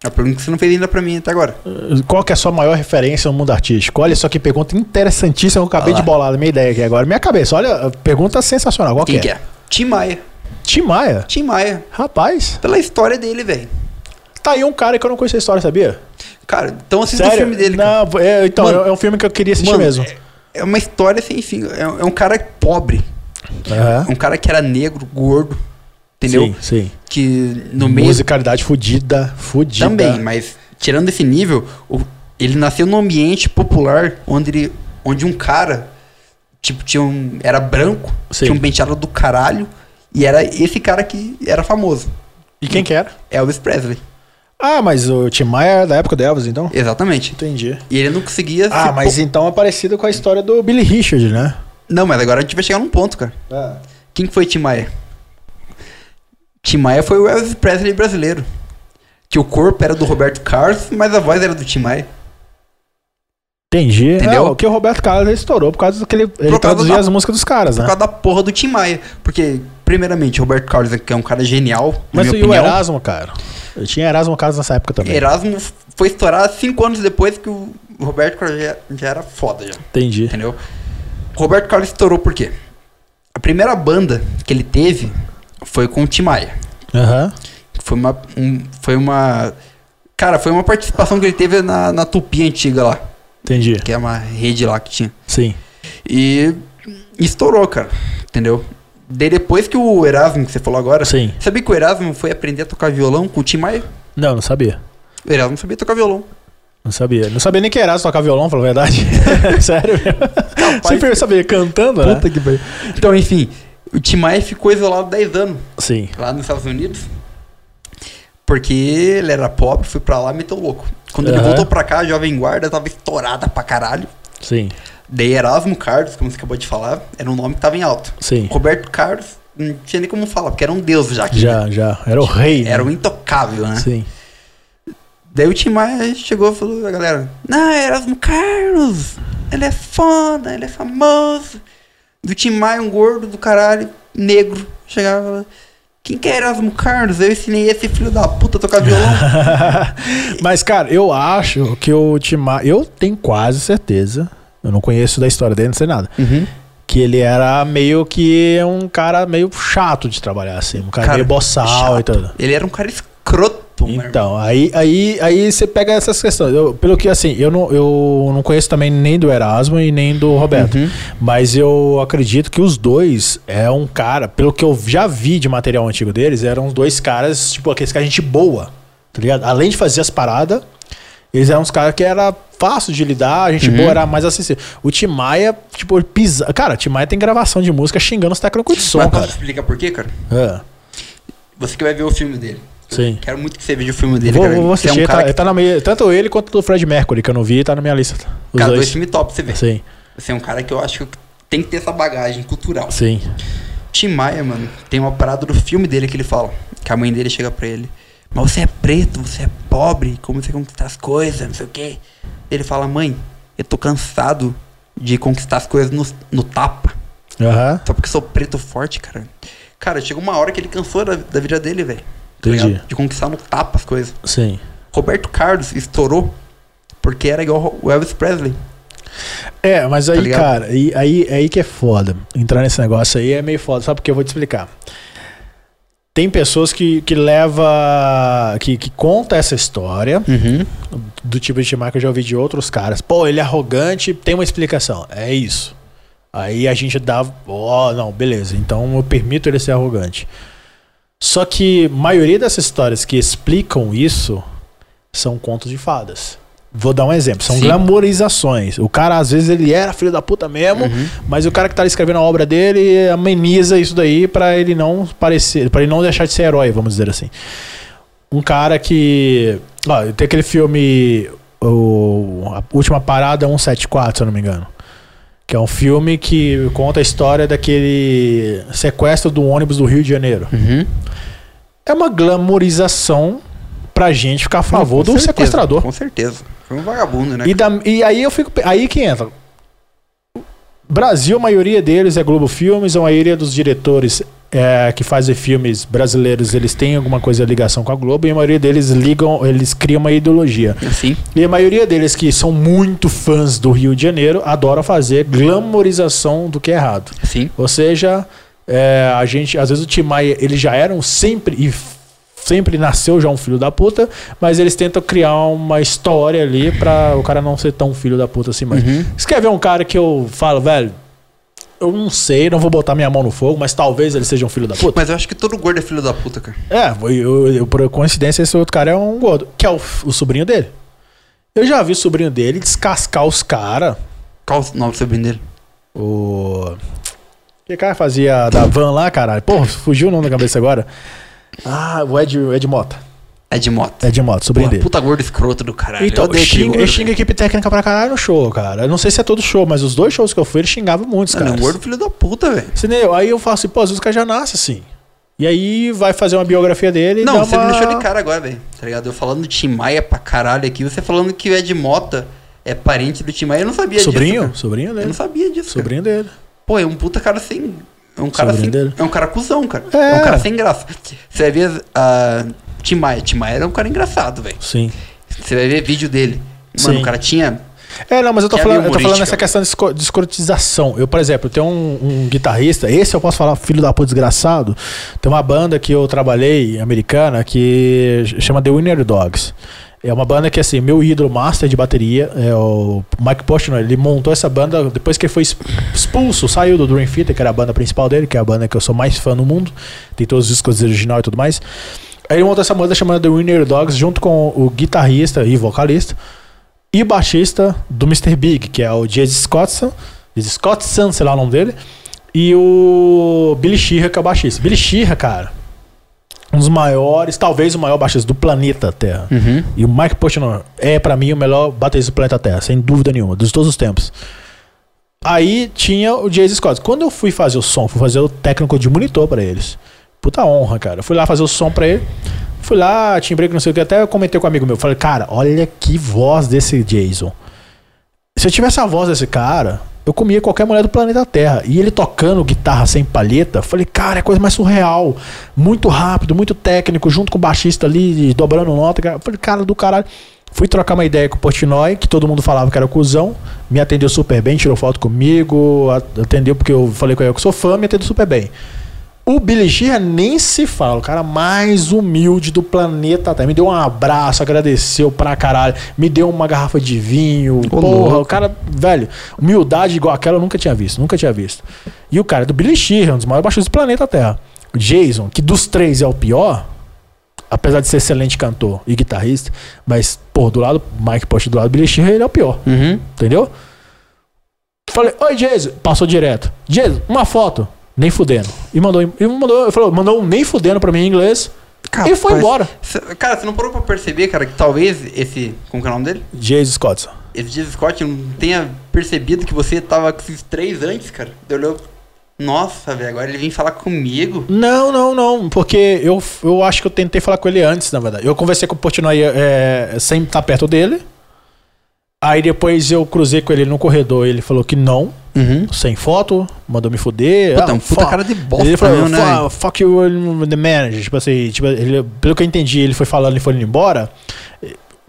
Speaker 2: É uma pergunta que você não fez ainda pra mim até agora.
Speaker 1: Qual que é a sua maior referência no mundo artístico? Olha só que pergunta interessantíssima que eu acabei
Speaker 2: Olha lá.
Speaker 1: de bolar na minha ideia aqui agora. Minha cabeça, olha, pergunta sensacional. Qual
Speaker 2: Quem
Speaker 1: que
Speaker 2: que
Speaker 1: é?
Speaker 2: é? Tim Maia.
Speaker 1: Tim Maia.
Speaker 2: Tim Maia.
Speaker 1: Rapaz,
Speaker 2: Pela história dele, velho.
Speaker 1: tá aí um cara que eu não conheço a história, sabia?
Speaker 2: Cara, então assista o filme dele, cara.
Speaker 1: Não, é, então,
Speaker 2: Mano,
Speaker 1: é um filme que eu queria assistir
Speaker 2: Mano,
Speaker 1: mesmo.
Speaker 2: É, é uma história sem fim. É, é um cara pobre.
Speaker 1: Aham.
Speaker 2: É um cara que era negro, gordo. Entendeu?
Speaker 1: Sim, sim.
Speaker 2: Que no meio.
Speaker 1: Musicalidade fudida, fudida.
Speaker 2: Também, mas tirando esse nível, o- ele nasceu num ambiente popular onde, ele- onde um cara, tipo, tinha um, era branco,
Speaker 1: Sim.
Speaker 2: tinha um penteado do caralho, e era esse cara que era famoso,
Speaker 1: E quem que era?
Speaker 2: Elvis Presley.
Speaker 1: Ah, mas o Tim Maia é da época do Elvis, então?
Speaker 2: Exatamente.
Speaker 1: Entendi.
Speaker 2: E ele não conseguia...
Speaker 1: Ah,
Speaker 2: se-
Speaker 1: mas então é parecido com a história do Billy Richard, né?
Speaker 2: Não, mas agora a gente vai chegar num ponto, cara. Quem que foi Tim Maia? Tim Maia foi o Elvis Presley brasileiro. Que o corpo era do Roberto Carlos, mas a voz era do Tim Maia.
Speaker 1: Entendi.
Speaker 2: Entendeu?
Speaker 1: É, o que o Roberto Carlos estourou por causa daquele. Ele
Speaker 2: causa
Speaker 1: traduzia
Speaker 2: da-
Speaker 1: as músicas dos caras,
Speaker 2: Por
Speaker 1: né?
Speaker 2: causa da porra do Tim Maia. Porque, primeiramente, Roberto Carlos, que é um cara genial, na
Speaker 1: Mas
Speaker 2: minha
Speaker 1: e o
Speaker 2: opinião.
Speaker 1: Erasmo, cara? Eu tinha Erasmo Carlos nessa época também.
Speaker 2: Erasmo foi estourar cinco anos depois que o Roberto Carlos já, já era foda, já,
Speaker 1: Entendi.
Speaker 2: entendeu? Roberto Carlos estourou por quê? A primeira banda que ele teve foi com o Tim Maia.
Speaker 1: Aham.
Speaker 2: Foi uma... um- foi uma... Cara, foi uma participação que ele teve na, na Tupi antiga lá.
Speaker 1: Entendi.
Speaker 2: Que é uma rede lá que tinha.
Speaker 1: Sim.
Speaker 2: E estourou, cara. Entendeu? Daí depois que o Erasmo, que você falou agora,
Speaker 1: Sim.
Speaker 2: Sabia que o Erasmo foi aprender a tocar violão com o Tim Maia?
Speaker 1: Não, não sabia.
Speaker 2: O Erasmo sabia tocar violão.
Speaker 1: Não sabia. Não sabia nem que Erasmo tocava violão, pra falar a verdade. Sério mesmo. Sempre eu sabia cantando, né?
Speaker 2: que pariu. Então, enfim, o Tim Maia ficou isolado 10 anos
Speaker 1: Sim.
Speaker 2: lá nos Estados Unidos. Porque ele era pobre, foi pra lá, meteu o louco. Quando ele
Speaker 1: Aham.
Speaker 2: voltou pra cá, a Jovem Guarda tava estourada pra caralho.
Speaker 1: Sim.
Speaker 2: Daí Erasmo Carlos, como você acabou de falar, era um nome que tava em alto.
Speaker 1: Sim.
Speaker 2: Roberto Carlos, não tinha nem como falar, porque era um deus já. aqui, né?
Speaker 1: Já, já. Era o rei. né?
Speaker 2: Era um intocável, né?
Speaker 1: Sim.
Speaker 2: Daí o Tim Maia chegou e falou pra galera: Não, Erasmo Carlos, ele é foda, ele é famoso. Do Tim Maia, um gordo do caralho, negro, chegava e falava: Quem que é Erasmo Carlos? Eu ensinei esse filho da puta a tocar violão.
Speaker 1: Mas, cara, eu acho que o Tim Maia. Eu tenho quase certeza. Eu não conheço da história dele, não sei nada. Que ele era meio que um cara meio chato de trabalhar, assim. Um cara,
Speaker 2: Cara,
Speaker 1: meio boçal e tudo.
Speaker 2: Ele era um cara escroto, meu irmão.
Speaker 1: Então, aí, aí, aí você pega essas questões. Eu- pelo que, assim, eu não, eu não conheço também nem do Erasmo e nem do Roberto.
Speaker 2: Uhum.
Speaker 1: Mas eu acredito que os dois é um cara, pelo que eu já vi de material antigo deles, eram os dois caras, tipo, aqueles que a gente boa, tá ligado? Além de fazer as paradas, eles eram uns caras que era fácil de lidar, a
Speaker 2: Uhum.
Speaker 1: gente boa era mais acessível. O Tim Maia, tipo, ele pisa. Cara, o Tim Maia tem gravação de música xingando os técnicos de som,
Speaker 2: Mas tá. posso
Speaker 1: um cara.
Speaker 2: te explicar por quê, cara?
Speaker 1: É.
Speaker 2: Você que vai ver o filme dele.
Speaker 1: Sim.
Speaker 2: Quero muito que você veja o filme dele,
Speaker 1: Vou,
Speaker 2: cara.
Speaker 1: vou
Speaker 2: Você
Speaker 1: assistir,
Speaker 2: é um
Speaker 1: tá,
Speaker 2: cara que...
Speaker 1: tá na minha, tanto ele quanto do Fred Mercury, que eu não vi, tá na minha lista. Os
Speaker 2: Cara, dois
Speaker 1: dois.
Speaker 2: filmes top, você vê.
Speaker 1: Sim,
Speaker 2: Você é um cara que eu acho que tem que ter essa bagagem cultural.
Speaker 1: sim.
Speaker 2: Tim Maia, mano, tem uma parada do filme dele que ele fala. Que a mãe dele chega pra ele. Mas você é preto, você é pobre, como você conquistar as coisas, não sei o quê. Ele fala, mãe, eu tô cansado de conquistar as coisas no, no tapa.
Speaker 1: Aham,
Speaker 2: Só porque sou preto forte, cara. Cara, chegou uma hora que ele cansou da, da vida dele, velho. Tá
Speaker 1: Entendi.
Speaker 2: ligado? De conquistar no tapa as coisas.
Speaker 1: sim.
Speaker 2: Roberto Carlos estourou porque era igual o Elvis Presley.
Speaker 1: É, mas aí,
Speaker 2: Tá ligado?
Speaker 1: cara, aí, aí, aí que é foda. Entrar nesse negócio aí é meio foda, sabe? Porque eu vou te explicar. Tem pessoas que, que leva. Que, que conta essa história
Speaker 2: Uhum.
Speaker 1: do tipo de Timar que eu já ouvi de outros caras. Pô, ele é arrogante, tem uma explicação. É isso. Aí a gente dá. Ó, não, beleza. Então eu permito ele ser arrogante. Só que maioria dessas histórias que explicam isso são contos de fadas. Vou dar um exemplo. São
Speaker 2: Sim.
Speaker 1: glamorizações. O cara, às vezes, ele era filho da puta mesmo, mas o cara que tá escrevendo a obra dele ameniza isso daí pra ele não parecer, para ele não deixar de ser herói, vamos dizer assim. Um cara que. Ó, tem aquele filme. O, a última parada 174, se eu não me engano. Que é um filme que conta a história daquele sequestro do ônibus do Rio de Janeiro.
Speaker 2: Uhum.
Speaker 1: é uma glamorização pra gente ficar a favor do
Speaker 2: certeza,
Speaker 1: sequestrador.
Speaker 2: Com certeza. Foi um vagabundo, né?
Speaker 1: E, da- e aí eu fico. pe- Aí que entra. O Brasil, a maioria deles é Globo Filmes, a maioria dos diretores é, que fazem filmes brasileiros, eles têm alguma coisa ligação com a Globo, e a maioria deles ligam, eles criam uma ideologia.
Speaker 2: Assim.
Speaker 1: E a maioria deles que são muito fãs do Rio de Janeiro adoram fazer glamorização do que é errado.
Speaker 2: Sim.
Speaker 1: Ou seja, é, a gente, às vezes o Tim Maia, eles já eram sempre e f- sempre nasceu já um filho da puta, mas eles tentam criar uma história ali pra o cara não ser tão filho da puta assim mais.
Speaker 2: Uhum.
Speaker 1: Você quer ver um cara que eu falo, velho, eu não sei, não vou botar minha mão no fogo, mas talvez ele seja um filho da puta.
Speaker 2: Mas eu acho que todo gordo é filho da puta, cara.
Speaker 1: É, eu- eu- eu- por coincidência esse outro cara é um gordo, que é o, f- o sobrinho dele. Eu já vi o sobrinho dele descascar os caras.
Speaker 2: Qual o nome do sobrinho dele?
Speaker 1: O. Que cara fazia da van lá, caralho? Porra, fugiu o nome da cabeça agora. Ah, o Ed, o Ed Mota.
Speaker 2: Ed Mota.
Speaker 1: Ed Mota, sobrinho
Speaker 2: Porra,
Speaker 1: dele.
Speaker 2: puta gordo escroto do caralho.
Speaker 1: É, Então,
Speaker 2: eu né?
Speaker 1: ele
Speaker 2: odeio aquele
Speaker 1: xinga,
Speaker 2: gordo,
Speaker 1: ele xinga a equipe técnica pra caralho no show, cara. Eu não sei se é todo show, mas os dois shows que eu fui, ele xingava muito,
Speaker 2: velho.
Speaker 1: cara.
Speaker 2: Mano, é um gordo filho da puta, velho.
Speaker 1: Aí eu falo assim, pô, às vezes o cara já nasce assim. E aí vai fazer uma biografia dele e
Speaker 2: Não,
Speaker 1: dá
Speaker 2: você
Speaker 1: uma...
Speaker 2: me deixou de cara agora, velho. Tá ligado? Eu falando do Tim Maia pra caralho aqui, você falando que o Ed Mota é parente do Tim Maia. Eu não sabia
Speaker 1: Sobrinho?
Speaker 2: disso.
Speaker 1: sobrinho
Speaker 2: Cara. Eu
Speaker 1: dele.
Speaker 2: não sabia disso. cara.
Speaker 1: Sobrinho dele.
Speaker 2: Pô, é um puta cara sem. É um cara
Speaker 1: Sobrinho
Speaker 2: sem.
Speaker 1: dele.
Speaker 2: É um cara cuzão, cara.
Speaker 1: É.
Speaker 2: É, um cara sem graça. Você vai ver a. Tim Maia. Tim Maia era um cara engraçado, velho.
Speaker 1: Sim.
Speaker 2: Você vai ver vídeo dele. Mano,
Speaker 1: Sim.
Speaker 2: o cara tinha.
Speaker 1: É, não, mas eu tô
Speaker 2: Que é
Speaker 1: falando, eu tô
Speaker 2: humorística,
Speaker 1: falando essa
Speaker 2: né?
Speaker 1: questão de esco- de escrotização. Eu, por exemplo, tenho um, um guitarrista, esse eu posso falar filho da puta desgraçado. Tem uma banda que eu trabalhei, americana, que ch- chama The Winner Dogs. É uma banda que, assim, meu ídolo master de bateria, é o Mike Postner, ele montou essa banda depois que ele foi exp- expulso, saiu do Dream Theater, que era a banda principal dele, que é a banda que eu sou mais fã no mundo, tem todos os discos original e tudo mais. Aí ele montou essa banda chamada The Winner Dogs, junto com o guitarrista e vocalista, e baixista do Mr. Big, que é o Jay Scottson, Jay Scottson, sei lá o nome dele, e o Billy Sheehan, que é o baixista. Billy Sheehan, cara, um dos maiores, talvez o maior baixista do planeta Terra.
Speaker 2: Uhum.
Speaker 1: E o Mike Portnoy é, pra mim, o melhor baterista do planeta Terra, sem dúvida nenhuma, dos todos os tempos. Aí tinha o Jay Scott. Quando eu fui fazer o som, fui fazer o técnico de monitor pra eles. Puta honra, cara. Eu fui lá fazer o som pra ele. Fui lá, timbrei que não sei o que. Até eu comentei com um amigo meu. Falei, cara, olha que voz desse Jason. Se eu tivesse a voz desse cara, eu comia qualquer mulher do planeta Terra. E ele tocando guitarra sem palheta, eu falei, cara, é a coisa mais surreal. Muito rápido, muito técnico, junto com o baixista ali, dobrando nota. cara. Eu falei, cara do caralho. Fui trocar uma ideia com o Portnoy, que todo mundo falava que era cuzão. Me atendeu super bem, tirou foto comigo, a- atendeu porque eu falei com ele que eu sou fã, me atendeu super bem. O Billy Sheehan nem se fala, o cara mais humilde do planeta Terra. Me deu um abraço, agradeceu pra caralho, me deu uma garrafa de vinho. porra,
Speaker 2: louco.
Speaker 1: o cara, velho, humildade igual aquela eu nunca tinha visto, nunca tinha visto. E o cara do Billy Sheehan, um dos maiores baixistas do planeta Terra. O Jason, que dos três é o pior, apesar de ser excelente cantor e guitarrista, mas, pô, do lado, Mike Post do lado do Billy Sheehan, ele é o pior,
Speaker 2: Uhum.
Speaker 1: entendeu? Falei, oi, Jason. Passou direto. Jason, uma foto. Nem fudendo. E mandou, e mandou, ele falou, mandou um nem fudendo pra mim em inglês. e foi
Speaker 2: Capaz.
Speaker 1: embora.
Speaker 2: Cê- Cara, você não parou pra perceber, cara, que talvez esse. Como que é o nome dele?
Speaker 1: Jason Scottson.
Speaker 2: Esse Jason Scott não tenha percebido que você tava com esses três antes, cara. Ele olhou. Nossa, velho, agora ele vem falar comigo.
Speaker 1: Não, não, não. Porque eu, eu acho que eu tentei falar com ele antes, na verdade. Eu conversei com o Portnoy é, sem estar perto dele. Aí depois eu cruzei com ele no corredor e ele falou que não,
Speaker 2: Uhum.
Speaker 1: sem foto, mandou me fuder.
Speaker 2: Puta,
Speaker 1: Ah,
Speaker 2: um puta
Speaker 1: fu-
Speaker 2: cara de bosta
Speaker 1: Ele falou,
Speaker 2: mesmo, né,
Speaker 1: "Fu-
Speaker 2: velho?"
Speaker 1: fuck you, I'm the manager. Tipo assim, tipo, ele- pelo que eu entendi, ele foi falando e foi indo embora.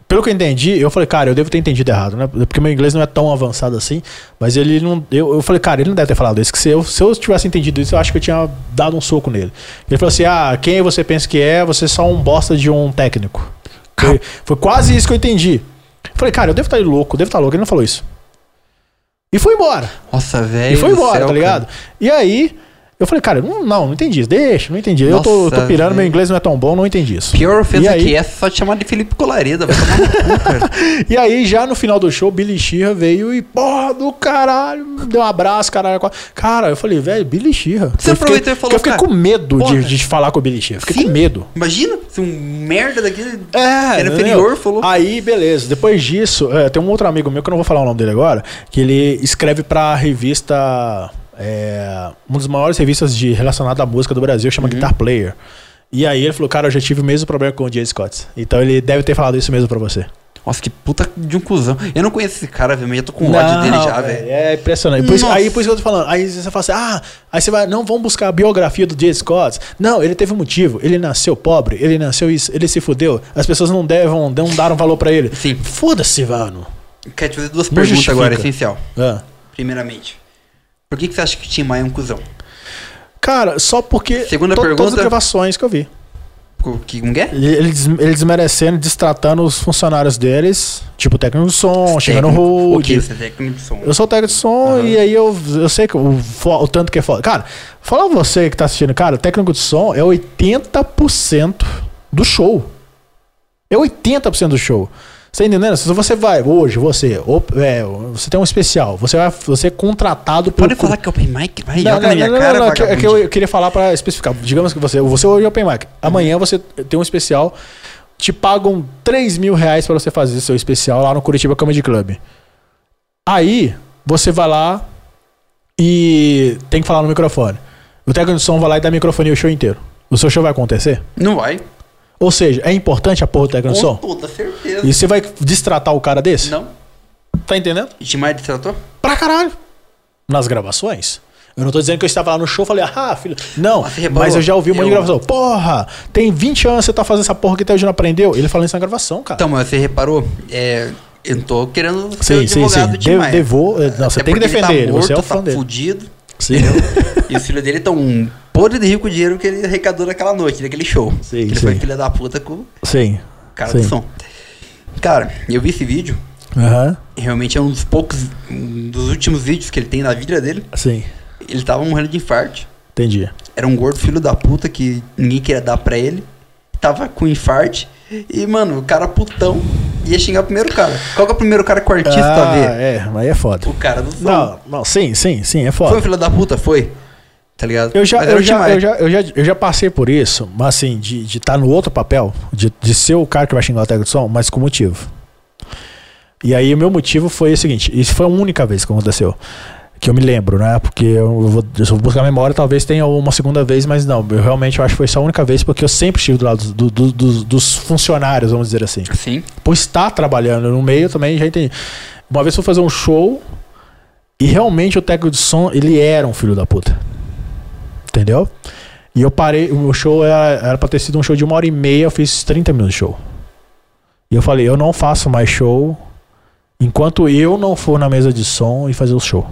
Speaker 1: Pelo que eu entendi, eu falei, cara, eu devo ter entendido errado, né? Porque meu inglês não é tão avançado assim. Mas ele não. Eu, eu falei, cara, ele não deve ter falado isso. Que se, eu, se eu tivesse entendido isso, eu acho que eu tinha dado um soco nele. Ele falou assim: ah, quem você pensa que é? Você é só um bosta de um técnico. Foi, foi quase isso que eu entendi. Eu Falei, cara, eu devo estar louco, eu devo estar louco. Ele não falou isso. E foi embora.
Speaker 2: Nossa, velho.
Speaker 1: E foi
Speaker 2: do
Speaker 1: embora,
Speaker 2: céu,
Speaker 1: tá ligado? E aí, eu falei, cara, não, não, não entendi isso. Deixa, não entendi. eu tô, eu tô
Speaker 2: Nossa,
Speaker 1: pirando, meu
Speaker 2: velho.
Speaker 1: inglês não é tão bom, não entendi isso.
Speaker 2: Cara. Pior
Speaker 1: E
Speaker 2: ofensa
Speaker 1: aí?
Speaker 2: que essa é só te chamar de Felipe Colareda. Vai tomar no cu, cara.
Speaker 1: E aí, já no final do show, Billy Sheehan veio e, porra do caralho, me deu um abraço, caralho. Cara, eu falei, velho, Billy Sheehan.
Speaker 2: Você
Speaker 1: Eu fiquei-
Speaker 2: aproveitou e falou,
Speaker 1: que Eu fiquei
Speaker 2: cara,
Speaker 1: com medo de,
Speaker 2: porra.
Speaker 1: de falar com o Billy Sheehan. Fiquei com
Speaker 2: Sim.
Speaker 1: medo.
Speaker 2: Imagina se um merda daquele.
Speaker 1: É,
Speaker 2: Era
Speaker 1: entendeu?
Speaker 2: inferior, falou.
Speaker 1: Aí, beleza. Depois disso, é, tem um outro amigo meu que eu não vou falar o nome dele agora, que ele escreve pra um
Speaker 2: Uhum.
Speaker 1: revista. é, uma das maiores revistas de, relacionada à música do Brasil, chama Guitar Player. E aí ele falou, cara, eu já tive o mesmo problema com o Jay Scott. Então ele deve ter falado isso mesmo pra você.
Speaker 2: Nossa, que puta de um cuzão. Eu não conheço esse cara, velho, mas eu tô com ódio dele já,
Speaker 1: velho,
Speaker 2: velho.
Speaker 1: É impressionante. Por isso-
Speaker 2: Nossa.
Speaker 1: aí por isso que eu tô falando. Aí você fala assim, ah, aí você vai, não vão buscar a biografia do Jay Scott. Não, ele teve um motivo. Ele nasceu pobre, ele nasceu isso, ele se fudeu. As pessoas não devam, não daram valor pra ele.
Speaker 2: Sim.
Speaker 1: Foda-se, mano.
Speaker 2: Quero te fazer duas
Speaker 1: Não
Speaker 2: perguntas
Speaker 1: justifica.
Speaker 2: agora, essencial.
Speaker 1: Ah.
Speaker 2: Primeiramente. Por que, que você acha que o Tim Maia é um cuzão?
Speaker 1: Cara, só porque
Speaker 2: Segunda
Speaker 1: todas as
Speaker 2: pergunta.
Speaker 1: gravações que eu vi.
Speaker 2: Co- Que não é?
Speaker 1: Ele, ele des- ele desmerecendo, destratando os funcionários deles, tipo o técnico do som, chegando no
Speaker 2: O
Speaker 1: hold.
Speaker 2: que você é técnico de som?
Speaker 1: Eu sou técnico de som
Speaker 2: Aham.
Speaker 1: e aí eu, eu sei que o, fo- o tanto que é foda. Cara, fala você que tá assistindo, cara, técnico de som é 80% do show. É 80% do show. Você tá entendendo? Se você vai hoje, você, op- é, você tem um especial, você vai você é contratado por
Speaker 2: Pode falar que é open mic? Vai,
Speaker 1: não,
Speaker 2: joga
Speaker 1: não,
Speaker 2: na minha
Speaker 1: não, não,
Speaker 2: cara,
Speaker 1: não, é que- é que eu,
Speaker 2: vagabundo.
Speaker 1: eu queria falar pra especificar. Digamos que você, você hoje é open mic. Amanhã você tem um especial, te pagam 3 mil reais pra você fazer seu especial lá no Curitiba Comedy Club. Aí, você vai lá e tem que falar no microfone. O técnico de som vai lá e dá microfonia o show inteiro. O seu show vai acontecer?
Speaker 2: Não vai.
Speaker 1: Ou seja, é importante a porra do técnico de
Speaker 2: Com
Speaker 1: som?
Speaker 2: toda certeza.
Speaker 1: E você vai destratar o cara desse?
Speaker 2: Não.
Speaker 1: Tá entendendo?
Speaker 2: E Tim Maia é destratou?
Speaker 1: Pra caralho. Nas gravações. Eu não tô dizendo que eu estava lá no show e falei, ah, filho. Não,
Speaker 2: Mas você reparou?
Speaker 1: mas eu já ouvi um monte de
Speaker 2: é Eu-
Speaker 1: gravação. Porra, tem 20 anos você tá fazendo essa porra que até hoje não aprendeu. Ele falou isso na gravação, cara.
Speaker 2: Então, mas você reparou? É, eu não tô querendo ser
Speaker 1: Sim,
Speaker 2: o
Speaker 1: sim,
Speaker 2: advogado
Speaker 1: sim.
Speaker 2: do Tim
Speaker 1: De-
Speaker 2: Maia.
Speaker 1: devo- é, não, você
Speaker 2: Até
Speaker 1: tem que
Speaker 2: porque
Speaker 1: defender ele,
Speaker 2: Tá morto,
Speaker 1: você é o
Speaker 2: tá
Speaker 1: fã dele.
Speaker 2: fudido.
Speaker 1: Sim.
Speaker 2: E os filhos dele tão podre de rico o dinheiro que ele arrecadou naquela noite, naquele show.
Speaker 1: Sim,
Speaker 2: ele
Speaker 1: sim.
Speaker 2: foi filha da puta com o
Speaker 1: Sim.
Speaker 2: cara
Speaker 1: Sim.
Speaker 2: do som. Cara, eu vi esse vídeo.
Speaker 1: Aham.
Speaker 2: Realmente é um dos poucos, um dos últimos vídeos que ele tem na vida dele.
Speaker 1: Sim.
Speaker 2: Ele tava morrendo de infarto.
Speaker 1: Entendi.
Speaker 2: Era um gordo filho da puta que ninguém queria dar pra ele. Tava com infarto. E, mano, o cara putão ia xingar o primeiro cara. Qual que é o primeiro cara que o artista
Speaker 1: ah,
Speaker 2: vê?
Speaker 1: é, aí é foda.
Speaker 2: O cara do som.
Speaker 1: Não, não, sim, sim, sim, é
Speaker 2: Foi um
Speaker 1: foda.
Speaker 2: filho da puta? Foi. Tá ligado?
Speaker 1: Eu já,
Speaker 2: Mas era
Speaker 1: eu,
Speaker 2: o Tim
Speaker 1: já,
Speaker 2: Maia.
Speaker 1: eu, já, eu, já, eu já passei por isso, mas assim, de estar no outro papel, de, de ser o cara que vai xingar o técnico de som, mas com motivo. E aí o meu motivo foi o seguinte, isso foi a única vez que aconteceu, que eu me lembro, né? Porque eu vou, se eu vou buscar a memória, talvez tenha uma segunda vez, mas não, eu realmente acho que foi só a única vez, porque eu sempre estive do lado do- do- dos- dos funcionários, vamos dizer assim
Speaker 2: Sim.
Speaker 1: por estar trabalhando no meio também, já entendi. Uma vez fui fazer um show e realmente o técnico de som, ele era um filho da puta. Entendeu? E eu parei, o meu show era, era pra ter sido um show de uma hora e meia, eu fiz 30 minutos de show. E eu falei, eu não faço mais show enquanto eu não for na mesa de som e fazer o show.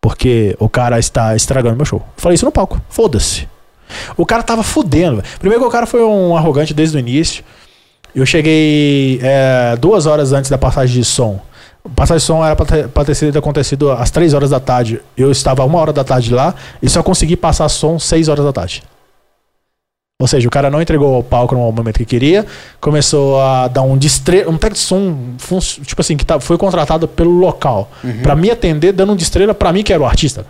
Speaker 1: Porque o cara está estragando meu show. Eu falei isso no palco, foda-se. O cara tava fudendo. velho. Primeiro que o cara foi um arrogante desde o início. Eu cheguei é, duas horas antes da passagem de som. A Passagem de som era pra ter, pra ter sido acontecido às três horas da tarde. Eu estava uma hora da tarde lá e só consegui passar som seis horas da tarde. Ou seja, o cara não entregou ao palco no momento que queria, começou a dar um destrelo, um técnico de som, fun- tipo assim, que tá- foi contratado pelo local,
Speaker 2: Uhum.
Speaker 1: pra me atender, dando um destrela pra mim que era o artista.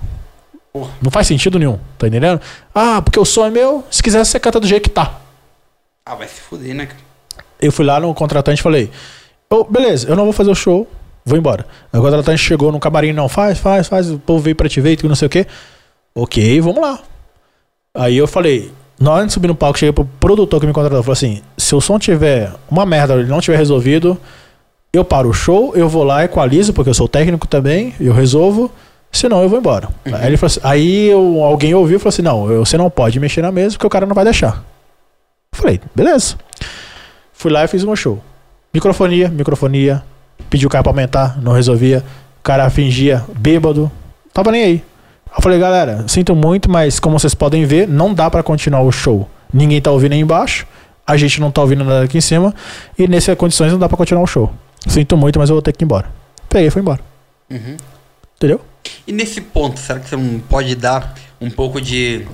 Speaker 2: Porra.
Speaker 1: Não faz sentido nenhum, tá entendendo? Ah, porque o som é meu, se quiser você canta do jeito que tá.
Speaker 2: Ah, vai se fuder, né, cara?
Speaker 1: Eu fui lá no contratante e falei: "Ô, beleza, eu não vou fazer o show, vou embora. Aí o contratante chegou no camarim, não, faz, faz, faz, o povo veio pra te ver, e não sei o quê. Ok, vamos lá. Aí eu falei, na hora de subir no palco, cheguei pro produtor que me contratou, falou assim: se o som tiver uma merda, ele não tiver resolvido, eu paro o show, eu vou lá, equalizo, porque eu sou técnico também, eu resolvo. Senão eu vou embora. Aí, ele falou assim- aí eu- alguém ouviu e falou assim: Não, eu- você não pode mexer na mesa porque o cara não vai deixar. Eu Falei, beleza. Fui lá e fiz o meu show. Microfonia, microfonia. Pedi o cara pra aumentar, não resolvia. O cara fingia bêbado. Tava nem aí. Eu falei, galera, sinto muito, mas como vocês podem ver, não dá pra continuar o show. Ninguém tá ouvindo aí embaixo, a gente não tá ouvindo nada aqui em cima, e nessas condições não dá pra continuar o show. Sinto muito, mas eu vou ter que ir embora. Peguei e fui embora.
Speaker 2: Uhum.
Speaker 1: Entendeu?
Speaker 2: E nesse ponto, será que você não pode dar um pouco de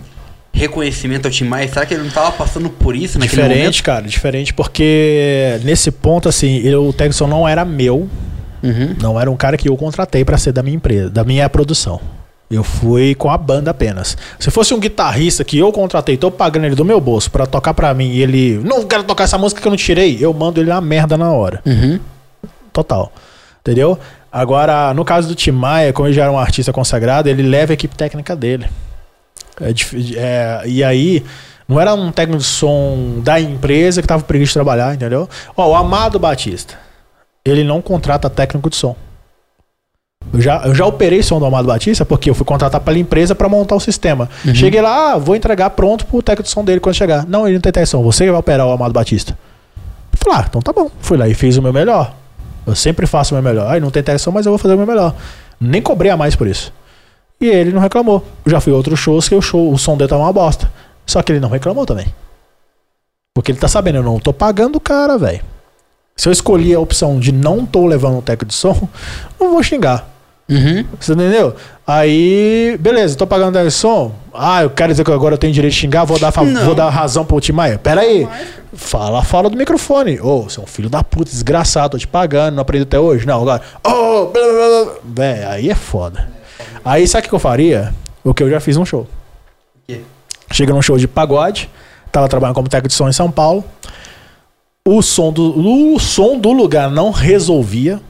Speaker 2: reconhecimento ao Tim Maia? Será que ele não tava passando por isso naquele
Speaker 1: diferente, cara, diferente, porque nesse ponto, assim, eu, o Tegson não era meu,
Speaker 2: momento? Uhum.
Speaker 1: Não era um cara que eu contratei pra ser da minha empresa, da minha produção. Eu fui com a banda apenas. Se fosse um guitarrista que eu contratei, tô pagando ele do meu bolso pra tocar pra mim e ele, não quero tocar essa música que eu não tirei, eu mando ele na merda na hora.
Speaker 2: Uhum.
Speaker 1: Total. Entendeu? Agora, no caso do Tim Maia, como ele já era um artista consagrado, ele leva a equipe técnica dele. É dif- é, e aí, Não era um técnico de som da empresa que tava com preguiça de trabalhar, entendeu? Ó, o Amado Batista. Ele não contrata técnico de som. Eu já, eu já operei som do Amado Batista porque eu fui contratar pela empresa para montar o sistema. Cheguei lá, ah, vou entregar pronto pro técnico de som dele quando chegar. Não, ele não tem técnico de som, você que vai operar o Amado Batista. Eu falei, ah, então tá bom. Fui lá e fiz o meu melhor. Eu sempre faço o meu melhor. Aí não tem técnico de som, mas eu vou fazer o meu melhor. Nem cobrei a mais por isso. E ele não reclamou. Eu já fui a outros shows que o show, o som dele tava uma bosta. Só que ele não reclamou também. Porque ele tá sabendo, eu não tô pagando o cara, velho. Se eu escolhi a opção de não tô levando um técnico de som, não vou xingar.
Speaker 2: Uhum.
Speaker 1: Você entendeu? Aí, beleza, tô pagando 10 som. Ah, eu quero dizer que agora eu tenho direito de xingar, vou dar, fa-
Speaker 2: Não.
Speaker 1: vou dar razão pro Tim Maia. Pera aí. Fala, fala do microfone. Ô, você é um filho da puta, desgraçado, tô te pagando, não aprendi até hoje. Não, agora. Ô, blá, blá, blá. Véi, aí é foda. Aí, sabe o que eu faria? O que eu já fiz num show.
Speaker 2: quê?
Speaker 1: Chega num show de pagode, tava trabalhando como técnico de som em São Paulo. O som do, o som do lugar não resolvia.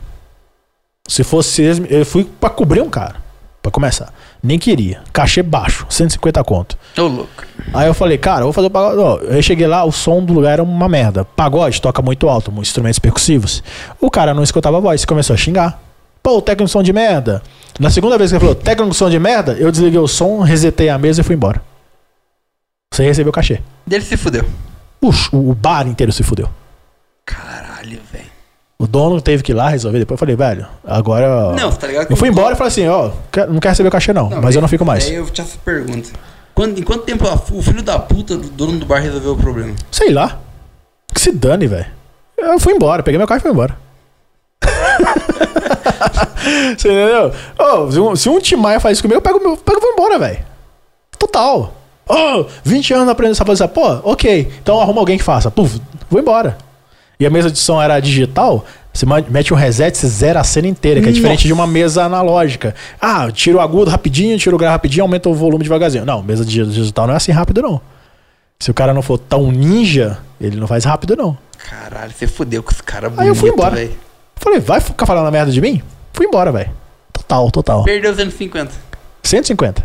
Speaker 1: Se fosse eles, eu fui pra cobrir um cara, Pra começar. Nem queria. Cachê baixo, 150 conto.
Speaker 2: Ô, louco.
Speaker 1: Aí eu falei, cara, eu vou fazer o pagode. Ó, eu cheguei lá, o som do lugar era uma merda. Pagode toca muito alto, mu- instrumentos percussivos. O cara não escutava a voz, começou a xingar. Pô, o técnico de som de merda. Na segunda vez que ele falou, técnico de som de merda, eu desliguei o som, resetei a mesa e fui embora. Você recebeu o cachê.
Speaker 2: Dele se fudeu.
Speaker 1: Puxa, o bar inteiro se fudeu.
Speaker 2: Caralho, velho.
Speaker 1: O dono teve que ir lá resolver depois. Eu falei, velho, agora.
Speaker 2: Não, tá ligado?
Speaker 1: Ah. Eu fui embora e falei assim, ó, quer- não quero receber o cachê não, mas eu não fico mais.
Speaker 2: Aí eu te faço a pergunta. Quando, em quanto tempo a- o filho da puta do dono do bar resolveu o problema?
Speaker 1: Sei lá. Que se dane, velho. Eu fui embora, peguei meu carro e fui embora. Você entendeu? Ô, se um, se um Timaya faz isso comigo, eu pego meu. Pego e vou embora, velho. Total. Ô, 20 anos aprendendo essa coisa, pô, ok. Então arruma alguém que faça. Puf, vou embora. E a mesa de som era digital, você ma- mete um reset, você zera a cena inteira, que é diferente de uma mesa analógica. Ah, tira o agudo rapidinho, tira o grave rapidinho, aumenta o volume devagarzinho. Não, mesa digi- digital não é assim rápido, não. Se o cara não for tão ninja, ele não faz rápido, não.
Speaker 2: Caralho, você fudeu com esse cara bonito,
Speaker 1: Aí eu fui embora.
Speaker 2: velho.
Speaker 1: Falei, vai ficar falando merda de mim? Fui embora, velho. Total, total.
Speaker 2: Perdeu os anos 50.
Speaker 1: 150.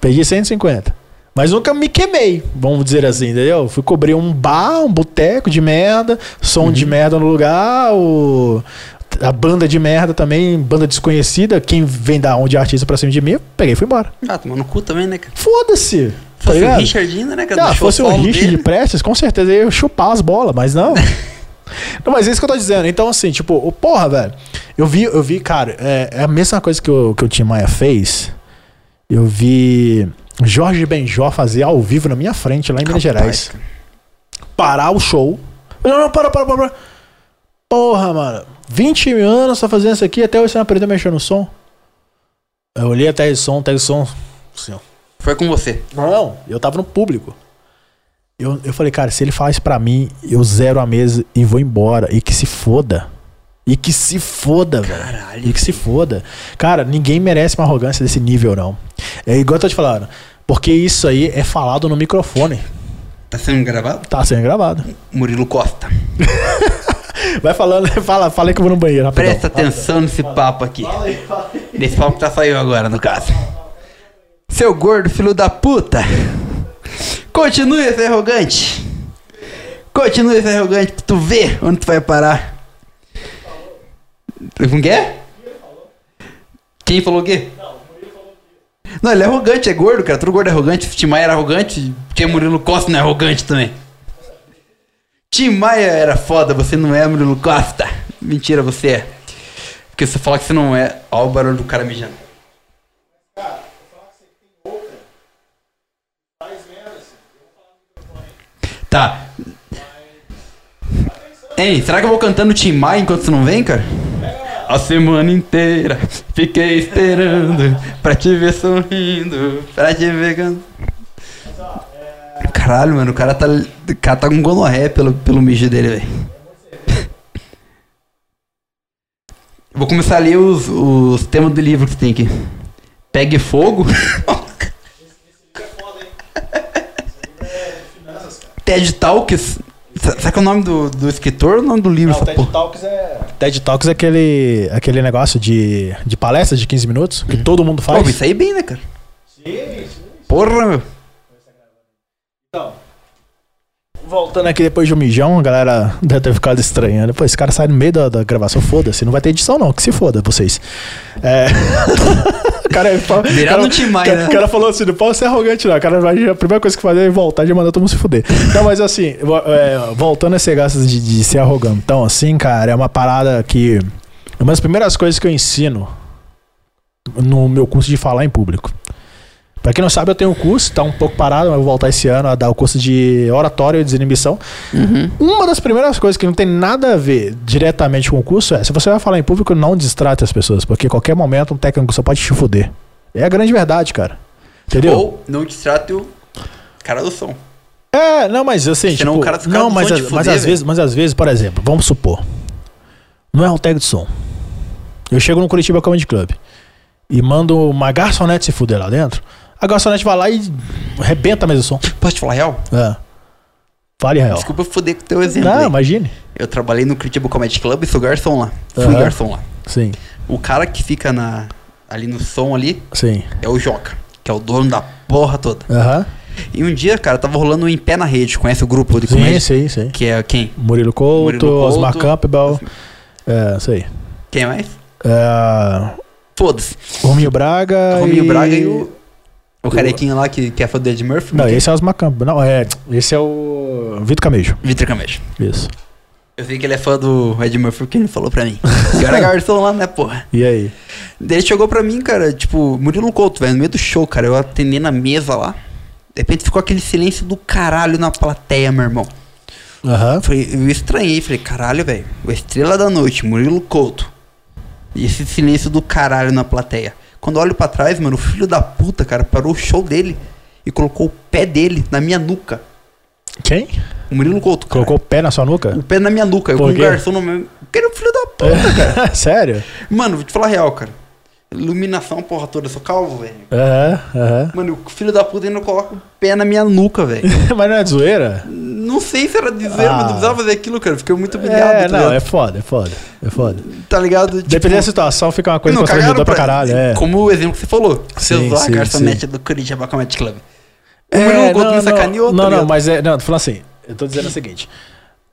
Speaker 1: Perdi 150. Mas nunca me queimei, vamos dizer assim, entendeu? Fui cobrir um bar, um boteco de merda, som de merda no lugar, o... a banda de merda também, banda desconhecida, quem vem da onde é artista pra cima de mim, eu peguei e fui embora.
Speaker 2: Ah, tomou no cu também, né, cara?
Speaker 1: Foda-se!
Speaker 2: Se fosse o
Speaker 1: Tá ligado?
Speaker 2: Richard ainda, né, cara?
Speaker 1: Ah,
Speaker 2: do show
Speaker 1: fosse o
Speaker 2: solo
Speaker 1: Richard de
Speaker 2: dele.
Speaker 1: Prestes, com certeza eu ia chupar as bolas, mas não. não, mas é isso que eu tô dizendo. Então, assim, tipo, o porra, velho. Eu vi, eu vi, cara, é, é a mesma coisa que o, que o Tim Maia fez. Eu vi Jorge Benjó fazer ao vivo na minha frente, lá em Minas Gerais.
Speaker 2: Rapaz,
Speaker 1: Parar o show. Não, não, para, para, para, para. Porra, mano. 20 mil anos só fazendo isso aqui, até hoje você não aprendeu a mexer no som. Eu olhei até o som, até o som. Assim, ó.
Speaker 2: Foi com você.
Speaker 1: Não, eu tava no público. Eu, eu falei, cara, se ele faz pra mim, eu zero a mesa e vou embora. E que se foda. E que se foda, velho.
Speaker 2: Caralho.
Speaker 1: E que se foda. Cara, ninguém merece uma arrogância desse nível, não. É igual eu tô te falando. Porque isso aí é falado no microfone.
Speaker 2: Tá sendo gravado?
Speaker 1: Tá sendo gravado.
Speaker 2: Murilo Costa.
Speaker 1: Vai falando, fala, fala aí que eu vou no banheiro, rapidão.
Speaker 2: Presta atenção nesse papo aqui. Nesse papo que tá saindo agora, no caso. Seu gordo, filho da puta. Continue a ser arrogante. Continue a ser arrogante pra tu ver onde tu vai parar. Como que é? Quem falou o quê? Não, ele é arrogante, é gordo, cara. Todo gordo é arrogante. Tim Maia era arrogante. Porque Murilo Costa não é arrogante também. Tim Maia era foda, você não é Murilo Costa. Mentira, você é. Porque você fala que você não é. Olha o barulho do cara mijando. Tá. Hein, será que eu vou cantando Tim Maia enquanto você não vem, cara? A semana inteira fiquei esperando pra te ver sorrindo, pra te ver cantando. Caralho, mano, o cara tá, o cara tá com gonorré pelo, pelo mijo dele, velho. Eu Vou começar a ler os, os temas do livro que você tem aqui. Pegue fogo. TED Talks. Sa- Sabe que é o nome do, do escritor ou o nome do livro? essa porra?
Speaker 1: Talks é. TED Talks é aquele, aquele negócio de, de palestra de 15 minutos que todo mundo
Speaker 2: Uhum. Pô,
Speaker 1: faz.
Speaker 2: isso aí bem, né, cara? Porra, meu.
Speaker 1: Voltando aqui depois de um mijão, a galera deve ter ficado estranhando. Pô, esse cara sai no meio da, da gravação, foda-se. Não vai ter edição, não, que se foda vocês. É. o cara,
Speaker 2: Virar
Speaker 1: o cara,
Speaker 2: no Tim Maia,
Speaker 1: cara-
Speaker 2: né?
Speaker 1: o cara falou assim: não pode ser arrogante, não. O cara vai, a primeira coisa que fazer é voltar e já mandar todo mundo se fuder. Não, mas assim, vo- é, voltando a esse negócio de, de ser arrogantão, assim, cara, é uma parada que. é Uma das primeiras coisas que eu ensino no meu curso de falar em público. Pra quem não sabe, eu tenho um curso, tá um pouco parado, mas eu vou voltar esse ano a dar o curso de oratório e desinibição. Uma das primeiras coisas que não tem nada a ver diretamente com o curso é, se você vai falar em público, não distrate as pessoas, porque em qualquer momento um técnico só pode te fuder. É a grande verdade, cara. Entendeu?
Speaker 2: Ou não distrate o cara do som.
Speaker 1: É, não, mas assim,
Speaker 2: Senão
Speaker 1: tipo,
Speaker 2: o cara fica
Speaker 1: não,
Speaker 2: com
Speaker 1: mas,
Speaker 2: vontade
Speaker 1: às-
Speaker 2: de
Speaker 1: mas
Speaker 2: fuder,
Speaker 1: às
Speaker 2: velho.
Speaker 1: vezes, mas às vezes, por exemplo, vamos supor, não é um tag de som. Eu chego no Curitiba Comedy Club e mando uma garçonete se fuder lá dentro. A garçonete vai lá e arrebenta a mesa de som.
Speaker 2: Posso te falar real?
Speaker 1: É. Fale real.
Speaker 2: Desculpa foder com o teu exemplo.
Speaker 1: Não,
Speaker 2: aí.
Speaker 1: imagine.
Speaker 2: Eu trabalhei no Curitiba Comedy Club e sou garçom lá. Fui
Speaker 1: Aham.
Speaker 2: garçom lá.
Speaker 1: Sim,
Speaker 2: O cara que fica na, ali no som ali
Speaker 1: sim.
Speaker 2: é o Joca, que é o dono da porra toda.
Speaker 1: Aham.
Speaker 2: E um dia, cara, tava rolando um em pé na rede. Conhece o grupo de
Speaker 1: Sim,
Speaker 2: comédia?
Speaker 1: sim, sim.
Speaker 2: Que é quem?
Speaker 1: Murilo Couto,
Speaker 2: Murilo Couto.
Speaker 1: Osmar Campbell. É, sei.
Speaker 2: Quem mais?
Speaker 1: É,
Speaker 2: Todos.
Speaker 1: Rominho Braga.
Speaker 2: Rominho
Speaker 1: e-
Speaker 2: Braga e o. O
Speaker 1: o-
Speaker 2: carequinha lá que quer foder de Murphy.
Speaker 1: Não, esse é o Osmar Campbell. Não, é. Esse é o. Vitor Camejo.
Speaker 2: Vitor Camejo.
Speaker 1: Isso.
Speaker 2: Eu sei que ele é fã do Ed Murphy porque ele falou pra mim. Eu era garçom lá, né, porra?
Speaker 1: E aí?
Speaker 2: Daí ele chegou pra mim, cara, tipo, Murilo Couto, velho, no meio do show, cara. Eu atendendo a mesa lá. De repente ficou aquele silêncio do caralho na plateia, meu irmão.
Speaker 1: Aham.
Speaker 2: Eu, falei, eu estranhei, falei, caralho, velho. O Estrela da Noite, Murilo Couto. E esse silêncio do caralho na plateia. Quando eu olho pra trás, mano, o filho da puta, cara, parou o show dele e colocou o pé dele na minha nuca.
Speaker 1: Quem?
Speaker 2: O Murilo Couto, cara.
Speaker 1: Colocou o pé na sua nuca?
Speaker 2: o pé na minha nuca. Eu
Speaker 1: Por
Speaker 2: com um
Speaker 1: quê?
Speaker 2: garçom no meu. Que era o um filho da puta, cara.
Speaker 1: Sério?
Speaker 2: Mano, vou te falar a real, cara. Iluminação, porra toda, eu sou calvo, velho.
Speaker 1: Aham, aham.
Speaker 2: Mano, o filho da puta ainda coloca o pé na minha nuca, velho.
Speaker 1: Mas não é de zoeira?
Speaker 2: não sei se era dizer,
Speaker 1: Ah.
Speaker 2: mas eu precisava fazer aquilo, cara. eu Fiquei muito humilhado,
Speaker 1: É,
Speaker 2: tá
Speaker 1: não,
Speaker 2: ligado?
Speaker 1: é foda, é foda, é foda.
Speaker 2: Tá ligado?
Speaker 1: Dependendo da situação, fica uma coisa
Speaker 2: Não,
Speaker 1: constrangedora pra
Speaker 2: cagaram
Speaker 1: caralho, é.
Speaker 2: Como o exemplo que você falou. Você
Speaker 1: Sim,
Speaker 2: usou a
Speaker 1: sim, É,
Speaker 2: garçonete do Curitiba Comedy Club. O Bruno Couto me sacaneou, tá
Speaker 1: Não, não,
Speaker 2: ligado?
Speaker 1: mas é. Não, tô falando assim. Eu tô dizendo o seguinte.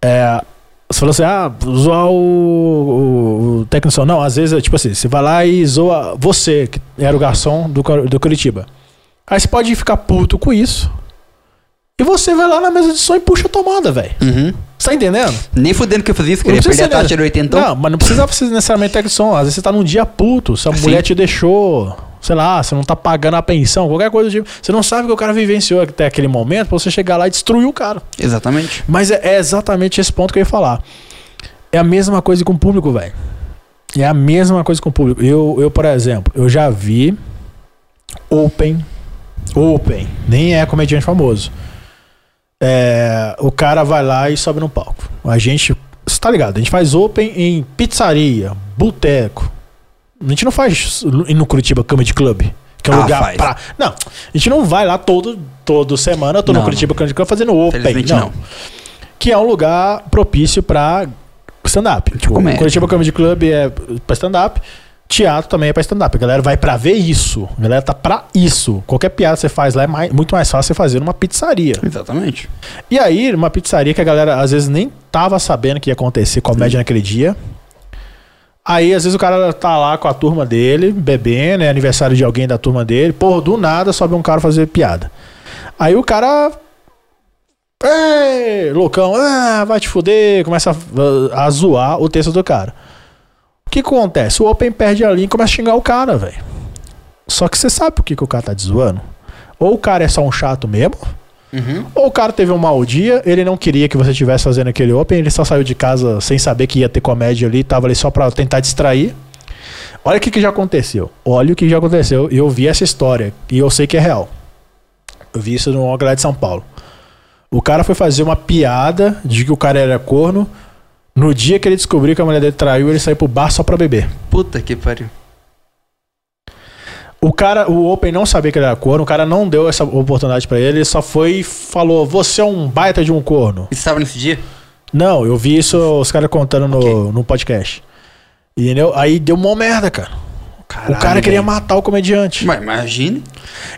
Speaker 1: É. Você falou assim, ah, zoar o, o, o técnico de som. Não, às vezes é tipo assim, você vai lá e zoa você, que era o garçom do, Cur- do Curitiba. Aí você pode ficar puto com isso. E você vai lá na mesa de som e puxa a tomada, velho.
Speaker 2: Uhum.
Speaker 1: Você tá entendendo?
Speaker 2: Nem fudendo que eu fazia isso,
Speaker 1: Não
Speaker 2: queria perder
Speaker 1: precisa
Speaker 2: a
Speaker 1: ser-
Speaker 2: taxa de 80. Então.
Speaker 1: Não, mas não precisa precisa necessariamente ter que som. Às vezes você tá num dia puto, se a
Speaker 2: Sim.
Speaker 1: mulher te deixou, sei lá, você não tá pagando a pensão, qualquer coisa do tipo. Você não sabe o que o cara vivenciou até aquele momento pra você chegar lá e destruir o cara.
Speaker 2: Exatamente.
Speaker 1: Mas é, é exatamente esse ponto que eu ia falar. É a mesma coisa com o público, velho. É a mesma coisa com o público. Eu, eu, por exemplo, eu já vi Open. Open. Nem é comediante famoso. É, o cara vai lá e sobe no palco. A gente. Você tá ligado? A gente faz Open em pizzaria, boteco. A gente não faz no Curitiba Comedy Club. Que é um
Speaker 2: Ah,
Speaker 1: lugar
Speaker 2: faz.
Speaker 1: pra. Não, a gente não vai lá todo, todo semana. Eu tô no
Speaker 2: Não,
Speaker 1: Curitiba Comedy Club fazendo Open.
Speaker 2: Felizmente não.
Speaker 1: Que é um lugar propício pra stand-up. Tipo,
Speaker 2: comédia.
Speaker 1: Curitiba Comedy Club é pra stand-up. Teatro também é pra stand-up. A galera vai pra ver isso. A galera tá pra isso. Qualquer piada que você faz lá é mai- muito mais fácil você fazer numa pizzaria.
Speaker 2: Exatamente.
Speaker 1: E aí, numa pizzaria que a galera às vezes nem tava sabendo que ia acontecer comédia naquele dia. Aí, às vezes, o cara tá lá com a turma dele, bebendo, é aniversário de alguém da turma dele. Porra, do nada sobe um cara fazer piada. Aí o cara. Ei, loucão, ah, vai te fuder, começa a, a zoar o texto do cara. O que acontece? O Open perde a linha e começa a xingar o cara, velho. Só que você sabe por que, que o cara tá te zoando? Ou o cara é só um chato mesmo,
Speaker 2: Uhum.
Speaker 1: ou o cara teve um mau dia, ele não queria que você estivesse fazendo aquele open, ele só saiu de casa sem saber que ia ter comédia ali, tava ali só pra tentar distrair. Olha o que, que já aconteceu. Olha o que já aconteceu. E eu vi essa história. E eu sei que é real. Eu vi isso no Ogla de São Paulo. O cara foi fazer uma piada de que o cara era corno. No dia que ele descobriu que a mulher dele traiu, ele saiu pro bar só pra beber.
Speaker 2: Puta que pariu.
Speaker 1: O cara, o Open não sabia que ele era corno, o cara não deu essa oportunidade pra ele, ele só foi e falou: Você é um baita de um corno.
Speaker 2: E você tava nesse dia?
Speaker 1: Não, eu vi isso os caras contando no,
Speaker 2: Ok.
Speaker 1: no podcast. Entendeu? Aí deu mó merda, cara. o cara
Speaker 2: Caralho,
Speaker 1: queria
Speaker 2: velho.
Speaker 1: matar o comediante.
Speaker 2: Mas imagine.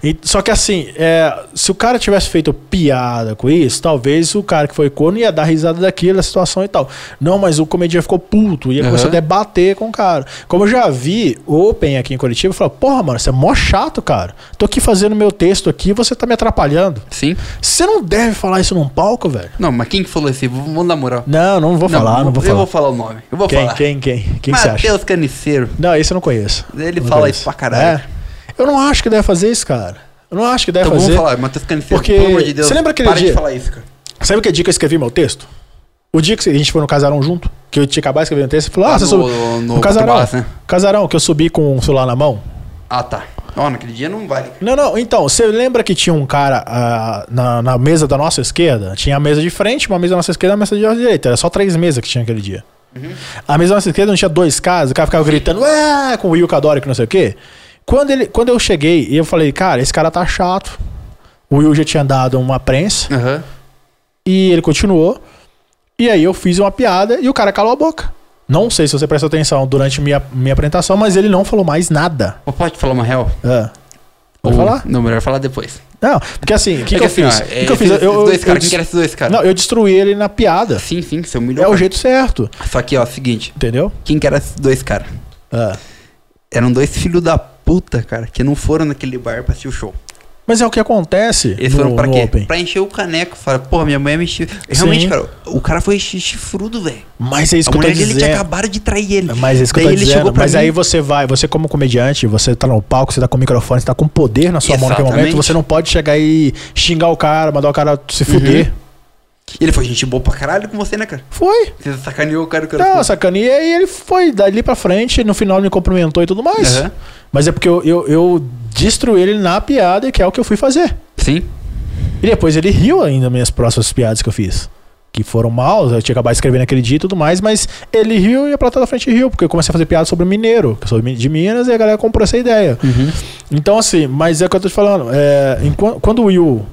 Speaker 1: E- só que assim, é, se o cara tivesse feito piada com isso, talvez o cara que foi corno ia dar risada daquilo, da situação e tal. Não, mas o comediante ficou puto, ia começar a
Speaker 2: Aham.
Speaker 1: debater com o cara. Como eu já vi Open aqui em Curitiba, falar, porra, mano, você é mó chato, cara. Tô aqui fazendo meu texto aqui, você tá me atrapalhando.
Speaker 2: Sim.
Speaker 1: Você não deve falar isso num palco, velho.
Speaker 2: Não, mas quem que falou isso? Vamos vamos dar moral.
Speaker 1: Não, não vou falar, não vou
Speaker 2: Eu
Speaker 1: falar.
Speaker 2: vou falar o nome. Eu vou
Speaker 1: Quem,
Speaker 2: falar.
Speaker 1: quem, quem? Quem você acha?
Speaker 2: Matheus Caniceiro.
Speaker 1: Não, esse eu não conheço.
Speaker 2: Ele
Speaker 1: Não
Speaker 2: fala
Speaker 1: conheço.
Speaker 2: isso pra caralho.
Speaker 1: É. Eu não acho que deve fazer isso, cara. Eu não acho que deve
Speaker 2: Então
Speaker 1: fazer.
Speaker 2: vamos falar, Matheus Caniceiro,
Speaker 1: Porque-
Speaker 2: pelo amor de Deus.
Speaker 1: você lembra aquele
Speaker 2: para
Speaker 1: dia?
Speaker 2: de falar isso, cara.
Speaker 1: Sabe que é dia que eu escrevi meu texto? O dia que a gente foi no casarão junto, que eu tinha acabado de escrever meu texto, você falou, ah,
Speaker 2: Lá
Speaker 1: você
Speaker 2: no-
Speaker 1: subiu.
Speaker 2: no-
Speaker 1: No,
Speaker 2: no
Speaker 1: casarão.
Speaker 2: Petrobras, né?
Speaker 1: Casarão, que eu subi com o celular na mão.
Speaker 2: Ah, tá. Ó, naquele dia não vale.
Speaker 1: Não, não, então, você lembra que tinha um cara ah, na, na mesa da nossa esquerda? Tinha a mesa de frente, uma mesa da nossa esquerda e uma mesa da nossa direita. Era só três mesas que tinha aquele dia. A mesa da nossa esquerda não tinha dois caras, o cara ficava gritando, ué, com o Will Cadori, que não sei o quê. Quando, ele, quando eu cheguei e eu falei, cara, esse cara tá chato. O Will já tinha dado uma prensa.
Speaker 2: Aham.
Speaker 1: E ele continuou. E aí eu fiz uma piada e o cara calou a boca. Não sei se você prestou atenção durante minha, minha apresentação, mas ele não falou mais nada.
Speaker 2: Mas Pode falar uma real?
Speaker 1: É. Pode
Speaker 2: Ou-
Speaker 1: falar?
Speaker 2: Não, melhor falar depois.
Speaker 1: Não, porque assim, o que,
Speaker 2: É
Speaker 1: que eu
Speaker 2: assim,
Speaker 1: fiz?
Speaker 2: ó,
Speaker 1: O que
Speaker 2: é,
Speaker 1: que eu fiz? Eu,
Speaker 2: esses
Speaker 1: eu-
Speaker 2: dois
Speaker 1: eu
Speaker 2: caras,
Speaker 1: des-
Speaker 2: quem era esses dois caras?
Speaker 1: Não, eu destruí ele na piada.
Speaker 2: Sim, sim, seu
Speaker 1: É
Speaker 2: melhor.
Speaker 1: o jeito certo,
Speaker 2: Só que, ó, seguinte.
Speaker 1: entendeu?
Speaker 2: Quem que eram esses dois caras?
Speaker 1: É.
Speaker 2: Eram dois filhos da puta, cara, que não foram naquele bar pra assistir o show.
Speaker 1: Mas é o que acontece
Speaker 2: Eles
Speaker 1: no,
Speaker 2: foram pra
Speaker 1: no
Speaker 2: quê?
Speaker 1: Open.
Speaker 2: Pra encher o caneco. Fala, porra, minha mãe me encheu. Realmente,
Speaker 1: Sim.
Speaker 2: cara, o cara foi chi- chifrudo, velho.
Speaker 1: Mas é isso
Speaker 2: A
Speaker 1: que eu tô
Speaker 2: mulher dele
Speaker 1: dizendo.
Speaker 2: tinha acabado de trair ele.
Speaker 1: Mas é isso que eu
Speaker 2: Daí
Speaker 1: tô
Speaker 2: ele chegou
Speaker 1: dizendo.
Speaker 2: pra
Speaker 1: Mas
Speaker 2: mim-
Speaker 1: aí você vai, você como comediante, você tá no palco, você tá com o microfone, você tá com poder na sua mão naquele
Speaker 2: Exatamente.
Speaker 1: momento, você não pode chegar e xingar o cara, mandar o cara se fuder.
Speaker 2: Uhum. Ele foi gente boa pra caralho com você, né, cara?
Speaker 1: Foi.
Speaker 2: Você sacaneou o cara, o cara.
Speaker 1: Não,
Speaker 2: ficou-
Speaker 1: eu sacaneei e ele foi dali pra frente, no final ele me cumprimentou e tudo mais.
Speaker 2: Aham.
Speaker 1: Mas é porque eu, eu, eu destruí ele na piada, que é o que eu fui fazer.
Speaker 2: Sim.
Speaker 1: E depois ele riu ainda minhas próximas piadas que eu fiz. Que foram mal, eu tinha acabado escrevendo naquele dia e tudo mais, mas ele riu e a plateia da frente riu, porque eu comecei a fazer piada sobre mineiro, que eu sou mi- de Minas, e a galera comprou essa ideia. Então, assim, mas é o que eu tô te falando. é, enquan- quando o Will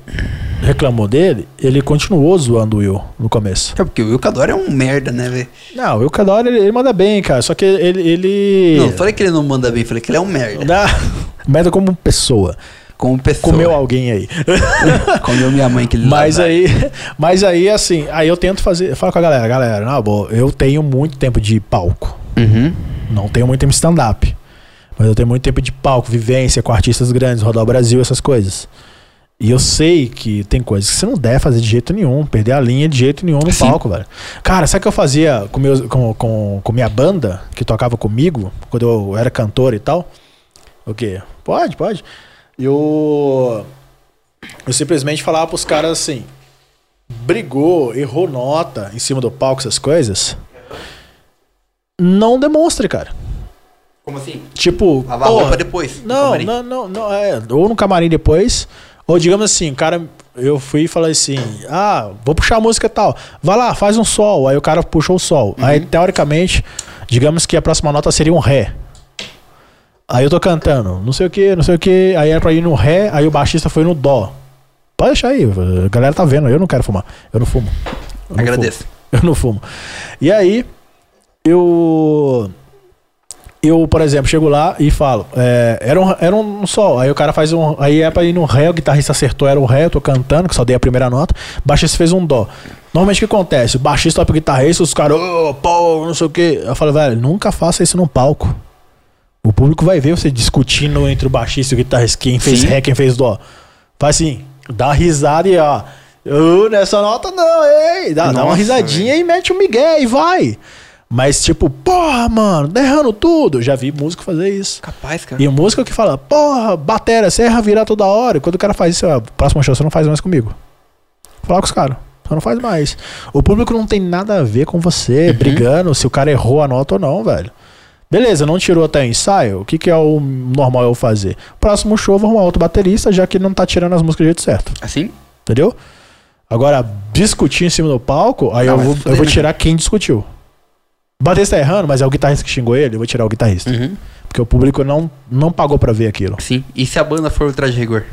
Speaker 1: reclamou dele, ele continuou zoando o Will no começo.
Speaker 2: É porque o Wilcador é um merda, né, velho?
Speaker 1: Não, o Will cada hora ele, ele manda bem, cara. Só que ele. ele...
Speaker 2: Não, falei que ele não manda bem, falei que ele é um merda.
Speaker 1: Dá- Merda como pessoa.
Speaker 2: Como pessoa.
Speaker 1: Comeu alguém aí.
Speaker 2: Comeu minha mãe que ele
Speaker 1: Mas aí, mas aí, assim, aí eu tento fazer. Eu falo com a galera, galera, na boa, eu tenho muito tempo de palco.
Speaker 2: Uhum.
Speaker 1: Não tenho muito tempo de stand-up. Mas eu tenho muito tempo de palco, vivência com artistas grandes, rodar o Brasil, essas coisas. E eu sei que tem coisas que você não deve fazer de jeito nenhum, perder a linha de jeito nenhum no
Speaker 2: Sim.
Speaker 1: palco, velho. Cara, sabe o que eu fazia com, meus, com, com, com minha banda, que tocava comigo, quando eu era cantor e tal? O quê? Pode, pode. Eu, eu simplesmente falava pros caras assim: brigou, errou nota em cima do palco, essas coisas. Não demonstre, cara.
Speaker 2: Como assim?
Speaker 1: Tipo,
Speaker 2: Lavar a
Speaker 1: porra,
Speaker 2: roupa depois.
Speaker 1: não,
Speaker 2: Camarim.
Speaker 1: não, não, não, é, ou no camarim depois, ou digamos assim, o cara, eu fui e falei assim, ah, vou puxar a música e tal, vai lá, faz um sol, aí o cara puxou o sol,
Speaker 2: Uhum.
Speaker 1: aí teoricamente, digamos que a próxima nota seria um ré, aí eu tô cantando, não sei o que, não sei o que, aí era pra ir no ré, aí o baixista foi no dó, pode deixar aí, a galera tá vendo, eu não quero fumar, eu não fumo. Eu não
Speaker 2: Agradeço.
Speaker 1: eu não fumo. E aí, eu. Eu, por exemplo, chego lá e falo, é, era, um, era um sol. Aí o cara faz um. Aí é pra ir no ré, o guitarrista acertou, era o ré, eu tô cantando, que só dei a primeira nota. O baixista fez um dó. Normalmente o que acontece? O baixista olha pro guitarrista, os caras, ô, pô, não sei o quê. Eu falo, velho, nunca faça isso num palco. O público vai ver você discutindo entre o baixista e o guitarrista, quem fez
Speaker 2: Sim.
Speaker 1: ré, quem fez dó. Faz assim, dá risada e ó. "Ô, nessa nota não, ei! Ah, Dá, dá uma
Speaker 2: Nossa,
Speaker 1: risadinha e mete o Miguel e vai. Mas tipo, porra, mano, tá errando tudo. Eu Já vi músico fazer isso.
Speaker 2: Capaz, cara.
Speaker 1: E o músico que fala, porra, batera, você erra virar toda hora. E quando o cara faz isso, ó, próximo show você não faz mais comigo. Fala com os caras. Você não faz mais. O público não tem nada a ver com você brigando se o cara errou a nota ou não, velho. Beleza, não tirou até ensaio. O que, que é o normal eu fazer? Próximo show eu vou arrumar outro baterista, já que ele não tá tirando as músicas do jeito certo.
Speaker 2: Assim?
Speaker 1: Entendeu? Agora, discutir em cima do palco, aí
Speaker 2: Não,
Speaker 1: eu
Speaker 2: mas
Speaker 1: vou,
Speaker 2: fudeu,
Speaker 1: eu vou
Speaker 2: né?
Speaker 1: tirar quem discutiu. O baterista tá errando, mas é o guitarrista que xingou ele, eu vou tirar o guitarrista.
Speaker 2: Uhum.
Speaker 1: Porque o público não, não pagou pra ver aquilo.
Speaker 2: Sim. E se a banda for o traje rigor?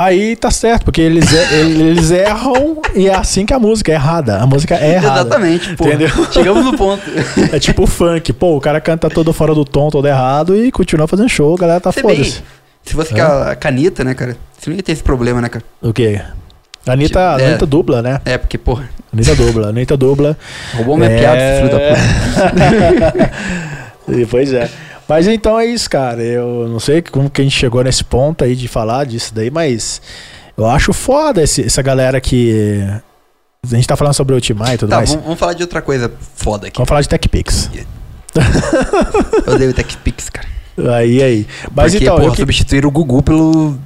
Speaker 1: Aí tá certo, porque eles, er- eles erram e é assim que a música é errada. A música é errada.
Speaker 2: Exatamente, pô.
Speaker 1: Entendeu?
Speaker 2: Chegamos no ponto.
Speaker 1: É tipo o funk. Pô, o cara canta todo fora do tom, todo errado e continua fazendo show, a galera tá
Speaker 2: Se bem,
Speaker 1: foda-se. É.
Speaker 2: Se fosse com a canita, né, cara? Você não ia ter esse problema, né, cara?
Speaker 1: O quê? A Anitta,
Speaker 2: Tipo, é.
Speaker 1: Anitta dubla, né?
Speaker 2: É, porque, porra,
Speaker 1: Anitta dubla, Anitta dubla.
Speaker 2: roubou minha
Speaker 1: É.
Speaker 2: piada, esse filho da puta.
Speaker 1: puta. pois é. Mas então é isso, cara. Eu não sei como que a gente chegou nesse ponto aí de falar disso daí, mas eu acho foda esse- essa galera que. A gente tá falando sobre o Timai e tudo
Speaker 2: Tá,
Speaker 1: mais.
Speaker 2: vamos, vamos falar de outra coisa foda aqui.
Speaker 1: Vamos falar de TechPix.
Speaker 2: Eu odeio o TechPix, cara.
Speaker 1: Aí, aí. Mas
Speaker 2: Porque,
Speaker 1: então,
Speaker 2: porra,
Speaker 1: eu que-
Speaker 2: substituíram o Gugu pelo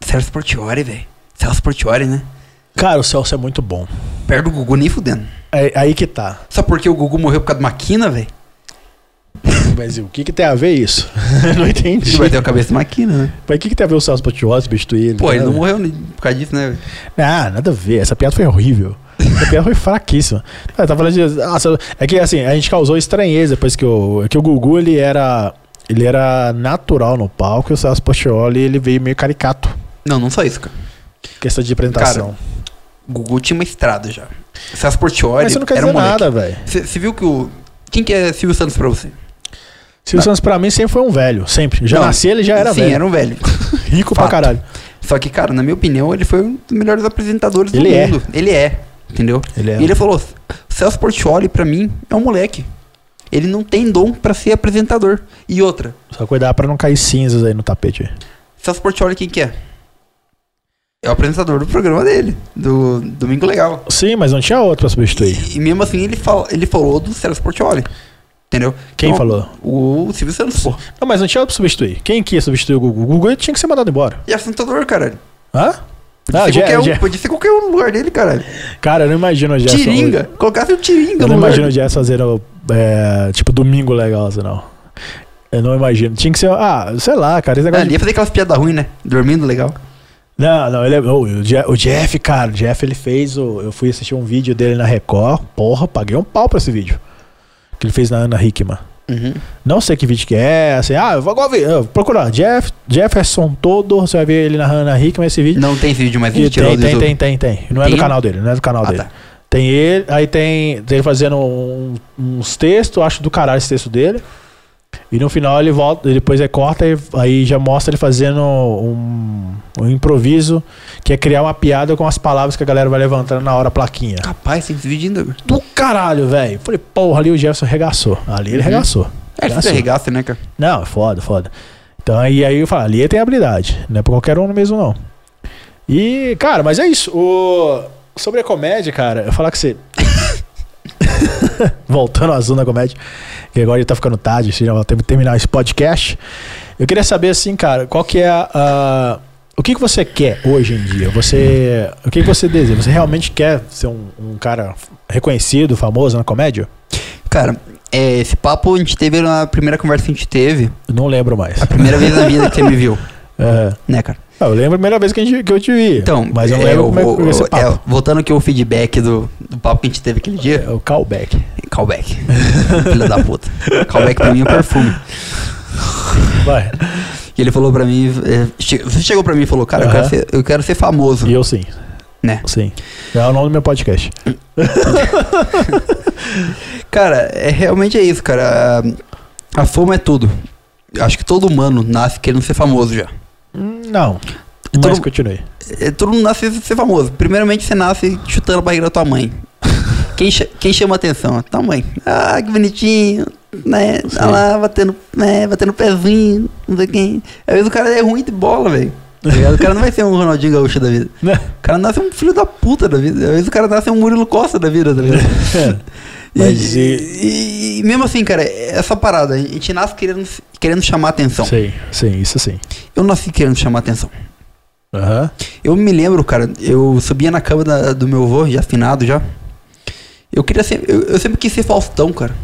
Speaker 2: Celso Portiori, velho. Celso Portiori, né?
Speaker 1: cara, o Celso é muito bom.
Speaker 2: Perto do Gugu, nem fudendo.
Speaker 1: É, aí que tá.
Speaker 2: Só porque o Gugu morreu por causa de uma quina, velho?
Speaker 1: Mas o que, que tem a ver isso? não entendi.
Speaker 2: Ele vai ter a cabeça de uma quina, né?
Speaker 1: Mas o que, que tem a ver o Celso Portioli substituir ele? né?
Speaker 2: Pô, ele não
Speaker 1: Nada.
Speaker 2: morreu nem por causa disso, né, velho?
Speaker 1: Ah, nada a ver. Essa piada foi horrível. Essa piada foi fraquíssima. Tá, tá falando de. Nossa, é que assim, a gente causou estranheza, pois que o, é que o Gugu ele era. Ele era natural no palco e o Celso Portioli ele veio meio caricato.
Speaker 2: Não, não só isso, cara.
Speaker 1: Questão de apresentação.
Speaker 2: O Gugu tinha uma estrada já. O Celso Portiori
Speaker 1: Mas você não quer
Speaker 2: era um
Speaker 1: dizer
Speaker 2: moleque.
Speaker 1: nada, velho.
Speaker 2: Você viu que o... Quem que é Silvio Santos pra você?
Speaker 1: Silvio Santos pra mim sempre foi um velho. Sempre. Já
Speaker 2: Não.
Speaker 1: nasci ele já era
Speaker 2: Sim,
Speaker 1: velho.
Speaker 2: era um velho.
Speaker 1: Rico
Speaker 2: fato.
Speaker 1: pra caralho.
Speaker 2: Só que, cara, na minha opinião, ele foi um dos melhores apresentadores
Speaker 1: Ele
Speaker 2: do
Speaker 1: é.
Speaker 2: mundo. Ele é, entendeu?
Speaker 1: Ele é.
Speaker 2: E ele falou: Celso Portioli, pra mim, é um moleque. Ele não tem dom pra ser apresentador. E outra,
Speaker 1: Só cuidar pra não cair cinzas aí no tapete.
Speaker 2: Celso Portioli, quem que é? É o apresentador do programa dele, do Domingo Legal.
Speaker 1: Sim, mas não tinha outro pra substituir.
Speaker 2: E, e mesmo assim, ele, fala, ele falou do Celso Portioli. Entendeu?
Speaker 1: Quem
Speaker 2: Então,
Speaker 1: falou?
Speaker 2: O Silvio Santos, pô.
Speaker 1: Não, mas não tinha outro pra substituir. Quem que ia substituir o Gugu? O Gugu tinha que ser mandado embora.
Speaker 2: E apresentador, caralho.
Speaker 1: Hã?
Speaker 2: Podia,
Speaker 1: Ah,
Speaker 2: ser
Speaker 1: já,
Speaker 2: qualquer um,
Speaker 1: já.
Speaker 2: podia ser qualquer um no lugar dele, caralho.
Speaker 1: Cara, eu não imagino o Gerson.
Speaker 2: Tiringa. Colocasse o Tiringa
Speaker 1: Eu não
Speaker 2: no lugar
Speaker 1: imagino o Jess fazendo, é, tipo, domingo legal, assim, não. Eu não imagino. Tinha que ser. Ah, sei lá, cara. Esse
Speaker 2: Ah,
Speaker 1: negócio
Speaker 2: ele
Speaker 1: de-
Speaker 2: ia fazer aquelas piadas ruins, né? Dormindo legal.
Speaker 1: Não, não, ele é. oh, o, Je- o Jeff, cara, o Jeff ele fez. o- Eu fui assistir um vídeo dele na Record. Porra, paguei um pau pra esse vídeo. Que ele fez na Ana Hickman. Não sei que vídeo que é, assim, ah, eu vou agora ver. eu, procurar. Jeff, Jefferson todo, você vai ver ele na Hannah Hickman esse vídeo.
Speaker 2: Não tem esse vídeo, mas
Speaker 1: E
Speaker 2: ele tirou
Speaker 1: tem,
Speaker 2: do
Speaker 1: tem,
Speaker 2: YouTube.
Speaker 1: tem, tem, tem. Não é do
Speaker 2: Tem?
Speaker 1: canal dele, não é do canal
Speaker 2: Ah,
Speaker 1: dele.
Speaker 2: tá.
Speaker 1: Tem ele, aí tem, tem ele fazendo um- uns textos, acho do caralho esse texto dele. E no final ele volta, ele depois ele corta e aí já mostra ele fazendo um, um improviso, que é criar uma piada com as palavras que a galera vai levantando na hora a plaquinha.
Speaker 2: Capaz, tem esse vídeo ainda. velho.
Speaker 1: Do caralho, velho. Falei, porra, ali o Jefferson regaçou. Ali ele
Speaker 2: Uhum.
Speaker 1: regaçou.
Speaker 2: É, ele se
Speaker 1: Regaçou.
Speaker 2: arregaça, né, cara?
Speaker 1: Não, é foda, foda. Então, e aí eu falo, ali tem habilidade. Não é pra qualquer um mesmo, não. E, cara, mas é isso. O... Sobre a comédia, cara, eu falar que você. Voltando ao azul da comédia, que agora já tá ficando tarde, assim, já vai ter que terminar esse podcast. Eu queria saber, assim, cara, qual que é a. a- O que, que você quer hoje em dia? Você. O que, que você deseja? Você realmente quer ser um, um cara reconhecido, famoso na comédia?
Speaker 2: Cara, é, esse papo a gente teve na primeira conversa que a gente teve.
Speaker 1: Eu não lembro mais.
Speaker 2: A primeira vez na vida que você me viu,
Speaker 1: É.
Speaker 2: né, cara?
Speaker 1: Ah, eu lembro a primeira vez que, a gente, que eu te vi.
Speaker 2: Então,
Speaker 1: mas eu não
Speaker 2: é,
Speaker 1: lembro
Speaker 2: o-
Speaker 1: como é que foi
Speaker 2: o-
Speaker 1: esse
Speaker 2: é,
Speaker 1: papo.
Speaker 2: voltando aqui ao feedback do, do papo que a gente teve aquele
Speaker 1: É,
Speaker 2: dia.
Speaker 1: o callback.
Speaker 2: Callback. Filho da puta. Callback pra mim é perfume.
Speaker 1: Vai.
Speaker 2: E ele falou pra mim. é, che- você chegou pra mim e falou, cara, eu, quero
Speaker 1: Aham.
Speaker 2: ser, eu quero ser famoso.
Speaker 1: E eu sim.
Speaker 2: Né?
Speaker 1: Sim. É o nome do meu podcast.
Speaker 2: Cara, é, realmente é isso, cara. A, a fama é tudo. Acho que todo humano nasce querendo ser famoso já.
Speaker 1: Hum, Não.
Speaker 2: Então-
Speaker 1: Mas continue.
Speaker 2: É, todo mundo nasce querendo ser famoso. Primeiramente, você nasce chutando a barriga da tua mãe. Quem, cha- quem chama atenção? A tua mãe. Ah, que bonitinho. Né? Tá
Speaker 1: Sim.
Speaker 2: lá batendo, né? batendo pezinho. Não sei quem. Às vezes o cara é ruim de bola, velho. Tá ligado? O cara não vai ser um Ronaldinho Gaúcho da vida.
Speaker 1: Né?
Speaker 2: O cara nasce um filho da puta da vida. Às vezes o cara nasce um Murilo Costa da vida, tá ligado?
Speaker 1: Mas
Speaker 2: e,
Speaker 1: e-
Speaker 2: e- e mesmo assim, cara, essa parada, a gente nasce querendo, querendo chamar atenção.
Speaker 1: Sim, sim, isso sim.
Speaker 2: Eu nasci querendo chamar atenção.
Speaker 1: Aham.
Speaker 2: Eu me lembro, cara, eu subia na cama da- do meu avô, já afinado já. Eu queria ser. Eu, eu sempre quis ser Faustão, cara.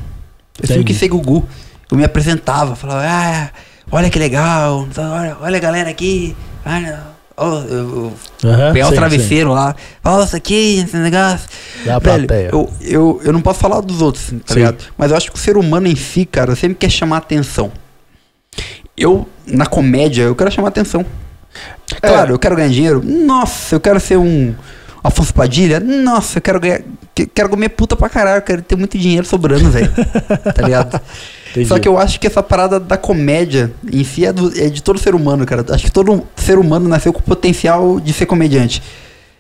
Speaker 2: Eu sempre
Speaker 1: Entendi.
Speaker 2: quis ser Gugu. Eu me apresentava, falava, ah, olha que legal, olha, olha a galera aqui. Ah, ó, eu-
Speaker 1: Aham.
Speaker 2: eu pegar o
Speaker 1: Ah, sim,
Speaker 2: travesseiro lá, olha isso aqui, esse negócio.
Speaker 1: sim. Da
Speaker 2: Velho,
Speaker 1: plateia.
Speaker 2: eu, eu, eu não posso falar dos outros,
Speaker 1: Sim.
Speaker 2: tá ligado? Mas eu acho que o ser humano em si, cara, sempre quer chamar atenção. Eu, na comédia, eu quero chamar atenção.
Speaker 1: É.
Speaker 2: Claro, eu quero ganhar dinheiro. Nossa, eu quero ser um, Afonso Padilha, nossa, eu quero ganhar. que- Quero comer puta pra caralho, eu quero ter muito dinheiro sobrando, velho. tá ligado?
Speaker 1: Entendi.
Speaker 2: Só que eu acho que essa parada da comédia em si é, do- é de todo ser humano, cara. Acho que todo ser humano nasceu com o potencial de ser comediante.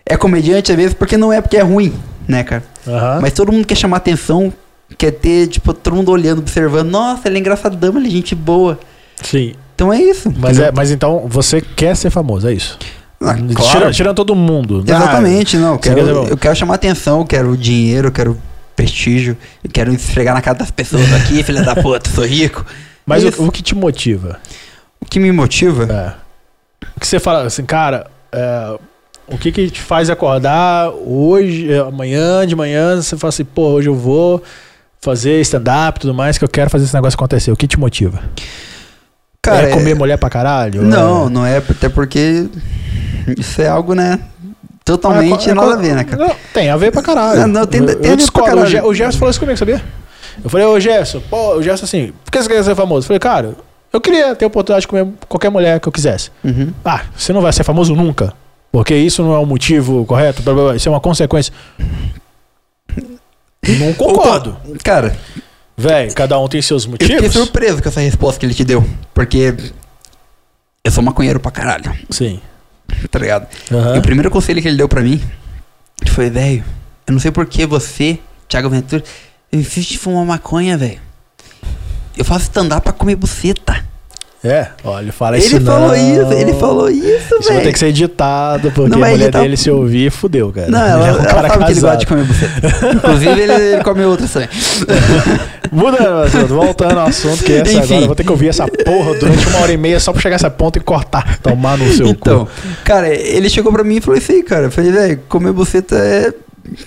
Speaker 2: É comediante, às vezes, porque não é porque é ruim, né, cara?
Speaker 1: Aham.
Speaker 2: Mas todo mundo quer chamar atenção, quer ter, tipo, todo mundo olhando, observando. Nossa, ele é engraçadão, ele é gente boa.
Speaker 1: Sim.
Speaker 2: Então é isso.
Speaker 1: Mas,
Speaker 2: entendeu?
Speaker 1: é, mas então você quer ser famoso, é isso?
Speaker 2: Ah,
Speaker 1: Tira- tirando todo mundo. né?
Speaker 2: Exatamente, não. Eu
Speaker 1: Você quer
Speaker 2: quero,
Speaker 1: dizer, bom.
Speaker 2: eu quero chamar atenção, eu quero dinheiro, eu quero prestígio, eu quero esfregar na cara das pessoas aqui, filha da puta, sou rico.
Speaker 1: Mas
Speaker 2: Isso.
Speaker 1: o, o que te motiva?
Speaker 2: O que me motiva?
Speaker 1: É. O que você fala assim, cara, é, o que que te faz acordar hoje, é, amanhã, de manhã, você fala assim, pô, hoje eu vou fazer stand-up e tudo mais, que eu quero fazer esse negócio acontecer. O que te motiva?
Speaker 2: Cara,
Speaker 1: é comer né? mulher pra caralho?
Speaker 2: Não, não é, até porque isso é algo, né? Totalmente
Speaker 1: É- é-
Speaker 2: nada a ver, né, cara?
Speaker 1: Não, tem a ver pra caralho.
Speaker 2: Não, não, tem-
Speaker 1: eu,
Speaker 2: tem a
Speaker 1: eu
Speaker 2: ver pra
Speaker 1: discordo.
Speaker 2: caralho.
Speaker 1: O Ge- O Gerson falou isso comigo, sabia? Eu falei, ô Gerson, pô, o Gerson assim, por que você quer ser famoso? Eu falei, cara, eu queria ter a oportunidade de comer qualquer mulher que eu quisesse.
Speaker 2: Uhum.
Speaker 1: Ah, você não vai ser famoso nunca. Porque isso não é o motivo correto, blá, blá, blá, isso é uma consequência. Não concordo.
Speaker 2: Cara,
Speaker 1: Véi, cada um tem seus
Speaker 2: eu fiquei
Speaker 1: motivos.
Speaker 2: surpreso com essa resposta que ele te deu, porque eu sou maconheiro pra caralho,
Speaker 1: Sim.
Speaker 2: tá ligado?
Speaker 1: Aham.
Speaker 2: E o primeiro conselho que ele deu pra mim foi, velho, eu não sei por que você, Thiago Ventura, eu insisto em fumar maconha, velho. Eu faço stand-up pra comer buceta.
Speaker 1: É, olha, fala isso
Speaker 2: Ele falou
Speaker 1: não.
Speaker 2: isso, ele falou isso,
Speaker 1: Isso vai ter que
Speaker 2: velho.
Speaker 1: ser editado, porque
Speaker 2: Não
Speaker 1: a
Speaker 2: vai
Speaker 1: mulher
Speaker 2: editar.
Speaker 1: dele se ouvir, fudeu, cara.
Speaker 2: Não,
Speaker 1: Ele
Speaker 2: ela,
Speaker 1: é um
Speaker 2: ela
Speaker 1: cara
Speaker 2: sabe que ele gosta
Speaker 1: casado.
Speaker 2: de comer buceta. Inclusive, ele, ele come outras também.
Speaker 1: Mudando o assunto, voltando ao assunto, que essa
Speaker 2: Enfim.
Speaker 1: agora eu vou ter que ouvir essa porra durante uma hora e meia só pra chegar a essa ponta e cortar, tomar no seu
Speaker 2: Então,
Speaker 1: cu.
Speaker 2: cara, ele chegou pra mim e falou isso aí, cara. Eu falei, velho, comer buceta é,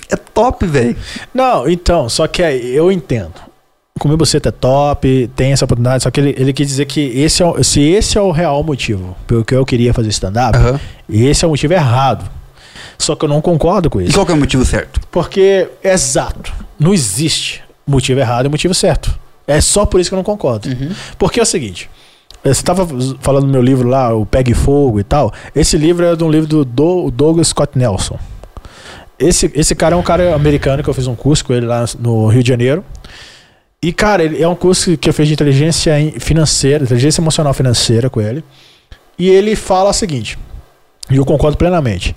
Speaker 2: é top, velho.
Speaker 1: Não, então, só que aí, eu entendo. Comer buceta é top, tem essa oportunidade, só que ele, ele quis dizer que esse é, o- se esse é o real motivo pelo que eu queria fazer stand-up, esse é o motivo errado. Só que eu não concordo com
Speaker 2: E
Speaker 1: isso.
Speaker 2: qual que é o motivo certo?
Speaker 1: Porque, exato, não existe motivo errado e motivo certo. É só por isso que eu não concordo. Porque é o seguinte. Você estava falando do meu livro lá, o Pegue Fogo e tal. Esse livro é de um livro do Do- Douglas Scott Nelson. Esse, esse cara é um cara americano que eu fiz um curso com ele lá no Rio de Janeiro. E, cara, ele, é um curso que eu fiz de inteligência em- financeira, inteligência emocional financeira com ele. E ele fala o seguinte, e eu concordo plenamente.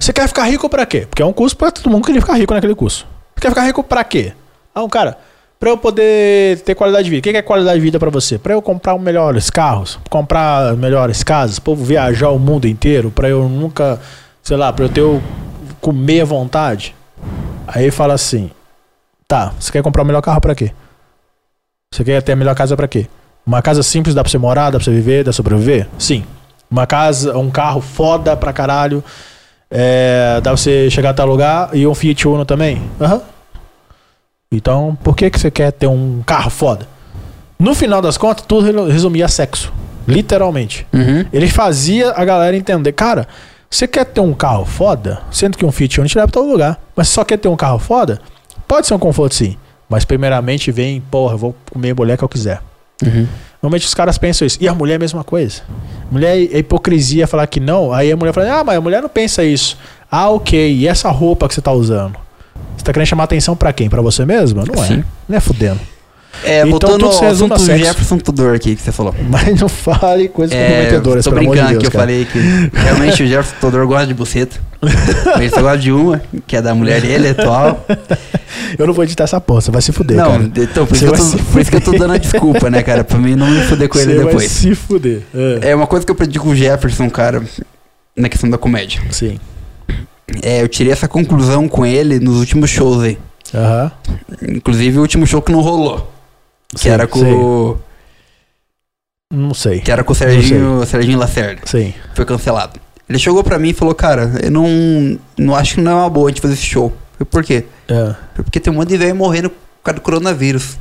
Speaker 1: Você quer ficar rico pra quê? Porque é um curso pra todo mundo que ele ficar rico naquele curso. Você quer ficar rico pra quê? Ah, um cara, pra eu poder ter qualidade de vida. O que que é qualidade de vida pra você? Pra eu comprar melhores carros, comprar melhores casas, povo viajar o mundo inteiro, pra eu nunca, sei lá, pra eu ter o- comer à vontade. Aí ele fala assim: "Tá, você quer comprar o melhor carro pra quê? Você quer ter a melhor casa pra quê? Uma casa simples dá pra você morar, dá pra você viver, dá pra sobreviver? Sim. Uma casa, um carro foda pra caralho, é, dá pra você chegar a tal lugar e um Fiat Uno também? Aham. Então, por que, que você quer ter um carro foda? No final das contas, tudo relo- resumia a sexo. Literalmente.
Speaker 2: Uhum.
Speaker 1: Ele fazia a galera entender, cara, você quer ter um carro foda, sendo que um Fiat Uno te leva pra todo lugar. Mas você só quer ter um carro foda? Pode ser um conforto sim. Mas primeiramente vem, porra, eu vou comer a mulher que eu quiser.
Speaker 2: Uhum.
Speaker 1: Normalmente os caras pensam isso. E a mulher é a mesma coisa. Mulher é hipocrisia falar que não. Aí a mulher fala, ah, mas a mulher não pensa isso. Ah, ok. E essa roupa que você tá usando? Você tá querendo chamar atenção pra quem? Pra você mesma? Não é.
Speaker 2: Sim.
Speaker 1: Não é fudendo.
Speaker 2: É,
Speaker 1: Então,
Speaker 2: voltando
Speaker 1: tudo
Speaker 2: ao
Speaker 1: se resume
Speaker 2: assunto
Speaker 1: a
Speaker 2: do
Speaker 1: sexo.
Speaker 2: Jefferson Tudor aqui que você falou.
Speaker 1: Mas não fale coisas comprometedoras,
Speaker 2: tô
Speaker 1: pelo amor de Deus,
Speaker 2: brincando que É, eu
Speaker 1: cara.
Speaker 2: falei que realmente o Jefferson Tudor gosta de buceta. Ele só gosta de uma, que é da mulher dele, atual.
Speaker 1: Eu não vou editar essa porra, você vai se fuder,
Speaker 2: não,
Speaker 1: cara.
Speaker 2: então, por
Speaker 1: Você
Speaker 2: isso, que eu
Speaker 1: vai
Speaker 2: tô,
Speaker 1: se
Speaker 2: por isso que eu tô dando a desculpa, né, cara? Pra mim não me fuder com ele
Speaker 1: Você vai
Speaker 2: depois.
Speaker 1: se fuder. É.
Speaker 2: É uma coisa que eu aprendi com o Jefferson, cara, na questão da comédia.
Speaker 1: Sim.
Speaker 2: É, eu tirei essa conclusão com ele nos últimos shows aí.
Speaker 1: Aham.
Speaker 2: Inclusive o último show que não rolou. Que
Speaker 1: Sim,
Speaker 2: era com.
Speaker 1: sim.
Speaker 2: o-
Speaker 1: Não sei.
Speaker 2: Que era com o Serginho, Serginho Lacerda.
Speaker 1: Sim.
Speaker 2: Foi cancelado. Ele chegou pra mim e falou, cara, eu não. Não acho que não é uma boa a gente fazer esse show. Eu, por quê?
Speaker 1: É.
Speaker 2: Foi Porque tem um monte de velho morrendo por causa do coronavírus.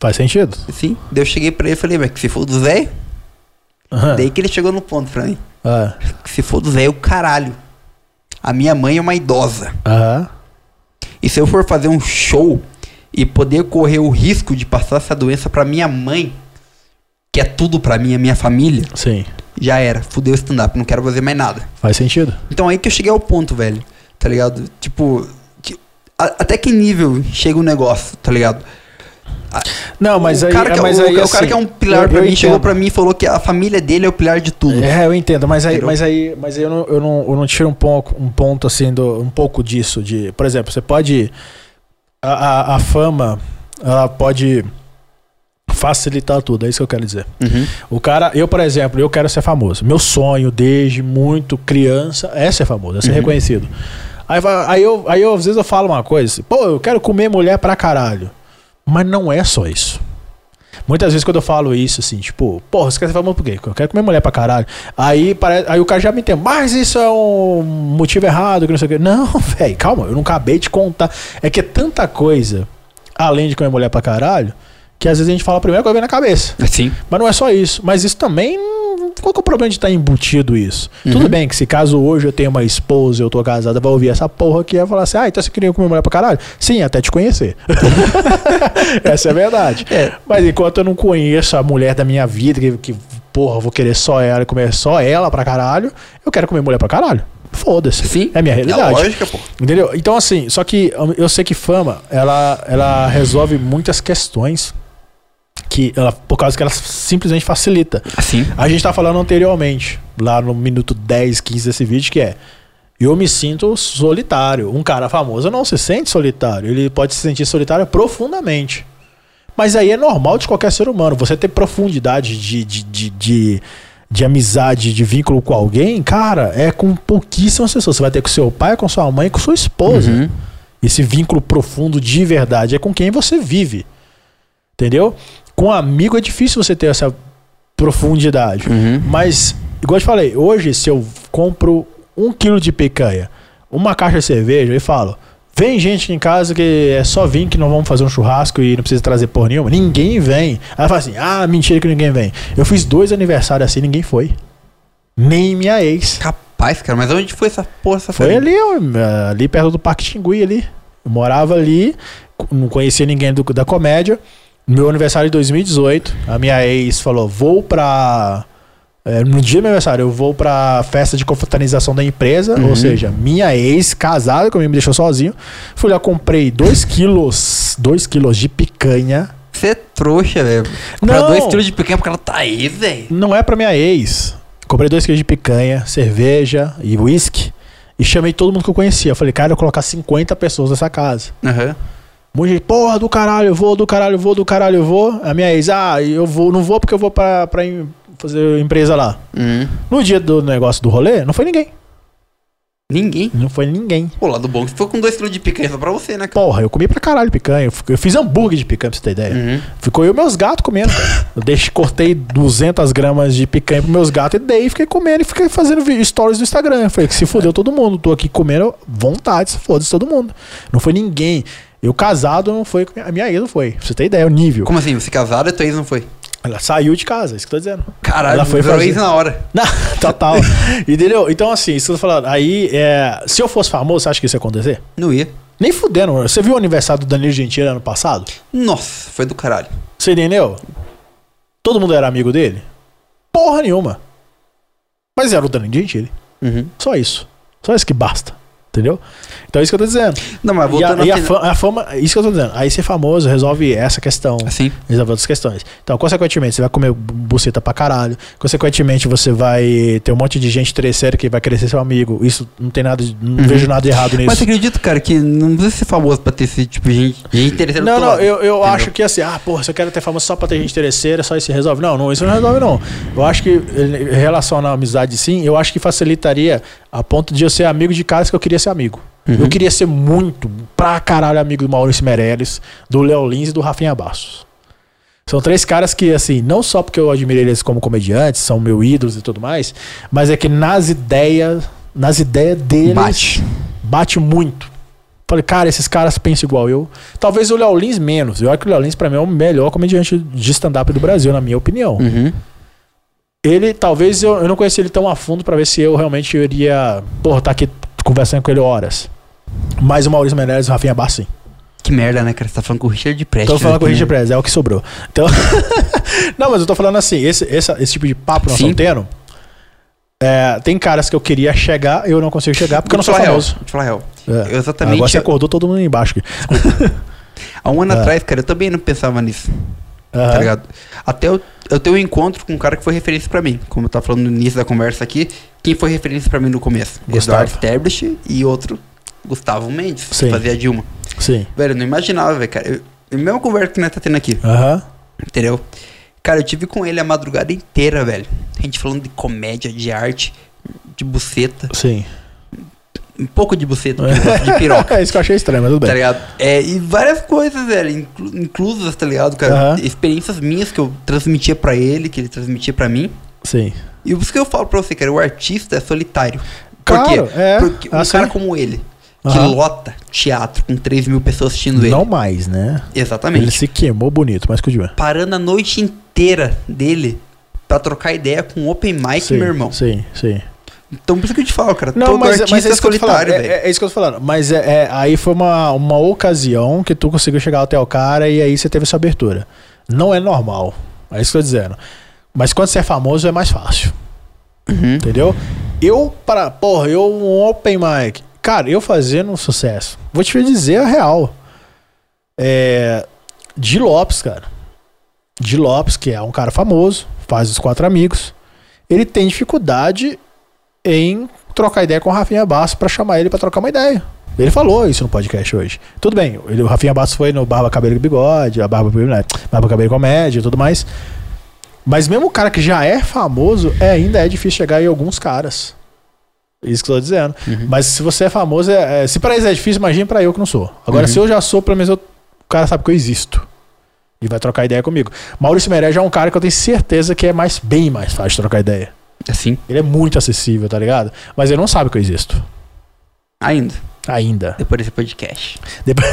Speaker 1: Faz sentido?
Speaker 2: Sim. Daí eu cheguei pra ele e falei, mas que se for do velho.
Speaker 1: Aham.
Speaker 2: Daí que ele chegou no ponto pra mim.
Speaker 1: Ah.
Speaker 2: Que se for do velho, caralho. A minha mãe é uma idosa.
Speaker 1: Aham.
Speaker 2: E se eu for fazer um show e poder correr o risco de passar essa doença pra minha mãe, que é tudo pra mim, a minha família,
Speaker 1: Sim.
Speaker 2: já era. Fudeu o stand-up, não quero fazer mais nada.
Speaker 1: Faz sentido.
Speaker 2: é Então aí que eu cheguei ao ponto, velho. tá ligado? Tipo, que- a- até que nível chega o negócio, tá ligado?
Speaker 1: Não, mas
Speaker 2: o
Speaker 1: aí,
Speaker 2: cara que,
Speaker 1: é, mas
Speaker 2: o,
Speaker 1: aí
Speaker 2: o
Speaker 1: assim,
Speaker 2: cara que é um pilar
Speaker 1: eu-
Speaker 2: pra
Speaker 1: eu
Speaker 2: mim chegou
Speaker 1: entendo.
Speaker 2: pra mim e falou que a família dele é o pilar de tudo.
Speaker 1: É, eu entendo, mas aí,
Speaker 2: Entendeu?
Speaker 1: mas aí, mas aí eu, não, eu, não, eu não tiro um pouco, um ponto assim, do, um pouco disso. De, por exemplo, você pode. A, a, a fama, ela pode facilitar tudo, é isso que eu quero dizer.
Speaker 2: Uhum.
Speaker 1: O cara, eu, por exemplo, eu quero ser famoso. Meu sonho desde muito criança é ser famoso, é
Speaker 2: Uhum.
Speaker 1: ser reconhecido. Aí, va- aí, eu, aí eu, às vezes eu falo uma coisa, pô, eu quero comer mulher pra caralho. Mas não é só isso. Muitas vezes quando eu falo isso, assim, tipo, porra, você quer ser famoso por quê? Eu quero comer mulher pra caralho. Aí, pare- aí o cara já me entende, mas isso é um motivo errado, que não sei o quê. Não, velho, calma, eu não acabei de contar. É que é tanta coisa, além de comer mulher pra caralho, que às vezes a gente fala a primeira coisa que vem na cabeça.
Speaker 2: Sim.
Speaker 1: Mas não é só isso. Mas isso também. hum, Qual que é o problema de estar embutido isso?
Speaker 2: Uhum.
Speaker 1: Tudo bem que se caso hoje eu tenho uma esposa, eu tô casada, vai ouvir essa porra aqui e vai falar assim: ah, então você queria comer mulher pra caralho? Sim, até te conhecer. essa é a verdade.
Speaker 2: É.
Speaker 1: Mas enquanto eu não conheço a mulher da minha vida, que, que porra, eu vou querer só ela e comer só ela pra caralho, eu quero comer mulher pra caralho. Foda-se.
Speaker 2: Sim.
Speaker 1: É a minha realidade.
Speaker 2: lógica, pô.
Speaker 1: Entendeu? Então, assim, só que hum, eu sei que fama, ela, ela resolve muitas questões que ela, por causa que ela simplesmente facilita.
Speaker 2: Sim.
Speaker 1: A gente tá falando anteriormente, lá no minuto 10, 15 desse vídeo, que é. Eu me sinto solitário. Um cara famoso não se sente solitário. Ele pode se sentir solitário profundamente. Mas aí é normal de qualquer ser humano. Você ter profundidade de, de, de, de, de amizade, de vínculo com alguém, cara, é com pouquíssimas pessoas. Você vai ter com seu pai, com sua mãe, com sua esposa. Esse vínculo profundo de verdade é com quem você vive. Entendeu? Com amigo é difícil você ter essa profundidade. Mas, igual eu te falei, hoje se eu compro um quilo de picanha, uma caixa de cerveja e falo, vem gente aqui em casa que é só vir que nós vamos fazer um churrasco e não precisa trazer porra nenhuma, ninguém vem. Aí fala assim, ah, mentira que ninguém vem. Eu fiz dois aniversários assim, ninguém foi. Nem minha ex.
Speaker 2: Capaz, cara, mas onde foi essa porra? Essa
Speaker 1: Foi
Speaker 2: farinha?
Speaker 1: ali, ó, é, ali perto do Parque Tingui ali. Eu morava ali, co- não conhecia ninguém do- da comédia. No Meu aniversário de 2018, a minha ex falou: vou pra. é, no dia do meu aniversário, eu vou pra festa de confraternização da empresa. Ou seja, minha ex, casada comigo, me deixou sozinho. Fui lá, comprei 2 quilos, 2 quilos de picanha.
Speaker 2: Você é trouxa, velho.
Speaker 1: Não.
Speaker 2: Comprar dois quilos de picanha porque ela tá aí, velho.
Speaker 1: Não é pra minha ex. Comprei dois quilos de picanha, cerveja e uísque. E chamei todo mundo que eu conhecia. Eu falei, cara, eu vou colocar 50 pessoas nessa casa.
Speaker 2: Aham.
Speaker 1: Muita gente, porra, do caralho, eu vou, do caralho, eu vou, do caralho, eu vou. A minha ex, ah, eu vou, não vou porque eu vou pra, pra em- fazer empresa lá.
Speaker 2: Uhum.
Speaker 1: No dia do negócio do rolê, não foi ninguém.
Speaker 2: Ninguém.
Speaker 1: Não foi ninguém.
Speaker 2: Pô, lado bom, que você foi com dois quilos de picanha só pra você, né, cara?
Speaker 1: Porra, eu comi pra caralho picanha. Eu fi- Eu fiz hambúrguer de picanha, pra você ter ideia. Ficou eu e meus gatos comendo, cara. Eu deixei, cortei 200 gramas de picanha pros meus gatos e dei, fiquei comendo e fiquei fazendo vi- stories no Instagram. Eu Falei que se fodeu todo mundo. Tô aqui comendo vontade, se foda-se todo mundo. Não foi ninguém. Eu casado não foi, com a minha ex não foi. Pra você ter ideia, o nível.
Speaker 2: Como assim? Você casado e tua ex não foi?
Speaker 1: Ela saiu de casa, é isso que eu tô dizendo.
Speaker 2: Caralho,
Speaker 1: ela foi
Speaker 2: virou
Speaker 1: fazer...
Speaker 2: ex na hora.
Speaker 1: Não, total. Entendeu? Então, assim, isso que eu tô falando. Aí, é, se eu fosse famoso, você acha que isso ia acontecer?
Speaker 2: Não ia.
Speaker 1: Nem fudendo. mano. Você viu o aniversário do Danilo Gentili ano passado?
Speaker 2: Nossa, foi do caralho.
Speaker 1: Você entendeu? Todo mundo era amigo dele? Porra nenhuma. Mas era o Danilo Gentili.
Speaker 2: Uhum.
Speaker 1: Só isso. Só isso que basta. Entendeu? Então é isso que eu tô dizendo.
Speaker 2: Não, mas
Speaker 1: E a,
Speaker 2: Tá voltando assim,
Speaker 1: e
Speaker 2: ao
Speaker 1: a
Speaker 2: final-
Speaker 1: fama, a fama- é isso que eu tô dizendo. Aí ser famoso resolve essa questão.
Speaker 2: Assim?
Speaker 1: resolve outras questões. Então, consequentemente, você vai comer bu- buceta pra caralho. Consequentemente, você vai ter um monte de gente terceira que vai crescer seu amigo. Isso não tem nada, de- não vejo nada de errado nisso.
Speaker 2: Uhum. Mas você acredita, cara, que não precisa ser famoso pra ter esse tipo de gente, gente interessante
Speaker 1: Não,
Speaker 2: do
Speaker 1: não,
Speaker 2: lado.
Speaker 1: eu, eu
Speaker 2: Entendeu?
Speaker 1: acho que assim, ah, porra, se eu quero ter fama só pra ter gente terceira, só isso resolve. Não, não, isso não resolve, não. Eu acho que, em relação à amizade, sim, eu acho que facilitaria a ponto de eu ser amigo de caras que eu queria ser amigo.
Speaker 2: Uhum.
Speaker 1: Eu queria ser muito, pra caralho, amigo do Maurício Meirelles, do Léo Lins e do Rafinha Bastos. São três caras que, assim, não só porque eu admirei eles como comediantes, são meus ídolos e tudo mais, mas é que nas ideias, nas ideias deles
Speaker 2: Bate.
Speaker 1: bate muito. Falei, cara, esses caras pensam igual eu. Talvez o Léo Lins menos. Eu acho que o Léo Lins, pra mim, é o melhor comediante de stand-up do Brasil, na minha opinião.
Speaker 2: Uhum.
Speaker 1: Ele, talvez, eu, eu não conheci ele tão a fundo pra ver se eu realmente iria, porra, tá aqui conversando com ele horas. Mas o Maurício Meirelles e o Rafinha Bassi.
Speaker 2: Que merda, né, cara? Você tá falando com o Richard de Prest.
Speaker 1: Tô falando com o Richard
Speaker 2: né?
Speaker 1: Prez, é o que sobrou. Então, não, mas eu tô falando assim, esse, essa- esse tipo de papo que nós
Speaker 2: Sim.
Speaker 1: estamos tendo é, tem caras que eu queria chegar, eu não consigo chegar porque eu não sou
Speaker 2: falar real,
Speaker 1: famoso.
Speaker 2: Vou te falar real.
Speaker 1: É.
Speaker 2: Eu exatamente.
Speaker 1: Agora você acordou todo mundo embaixo aqui.
Speaker 2: Há um ano
Speaker 1: É.
Speaker 2: atrás, cara, eu também não pensava nisso. Tá
Speaker 1: Aham.
Speaker 2: ligado? Até eu, eu tenho um encontro com um cara que foi referência pra mim. Como eu tava falando no início da conversa aqui, quem foi referência pra mim no começo?
Speaker 1: Gustavo.
Speaker 2: Eduardo Terblich e outro, Gustavo Mendes,
Speaker 1: Sim.
Speaker 2: que fazia Dilma.
Speaker 1: Sim.
Speaker 2: Velho, eu não imaginava, velho, cara. Eu, a mesma conversa que nós tá tendo aqui,
Speaker 1: Aham.
Speaker 2: entendeu? Cara, eu tive com ele a madrugada inteira, velho. A gente falando de comédia, de arte, de buceta.
Speaker 1: Sim.
Speaker 2: Um pouco de buceta, porque eu gosto de piroca.
Speaker 1: É isso que eu achei estranho, mas tudo
Speaker 2: Tá
Speaker 1: bem.
Speaker 2: ligado? É, e várias coisas, velho, inclu- inclusas, tá ligado, cara?
Speaker 1: Aham.
Speaker 2: Experiências minhas que eu transmitia pra ele, que ele transmitia pra mim.
Speaker 1: Sim.
Speaker 2: E por isso que eu falo pra você, cara, o artista é solitário.
Speaker 1: Claro,
Speaker 2: por quê?
Speaker 1: é.
Speaker 2: Porque um
Speaker 1: Assim.
Speaker 2: cara como ele, que
Speaker 1: Aham.
Speaker 2: lota teatro com 3 mil pessoas assistindo
Speaker 1: Não
Speaker 2: ele.
Speaker 1: mais, né?
Speaker 2: Exatamente.
Speaker 1: Ele se queimou bonito, mas continua.
Speaker 2: Parando a noite inteira dele pra trocar ideia com o open mic,
Speaker 1: Sim,
Speaker 2: É meu irmão.
Speaker 1: Sim, sim.
Speaker 2: Então por isso que eu te falo, cara,
Speaker 1: Não,
Speaker 2: todo
Speaker 1: mas,
Speaker 2: artista
Speaker 1: mas é
Speaker 2: é
Speaker 1: isso que eu tô falando.
Speaker 2: solitário,
Speaker 1: É,
Speaker 2: velho.
Speaker 1: é- é isso que eu tô falando. Mas é, é- aí foi uma, uma ocasião que tu conseguiu chegar até o cara e aí você teve essa abertura. Não é normal. É isso que eu tô dizendo. Mas quando você é famoso é mais fácil.
Speaker 2: Uhum.
Speaker 1: Entendeu? Eu, para, porra, eu um open mic. Cara, eu fazendo um sucesso. Vou te dizer a real. É. Di Lopes, cara. Di Lopes, que é um cara famoso, faz os quatro amigos. Ele tem dificuldade em trocar ideia com o Rafinha Bastos pra chamar ele pra trocar uma ideia. Ele falou isso no podcast hoje. Tudo bem, ele- o Rafinha Bastos foi no Barba Cabelo e Bigode, a Barba, né, Barba Cabelo e Comédia e tudo mais. Mas mesmo o cara que já é famoso, é, ainda é difícil chegar em alguns caras. Isso que eu tô dizendo. Mas se você é famoso, é- é- se pra eles é difícil, imagina pra eu que não sou. Agora, se eu já sou, pelo menos eu- o cara sabe que eu existo. E vai trocar ideia comigo. Maurício Meirelles já é um cara que eu tenho certeza que é mais bem mais fácil de trocar ideia.
Speaker 2: Assim,
Speaker 1: Ele é muito acessível, tá ligado? Mas ele não sabe que eu existo.
Speaker 2: ainda,
Speaker 1: Ainda.
Speaker 2: depois desse podcast.
Speaker 1: Depois-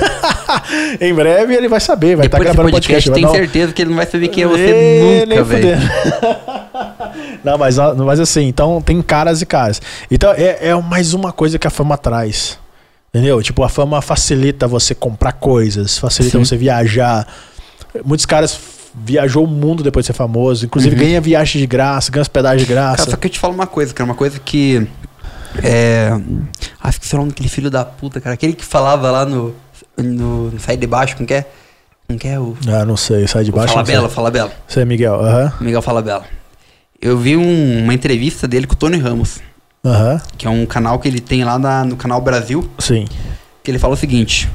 Speaker 1: em breve ele vai saber, vai estar
Speaker 2: depois
Speaker 1: gravando
Speaker 2: desse
Speaker 1: podcast.
Speaker 2: podcast,
Speaker 1: vai
Speaker 2: tenho
Speaker 1: dar um-
Speaker 2: certeza que ele não vai saber quem é você
Speaker 1: Ê, nem
Speaker 2: nunca, velho.
Speaker 1: fudendo. não, mas, ó, mas assim, então tem caras e caras. Então é, é mais uma coisa que a fama traz. Entendeu? Tipo, a fama facilita você comprar coisas, facilita
Speaker 2: Sim.
Speaker 1: você viajar. Muitos caras f- viajou o mundo depois de ser famoso, inclusive
Speaker 2: Uhum.
Speaker 1: ganha viagem de graça, ganha hospedagem de graça.
Speaker 2: Cara, só que eu te falo uma coisa, cara, uma coisa que. É. Ah, esqueci o nome daquele filho da puta, cara. Aquele que falava lá no. No, no Sai de Baixo, como que é? Como que é o.
Speaker 1: Ah, não sei, sai de
Speaker 2: o
Speaker 1: baixo.
Speaker 2: fala
Speaker 1: não sei.
Speaker 2: Bela, Fala Bela.
Speaker 1: Você é Miguel, aham.
Speaker 2: Miguel Fala Bela. Eu vi um- uma entrevista dele com o Tony Ramos,
Speaker 1: Aham,
Speaker 2: que é um canal que ele tem lá na- no canal Brasil,
Speaker 1: sim.
Speaker 2: que ele fala o seguinte: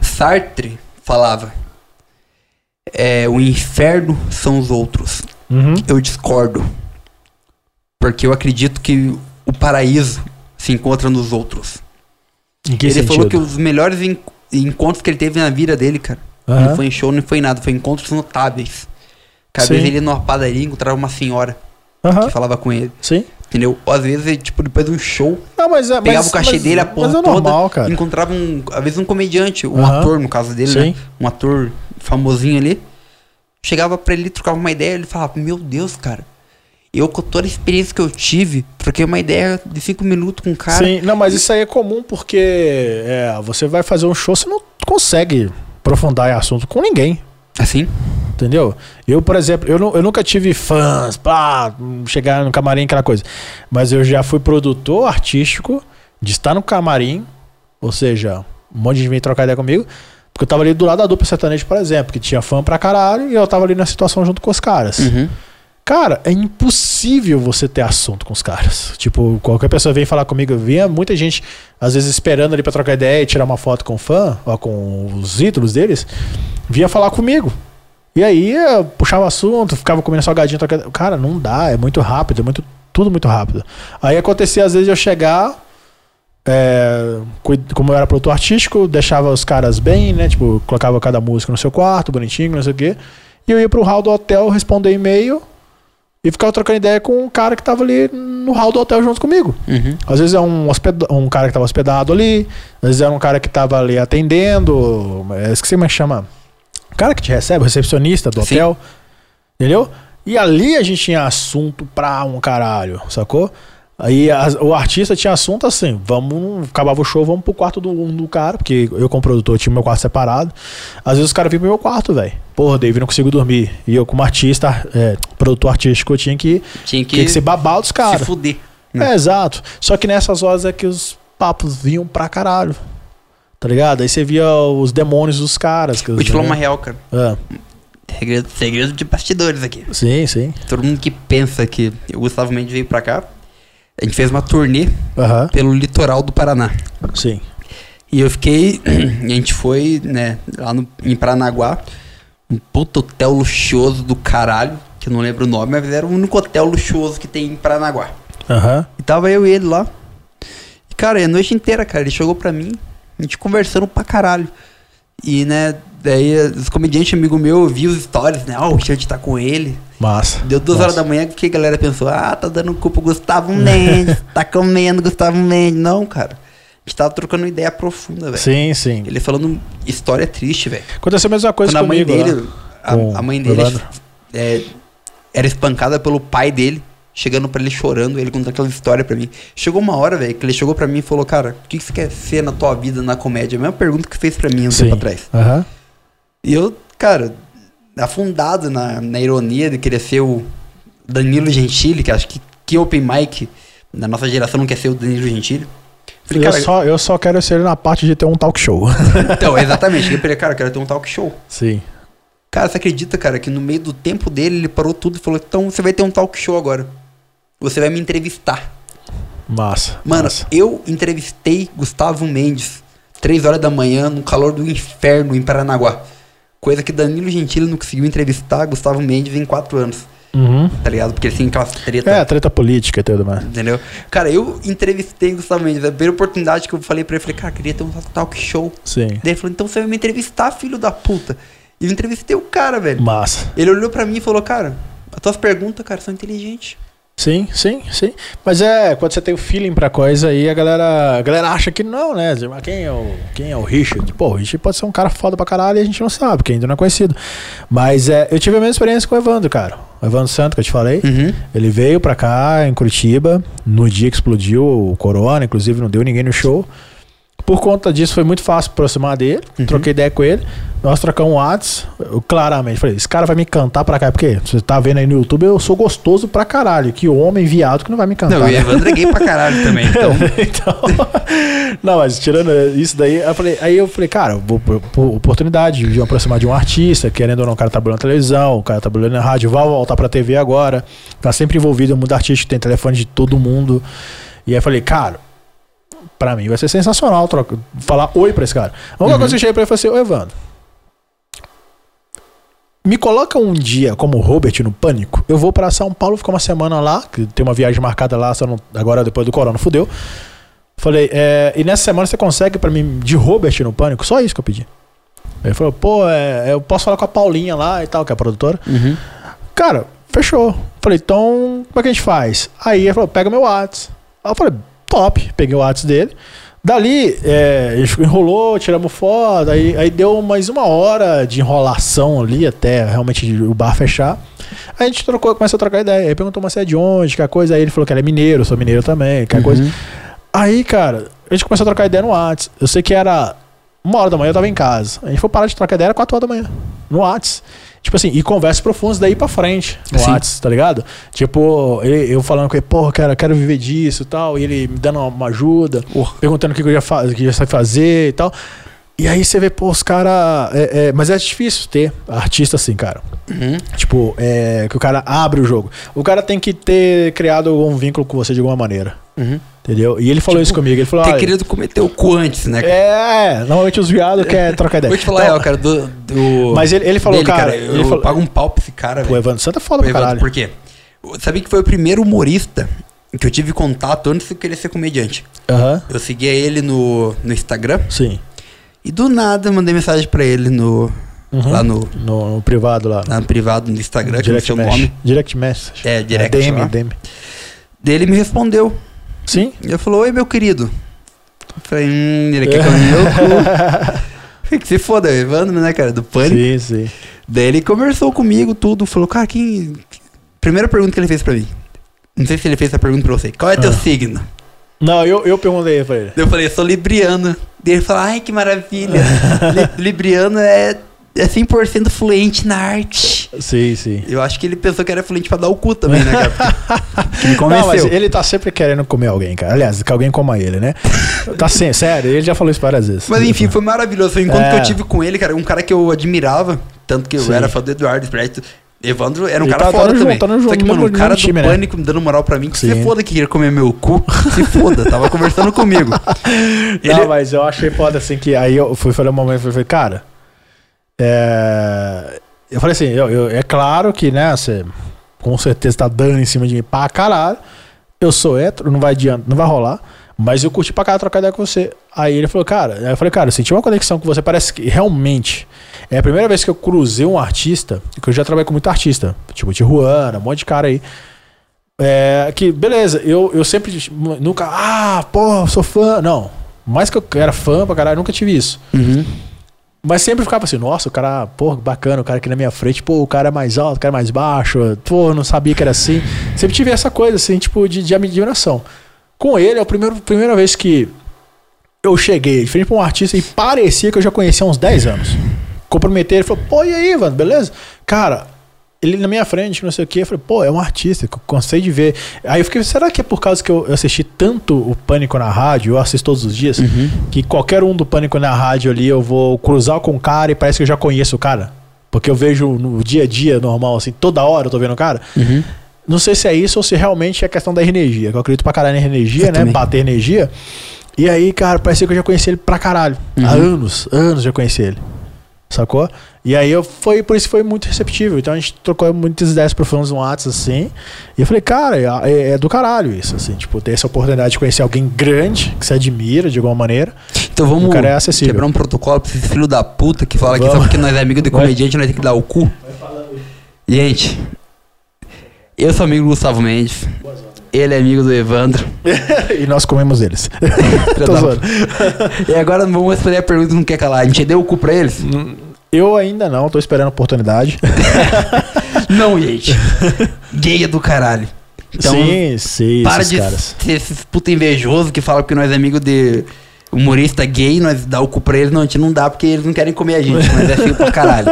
Speaker 2: Sartre falava. É, o inferno são os outros.
Speaker 1: Uhum.
Speaker 2: Eu discordo. Porque eu acredito que o paraíso se encontra nos outros.
Speaker 1: Em que
Speaker 2: ele
Speaker 1: sentido?
Speaker 2: falou que os melhores en- encontros que ele teve na vida dele, cara,
Speaker 1: Aham.
Speaker 2: não foi em show, não foi em nada, foi encontros notáveis. Cada vez
Speaker 1: Sim. Ah.
Speaker 2: ele ia numa padaria encontrava uma senhora
Speaker 1: Aham,
Speaker 2: que falava com ele,
Speaker 1: Sim.
Speaker 2: entendeu? Ou às vezes, ele, tipo, depois de um show,
Speaker 1: Não, mas, é-
Speaker 2: pegava
Speaker 1: mas-
Speaker 2: o cachê
Speaker 1: mas-
Speaker 2: dele, a porra
Speaker 1: Mas é
Speaker 2: toda,
Speaker 1: normal, cara.
Speaker 2: encontrava, um, às vezes, um comediante, um
Speaker 1: Aham.
Speaker 2: ator, no caso dele,
Speaker 1: Sim.
Speaker 2: né? Um ator famosinho ali. Chegava pra ele, trocava uma ideia, ele falava, meu Deus, cara, eu com toda a experiência que eu tive, troquei uma ideia de cinco minutos com um cara.
Speaker 1: Sim, não, mas isso aí é comum porque é, você vai fazer um show, você não consegue aprofundar em assunto com ninguém,
Speaker 2: Assim?
Speaker 1: entendeu? Eu, por exemplo, eu, nu- eu nunca tive fãs, pá, chegar no camarim, aquela coisa. Mas eu já fui produtor artístico de estar no camarim, ou seja, um monte de gente veio trocar ideia comigo, porque eu tava ali do lado da dupla sertaneja, por exemplo, que tinha fã pra caralho, e eu tava ali na situação junto com os caras.
Speaker 2: Uhum.
Speaker 1: Cara, é impossível você ter assunto com os caras. Tipo, qualquer pessoa vem falar comigo, vinha muita gente, às vezes, esperando ali pra trocar ideia e tirar uma foto com o fã, ó, com os ídolos deles, vinha falar comigo. E aí, eu puxava o assunto, ficava comendo salgadinho, trocando. Cara, não dá, é muito rápido, é muito, tudo muito rápido. Aí acontecia, às vezes, eu chegar, é, cuid- como eu era produtor artístico, eu deixava os caras bem, né? Tipo, colocava cada música no seu quarto, bonitinho, não sei o quê. E eu ia pro hall do hotel responder e-mail e ficava trocando ideia com um cara que tava ali no hall do hotel junto comigo.
Speaker 2: Uhum.
Speaker 1: Às vezes é um, hospeda- um cara que tava hospedado ali, às vezes era um cara que tava ali atendendo, é, esqueci como é que chama. O cara que te recebe, o recepcionista do
Speaker 2: Sim.
Speaker 1: hotel. Entendeu? E ali a gente tinha assunto pra um caralho, sacou? Aí as- o artista tinha assunto assim, vamos, acabava o show, vamos pro quarto do, um do cara, porque eu como produtor tinha meu quarto separado. Às vezes os caras vinham pro meu quarto, velho. Porra, David, não consigo dormir. E eu como artista, é, produtor artístico, eu tinha que,
Speaker 2: Tinha que,
Speaker 1: tinha que se babar dos
Speaker 2: se
Speaker 1: caras.
Speaker 2: fuder.
Speaker 1: É, exato. Só que nessas horas é que os papos vinham pra caralho. Tá ligado? Aí você via os demônios dos caras. Que
Speaker 2: Vou te falar uma real, cara.
Speaker 1: Ah,
Speaker 2: Segredo, segredo de bastidores aqui.
Speaker 1: sim, sim.
Speaker 2: Todo mundo que pensa que o Gustavo Mendes veio pra cá, a gente fez uma turnê
Speaker 1: Aham,
Speaker 2: pelo litoral do Paraná.
Speaker 1: sim.
Speaker 2: E eu fiquei. A gente foi, né, lá no, em Paranaguá. Um puto hotel luxuoso do caralho. Que eu não lembro o nome, mas era o único hotel luxuoso que tem em Paranaguá.
Speaker 1: Aham.
Speaker 2: E tava eu e ele lá. E, cara, e a noite inteira, cara, ele chegou pra mim, a gente conversando pra caralho. E, né, daí os comediantes amigo meu viu os stories, né? Ó, o Richard tá com ele.
Speaker 1: Massa.
Speaker 2: Deu duas
Speaker 1: Massa.
Speaker 2: horas da manhã que a galera pensou, ah, tá dando culpa pro Gustavo Mendes, tá comendo Gustavo Mendes. Não, cara. A gente tava trocando ideia profunda, velho.
Speaker 1: Sim, sim.
Speaker 2: Ele falando história triste, velho.
Speaker 1: Aconteceu a mesma coisa
Speaker 2: Quando a mãe
Speaker 1: comigo. né?
Speaker 2: dele, a,
Speaker 1: Com
Speaker 2: a mãe
Speaker 1: o
Speaker 2: dele
Speaker 1: Evandro.
Speaker 2: é, era espancada pelo pai dele, chegando pra ele chorando, ele contando aquela história pra mim. Chegou uma hora, velho, que ele chegou pra mim e falou, cara, o que, que você quer ser na tua vida na comédia? A mesma pergunta que fez pra mim um tempo atrás.
Speaker 1: Aham.
Speaker 2: E eu, cara, afundado na, na ironia de querer ser o Danilo Gentili, que acho que que open mic da nossa geração não quer ser o Danilo Gentili. Falei,
Speaker 1: Eu,
Speaker 2: cara,
Speaker 1: só, eu só quero ser na parte de ter um talk show.
Speaker 2: então, exatamente. Eu falei, cara, eu quero ter um talk show.
Speaker 1: sim.
Speaker 2: Cara, você acredita, cara, que no meio do tempo dele ele parou tudo e falou: então você vai ter um talk show agora. Você vai me entrevistar.
Speaker 1: Massa.
Speaker 2: Mano,
Speaker 1: massa.
Speaker 2: eu entrevistei Gustavo Mendes, 3 horas da manhã, no calor do inferno em Paranaguá. Coisa que Danilo Gentili não conseguiu entrevistar Gustavo Mendes em 4 anos,
Speaker 1: Uhum.
Speaker 2: tá ligado? Porque ele tem aquelas tretas.
Speaker 1: É, treta política e tudo mais.
Speaker 2: Entendeu? Cara, eu entrevistei Gustavo Mendes. A primeira oportunidade que eu falei pra ele, eu falei, cara, queria ter um talk show.
Speaker 1: Sim.
Speaker 2: Daí ele falou, então você vai me entrevistar, filho da puta. E eu entrevistei o cara, velho.
Speaker 1: Massa.
Speaker 2: Ele olhou pra mim e falou, cara, as tuas perguntas, cara, são inteligentes.
Speaker 1: Sim, sim, sim. Mas é, quando você tem o feeling pra coisa aí, a galera, a galera acha que não, né? Zé? Mas quem é, o, quem é o Richard? Pô, o Richard pode ser um cara foda pra caralho e a gente não sabe, porque ainda não é conhecido. Mas é, eu tive a mesma experiência com o Evandro, cara. O Evandro Santo, que eu te falei.
Speaker 2: Uhum.
Speaker 1: Ele veio pra cá, em Curitiba, no dia que explodiu o corona, inclusive não deu ninguém no show. Por conta disso, foi muito fácil aproximar dele. Troquei ideia com ele. Nós trocamos um Whats. Eu claramente falei: esse cara vai me cantar pra cá. Porque você tá vendo aí no YouTube, eu sou gostoso pra caralho. Que homem viado que não vai me cantar.
Speaker 2: Não, e
Speaker 1: né?
Speaker 2: eu entreguei pra caralho também, então.
Speaker 1: Então, não, mas tirando isso daí, eu falei, aí eu falei, cara, vou, por- por oportunidade de me aproximar de um artista, querendo ou não, o cara tá trabalhando na televisão, o cara tá trabalhando na rádio, vai voltar pra TV agora, tá sempre envolvido no mundo artístico, tem telefone de todo mundo. E aí eu falei, cara, pra mim vai ser sensacional troca, falar oi pra esse cara. A única coisa que eu cheguei pra ele foi assim, ô Evandro, me coloca um dia como Robert no pânico. Eu vou pra São Paulo, ficar uma semana lá, que tem uma viagem marcada lá, só não- agora depois do corona, fudeu. Falei, é, e nessa semana você consegue pra mim de Robert no pânico? Só isso que eu pedi. Ele falou, pô, é, eu posso falar com a Paulinha lá e tal, que é a produtora.
Speaker 2: Uhum.
Speaker 1: Cara, fechou. Falei, então, como é que a gente faz? Aí ele falou, pega meu Whats. Aí eu falei, top. Peguei o Whats dele. Dali, é, a gente enrolou, tiramos foto, aí, aí deu mais uma hora de enrolação ali até realmente o bar fechar. Aí a gente trocou, começou a trocar ideia. Aí perguntou, mas você é de onde, que coisa? Aí ele falou que ele é mineiro, eu sou mineiro também, que é coisa. Aí, cara, a gente começou a trocar ideia no Whats. Eu sei que era uma hora da manhã, eu tava em casa. A gente foi parar de trocar ideia, era quatro horas da manhã, no Whats. Tipo assim, e conversas profundas daí pra frente, no
Speaker 2: Sim.
Speaker 1: Whats, tá ligado? Tipo, ele- eu falando com ele, porra, cara, eu quero viver disso e tal. E ele me dando uma ajuda, perguntando o que que eu ia fa- o que eu ia saber fazer e tal. E aí você vê, pô, os caras. mas é difícil ter artista assim, cara.
Speaker 2: Uhum,
Speaker 1: Tipo, é, que o cara abre o jogo. O cara tem que ter criado algum vínculo com você de alguma maneira.
Speaker 2: uhum.
Speaker 1: Entendeu? E ele falou isso comigo. Ele falou:
Speaker 2: Tipo, Ter
Speaker 1: "Olha,
Speaker 2: querido cometer o cu antes, né? cara?
Speaker 1: É, normalmente os viados querem trocar ideia.
Speaker 2: Vou te falar, é,
Speaker 1: Então,
Speaker 2: ó, cara, do. do
Speaker 1: Mas ele- ele falou, cara,
Speaker 2: eu
Speaker 1: ele falou-
Speaker 2: pago um pau pra esse cara,
Speaker 1: O
Speaker 2: velho.
Speaker 1: Evandro Santa é foda
Speaker 2: Pro
Speaker 1: pra
Speaker 2: Evandro,
Speaker 1: caralho.
Speaker 2: Por quê? Eu Sabia que foi o primeiro humorista que eu tive contato antes de eu querer ser comediante.
Speaker 1: Aham.
Speaker 2: Eu seguia ele no, no Instagram
Speaker 1: Sim.
Speaker 2: e do nada eu mandei mensagem pra ele no.
Speaker 1: Uhum.
Speaker 2: Lá no.
Speaker 1: No, no privado lá.
Speaker 2: Lá no privado, no Instagram, que eu não
Speaker 1: direct
Speaker 2: sei o
Speaker 1: message.
Speaker 2: nome.
Speaker 1: Direct message.
Speaker 2: É, direct
Speaker 1: DM,
Speaker 2: lá.
Speaker 1: DM.
Speaker 2: Daí ele me respondeu.
Speaker 1: Sim.
Speaker 2: E eu falou, oi meu querido. Eu falei, hum, ele quer comer meu cu. Falei, que se foda, o Evandro, né, cara, do pânico.
Speaker 1: Sim, sim.
Speaker 2: Daí ele conversou comigo, tudo, falou, cara, quem. Primeira pergunta que ele fez pra mim. Não sei se ele fez essa pergunta pra você. Qual é teu
Speaker 1: Ah.
Speaker 2: signo?
Speaker 1: Não, eu, eu perguntei pra ele.
Speaker 2: Daí Eu falei, sou libriano. Daí ele falou, ai, que maravilha. Li- libriano é é 100% fluente na arte.
Speaker 1: Sim, sim.
Speaker 2: Eu acho que ele pensou que era fluente pra dar o cu também, né, cara? Porque- que me
Speaker 1: Não, mas
Speaker 2: convenceu.
Speaker 1: ele tá sempre querendo comer alguém, cara. Aliás, que alguém coma ele, né? Tá sem, sério, ele já falou isso várias vezes.
Speaker 2: Mas enfim, foi maravilhoso. Foi um encontro
Speaker 1: É.
Speaker 2: que eu tive com ele, cara. Um cara que eu admirava, tanto que eu
Speaker 1: Sim.
Speaker 2: era fã do Eduardo Espreito. Evandro era um
Speaker 1: E
Speaker 2: cara
Speaker 1: tá- tá
Speaker 2: foda
Speaker 1: no jogo,
Speaker 2: também.
Speaker 1: tá no
Speaker 2: Só
Speaker 1: jogo,
Speaker 2: que, mano, um
Speaker 1: mesmo-
Speaker 2: cara
Speaker 1: mesmo time,
Speaker 2: do
Speaker 1: né?
Speaker 2: pânico me dando moral pra mim. Que se
Speaker 1: Sim.
Speaker 2: foda que queria comer meu cu. Se foda, tava conversando comigo. Ele-
Speaker 1: Não, mas eu achei foda assim que aí eu fui falar um momento, eu falei, cara. É. Eu falei assim, eu, eu- é claro que, né, você com certeza tá dando em cima de mim pra caralho. Eu sou hétero, não vai adianta, não vai rolar. Mas eu curti pra caralho trocar ideia com você. Aí ele falou, cara, aí eu falei, cara, eu senti uma conexão com você, parece que realmente. É a primeira vez que eu cruzei um artista, que eu já trabalhei com muito artista, tipo Tijuana, um monte de cara aí. É, que, beleza, eu, eu sempre nunca, ah, pô, sou fã. Não. Mais que eu era fã pra caralho, eu nunca tive isso. Mas sempre ficava assim, nossa, o cara, pô, bacana, o cara aqui na minha frente, pô, o cara é mais alto, o cara é mais baixo, pô, não sabia que era assim. Sempre tive essa coisa, assim, tipo, de, de admiração. Com ele, é a primeira, primeira vez que eu cheguei de frente pra um artista e parecia que eu já conhecia há uns 10 anos. Comprometei, ele falou, pô, e aí, mano, beleza? Cara, ele na minha frente, não sei o quê, eu falei, pô, é um artista, que eu cansei de ver. Aí eu fiquei, será que é por causa que eu eu assisti tanto o Pânico na rádio, eu assisto todos os dias, que qualquer um do Pânico na rádio ali, eu vou cruzar com o cara e parece que eu já conheço o cara? Porque eu vejo no dia a dia normal, assim, toda hora eu tô vendo o cara. Não sei se é isso ou se realmente é questão da energia, que eu acredito pra caralho na energia,
Speaker 2: Eu
Speaker 1: né?
Speaker 2: também.
Speaker 1: Bater energia. E aí, cara, parecia que eu já conheci ele pra caralho. Há
Speaker 2: Uhum.
Speaker 1: anos, anos eu conheci ele. Sacou? E aí eu foi, por isso foi muito receptível. Então a gente trocou muitas ideias profundas no WhatsApp, assim. E eu falei, cara, é, é do caralho isso, assim, tipo, ter essa oportunidade de conhecer alguém grande, que você admira de alguma maneira.
Speaker 2: Então vamos
Speaker 1: O cara é acessível.
Speaker 2: quebrar um protocolo pra esse filho da puta que fala que só
Speaker 1: Vamos.
Speaker 2: porque nós é amigo de
Speaker 1: Vai.
Speaker 2: comediante nós tem que dar o cu. Gente, eu sou amigo do Gustavo Mendes. Ele é amigo do Evandro.
Speaker 1: e nós comemos eles.
Speaker 2: Filha
Speaker 1: Tô
Speaker 2: da-
Speaker 1: zoando.
Speaker 2: E agora vamos responder a pergunta que não quer calar. A gente deu o cu pra eles?
Speaker 1: Eu ainda não, tô esperando a oportunidade.
Speaker 2: Não, gente. Gay é do caralho. Então,
Speaker 1: sim, sim,
Speaker 2: para
Speaker 1: esses
Speaker 2: de
Speaker 1: caras.
Speaker 2: ser esses puta invejoso que fala porque nós é amigo de humorista gay, nós dá o cu pra eles. Não, a gente não dá porque eles não querem comer a gente, mas é feio pra caralho.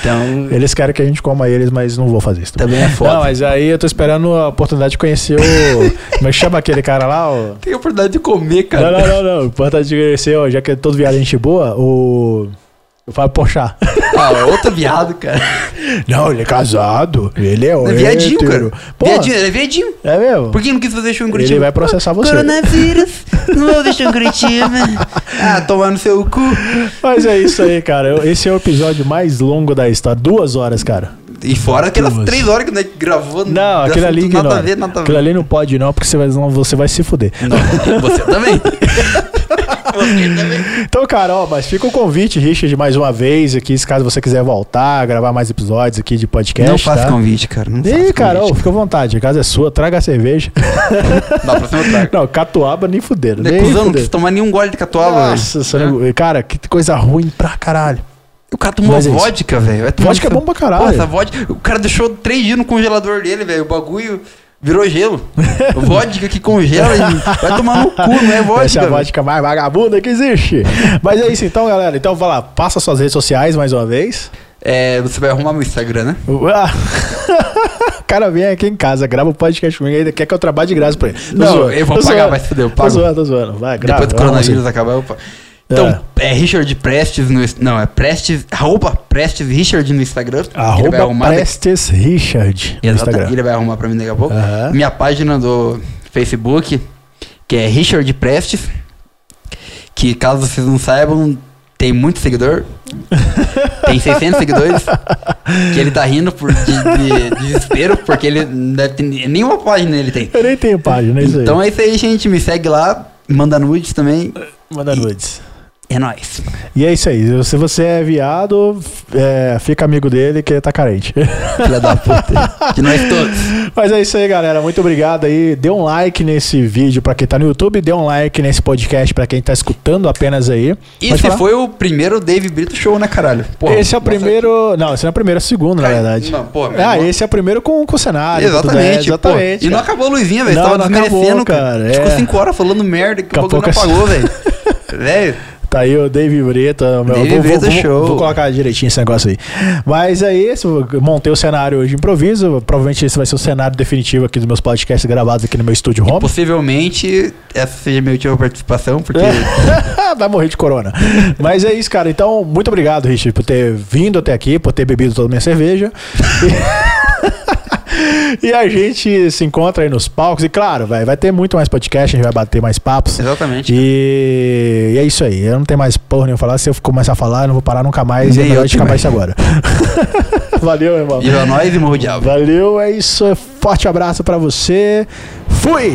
Speaker 2: Então,
Speaker 1: Eles querem que a gente coma eles, mas não vou fazer isso. também.
Speaker 2: também é foda.
Speaker 1: Não, mas aí eu tô esperando a oportunidade de conhecer o. Como é que chama aquele cara lá? O...
Speaker 2: Tem a oportunidade de comer,
Speaker 1: Não,
Speaker 2: cara.
Speaker 1: não, não, não. Oportunidade de conhecer, ó, já que é todo viado é gente boa, o. Eu falo, poxa.
Speaker 2: Ah, é outro viado, cara.
Speaker 1: Não, ele é casado. Ele é
Speaker 2: É viadinho,
Speaker 1: hétero.
Speaker 2: cara.
Speaker 1: Pô,
Speaker 2: Viadinho, ele é viadinho.
Speaker 1: É mesmo?
Speaker 2: Por que não quis fazer show em Curitiba?
Speaker 1: Ele vai processar você.
Speaker 2: Coronavírus. não vou deixar em Curitiba. Ah, tomar no seu cu.
Speaker 1: Mas é isso aí, cara. Eu- Esse é o episódio mais longo da história. Duas horas, cara.
Speaker 2: E fora aquelas
Speaker 1: Duas.
Speaker 2: três horas que nós gravou.
Speaker 1: Não, aquele ali
Speaker 2: assunto Nada a
Speaker 1: ignora.
Speaker 2: ver, nada a
Speaker 1: Aquele
Speaker 2: ver.
Speaker 1: ali não pode, não, porque você vai, senão você vai se fuder.
Speaker 2: Não, você também. você também.
Speaker 1: Então, cara, ó, mas fica o convite, Richard, mais uma vez aqui, se caso você quiser voltar, gravar mais episódios aqui de podcast.
Speaker 2: não faça
Speaker 1: tá?
Speaker 2: convite, cara. Não faça
Speaker 1: Ih,
Speaker 2: convite.
Speaker 1: cara, ô, fica à vontade, a casa é sua, traga a cerveja.
Speaker 2: Dá pra cima, eu trago.
Speaker 1: Não, catuaba nem fuderam.
Speaker 2: Não é
Speaker 1: Nem
Speaker 2: cuzão, não
Speaker 1: fuderam.
Speaker 2: quis tomar nenhum gole de catuaba, velho. É.
Speaker 1: Nossa, você não- cara, que coisa ruim pra caralho.
Speaker 2: O cara tomou
Speaker 1: Mas é isso.
Speaker 2: vodka, velho. Vai tomar
Speaker 1: Vodka é
Speaker 2: no seu-
Speaker 1: bom pra caralho.
Speaker 2: Pô, essa vodka. O cara deixou três dias no congelador dele, velho. O bagulho virou gelo. vodka que congela e vai tomar no cu, não é vodka.
Speaker 1: Essa é a
Speaker 2: velho.
Speaker 1: vodka mais vagabunda que existe. Mas é isso então, galera. Então, vai lá, passa suas redes sociais mais uma vez.
Speaker 2: É, você vai arrumar meu Instagram, né?
Speaker 1: Ah, o cara vem aqui em casa, grava o podcast comigo ainda quer que eu trabalhe de graça pra ele. Tô
Speaker 2: Não,
Speaker 1: zoando,
Speaker 2: eu vou
Speaker 1: tô
Speaker 2: pagar,
Speaker 1: zoando.
Speaker 2: vai se fuder, eu
Speaker 1: Tô
Speaker 2: pago.
Speaker 1: zoando, tô zoando. Vai, grava.
Speaker 2: Depois do
Speaker 1: vamos
Speaker 2: coronavírus né? acabar, opa. Então, é. Richard Prestes no. Não, é Prestes. Arroba Prestes Richard no Instagram. que ele vai
Speaker 1: Arroba
Speaker 2: arrumar. daqui-
Speaker 1: Prestes Richard no
Speaker 2: Exatamente,
Speaker 1: Instagram.
Speaker 2: Ele vai arrumar pra mim daqui a pouco.
Speaker 1: Aham.
Speaker 2: Minha página do Facebook, que é Richard Prestes, que caso vocês não saibam, tem muito seguidor. tem 600 seguidores. Que ele tá rindo por de, de- de desespero, porque ele não deve ter nenhuma página ele tem.
Speaker 1: Eu nem tenho página, é isso
Speaker 2: Então
Speaker 1: aí.
Speaker 2: é isso aí, gente. Me segue lá, manda nudes também.
Speaker 1: Manda nudes.
Speaker 2: É nóis.
Speaker 1: E é isso aí. Se você é viado, é, fica amigo dele que ele tá carente.
Speaker 2: Filha da puta. De nós todos.
Speaker 1: Mas é isso aí, galera. Muito obrigado aí. Dê um like nesse vídeo pra quem tá no YouTube, dê um like nesse podcast pra quem tá escutando apenas aí. Pode
Speaker 2: Esse
Speaker 1: falar?
Speaker 2: foi o primeiro Dave Brito show, né, caralho? Porra,
Speaker 1: esse é o
Speaker 2: mostra-
Speaker 1: primeiro. Não, esse não é o primeiro, é o segundo, na
Speaker 2: Cara,
Speaker 1: verdade.
Speaker 2: não, pô, meu
Speaker 1: ah,
Speaker 2: irmão.
Speaker 1: esse é o primeiro com, com o cenário. e tudo,
Speaker 2: Exatamente,
Speaker 1: é, exatamente.
Speaker 2: pô. E não
Speaker 1: cara.
Speaker 2: acabou a luzinha, velho.
Speaker 1: Não,
Speaker 2: Tava
Speaker 1: não acabou,
Speaker 2: desmerecendo,
Speaker 1: cara,
Speaker 2: Ficou
Speaker 1: é.
Speaker 2: 5 horas falando merda que
Speaker 1: Daqui a é
Speaker 2: o bagulho não
Speaker 1: pouco
Speaker 2: apagou, velho. Velho.
Speaker 1: Tá aí o Dave Breta. meu-
Speaker 2: Dave
Speaker 1: vou, vou-
Speaker 2: Breta
Speaker 1: vou-
Speaker 2: Show.
Speaker 1: Vou colocar direitinho esse negócio aí. Mas é isso. eu Montei o cenário hoje de improviso. Provavelmente esse vai ser o cenário definitivo aqui dos meus podcasts gravados aqui no meu estúdio home.
Speaker 2: Possivelmente essa seja minha última participação, porque.
Speaker 1: É. Ah, Vai morrer de corona. Mas é isso, cara. Então, muito obrigado, Richard, por ter vindo até aqui, por ter bebido toda a minha cerveja. E, e a gente se encontra aí nos palcos. E claro, vai, vai ter muito mais podcast, a gente vai bater mais papos.
Speaker 2: Exatamente.
Speaker 1: E, e é isso aí. Eu não tenho mais porra nenhuma pra falar. Se eu começar a falar, eu não vou parar nunca mais. e
Speaker 2: Nem
Speaker 1: é melhor
Speaker 2: eu
Speaker 1: a gente acabar
Speaker 2: também.
Speaker 1: isso agora. Valeu, irmão.
Speaker 2: Viva nós e morro o diabo.
Speaker 1: Valeu, é isso. Forte abraço pra você. Fui!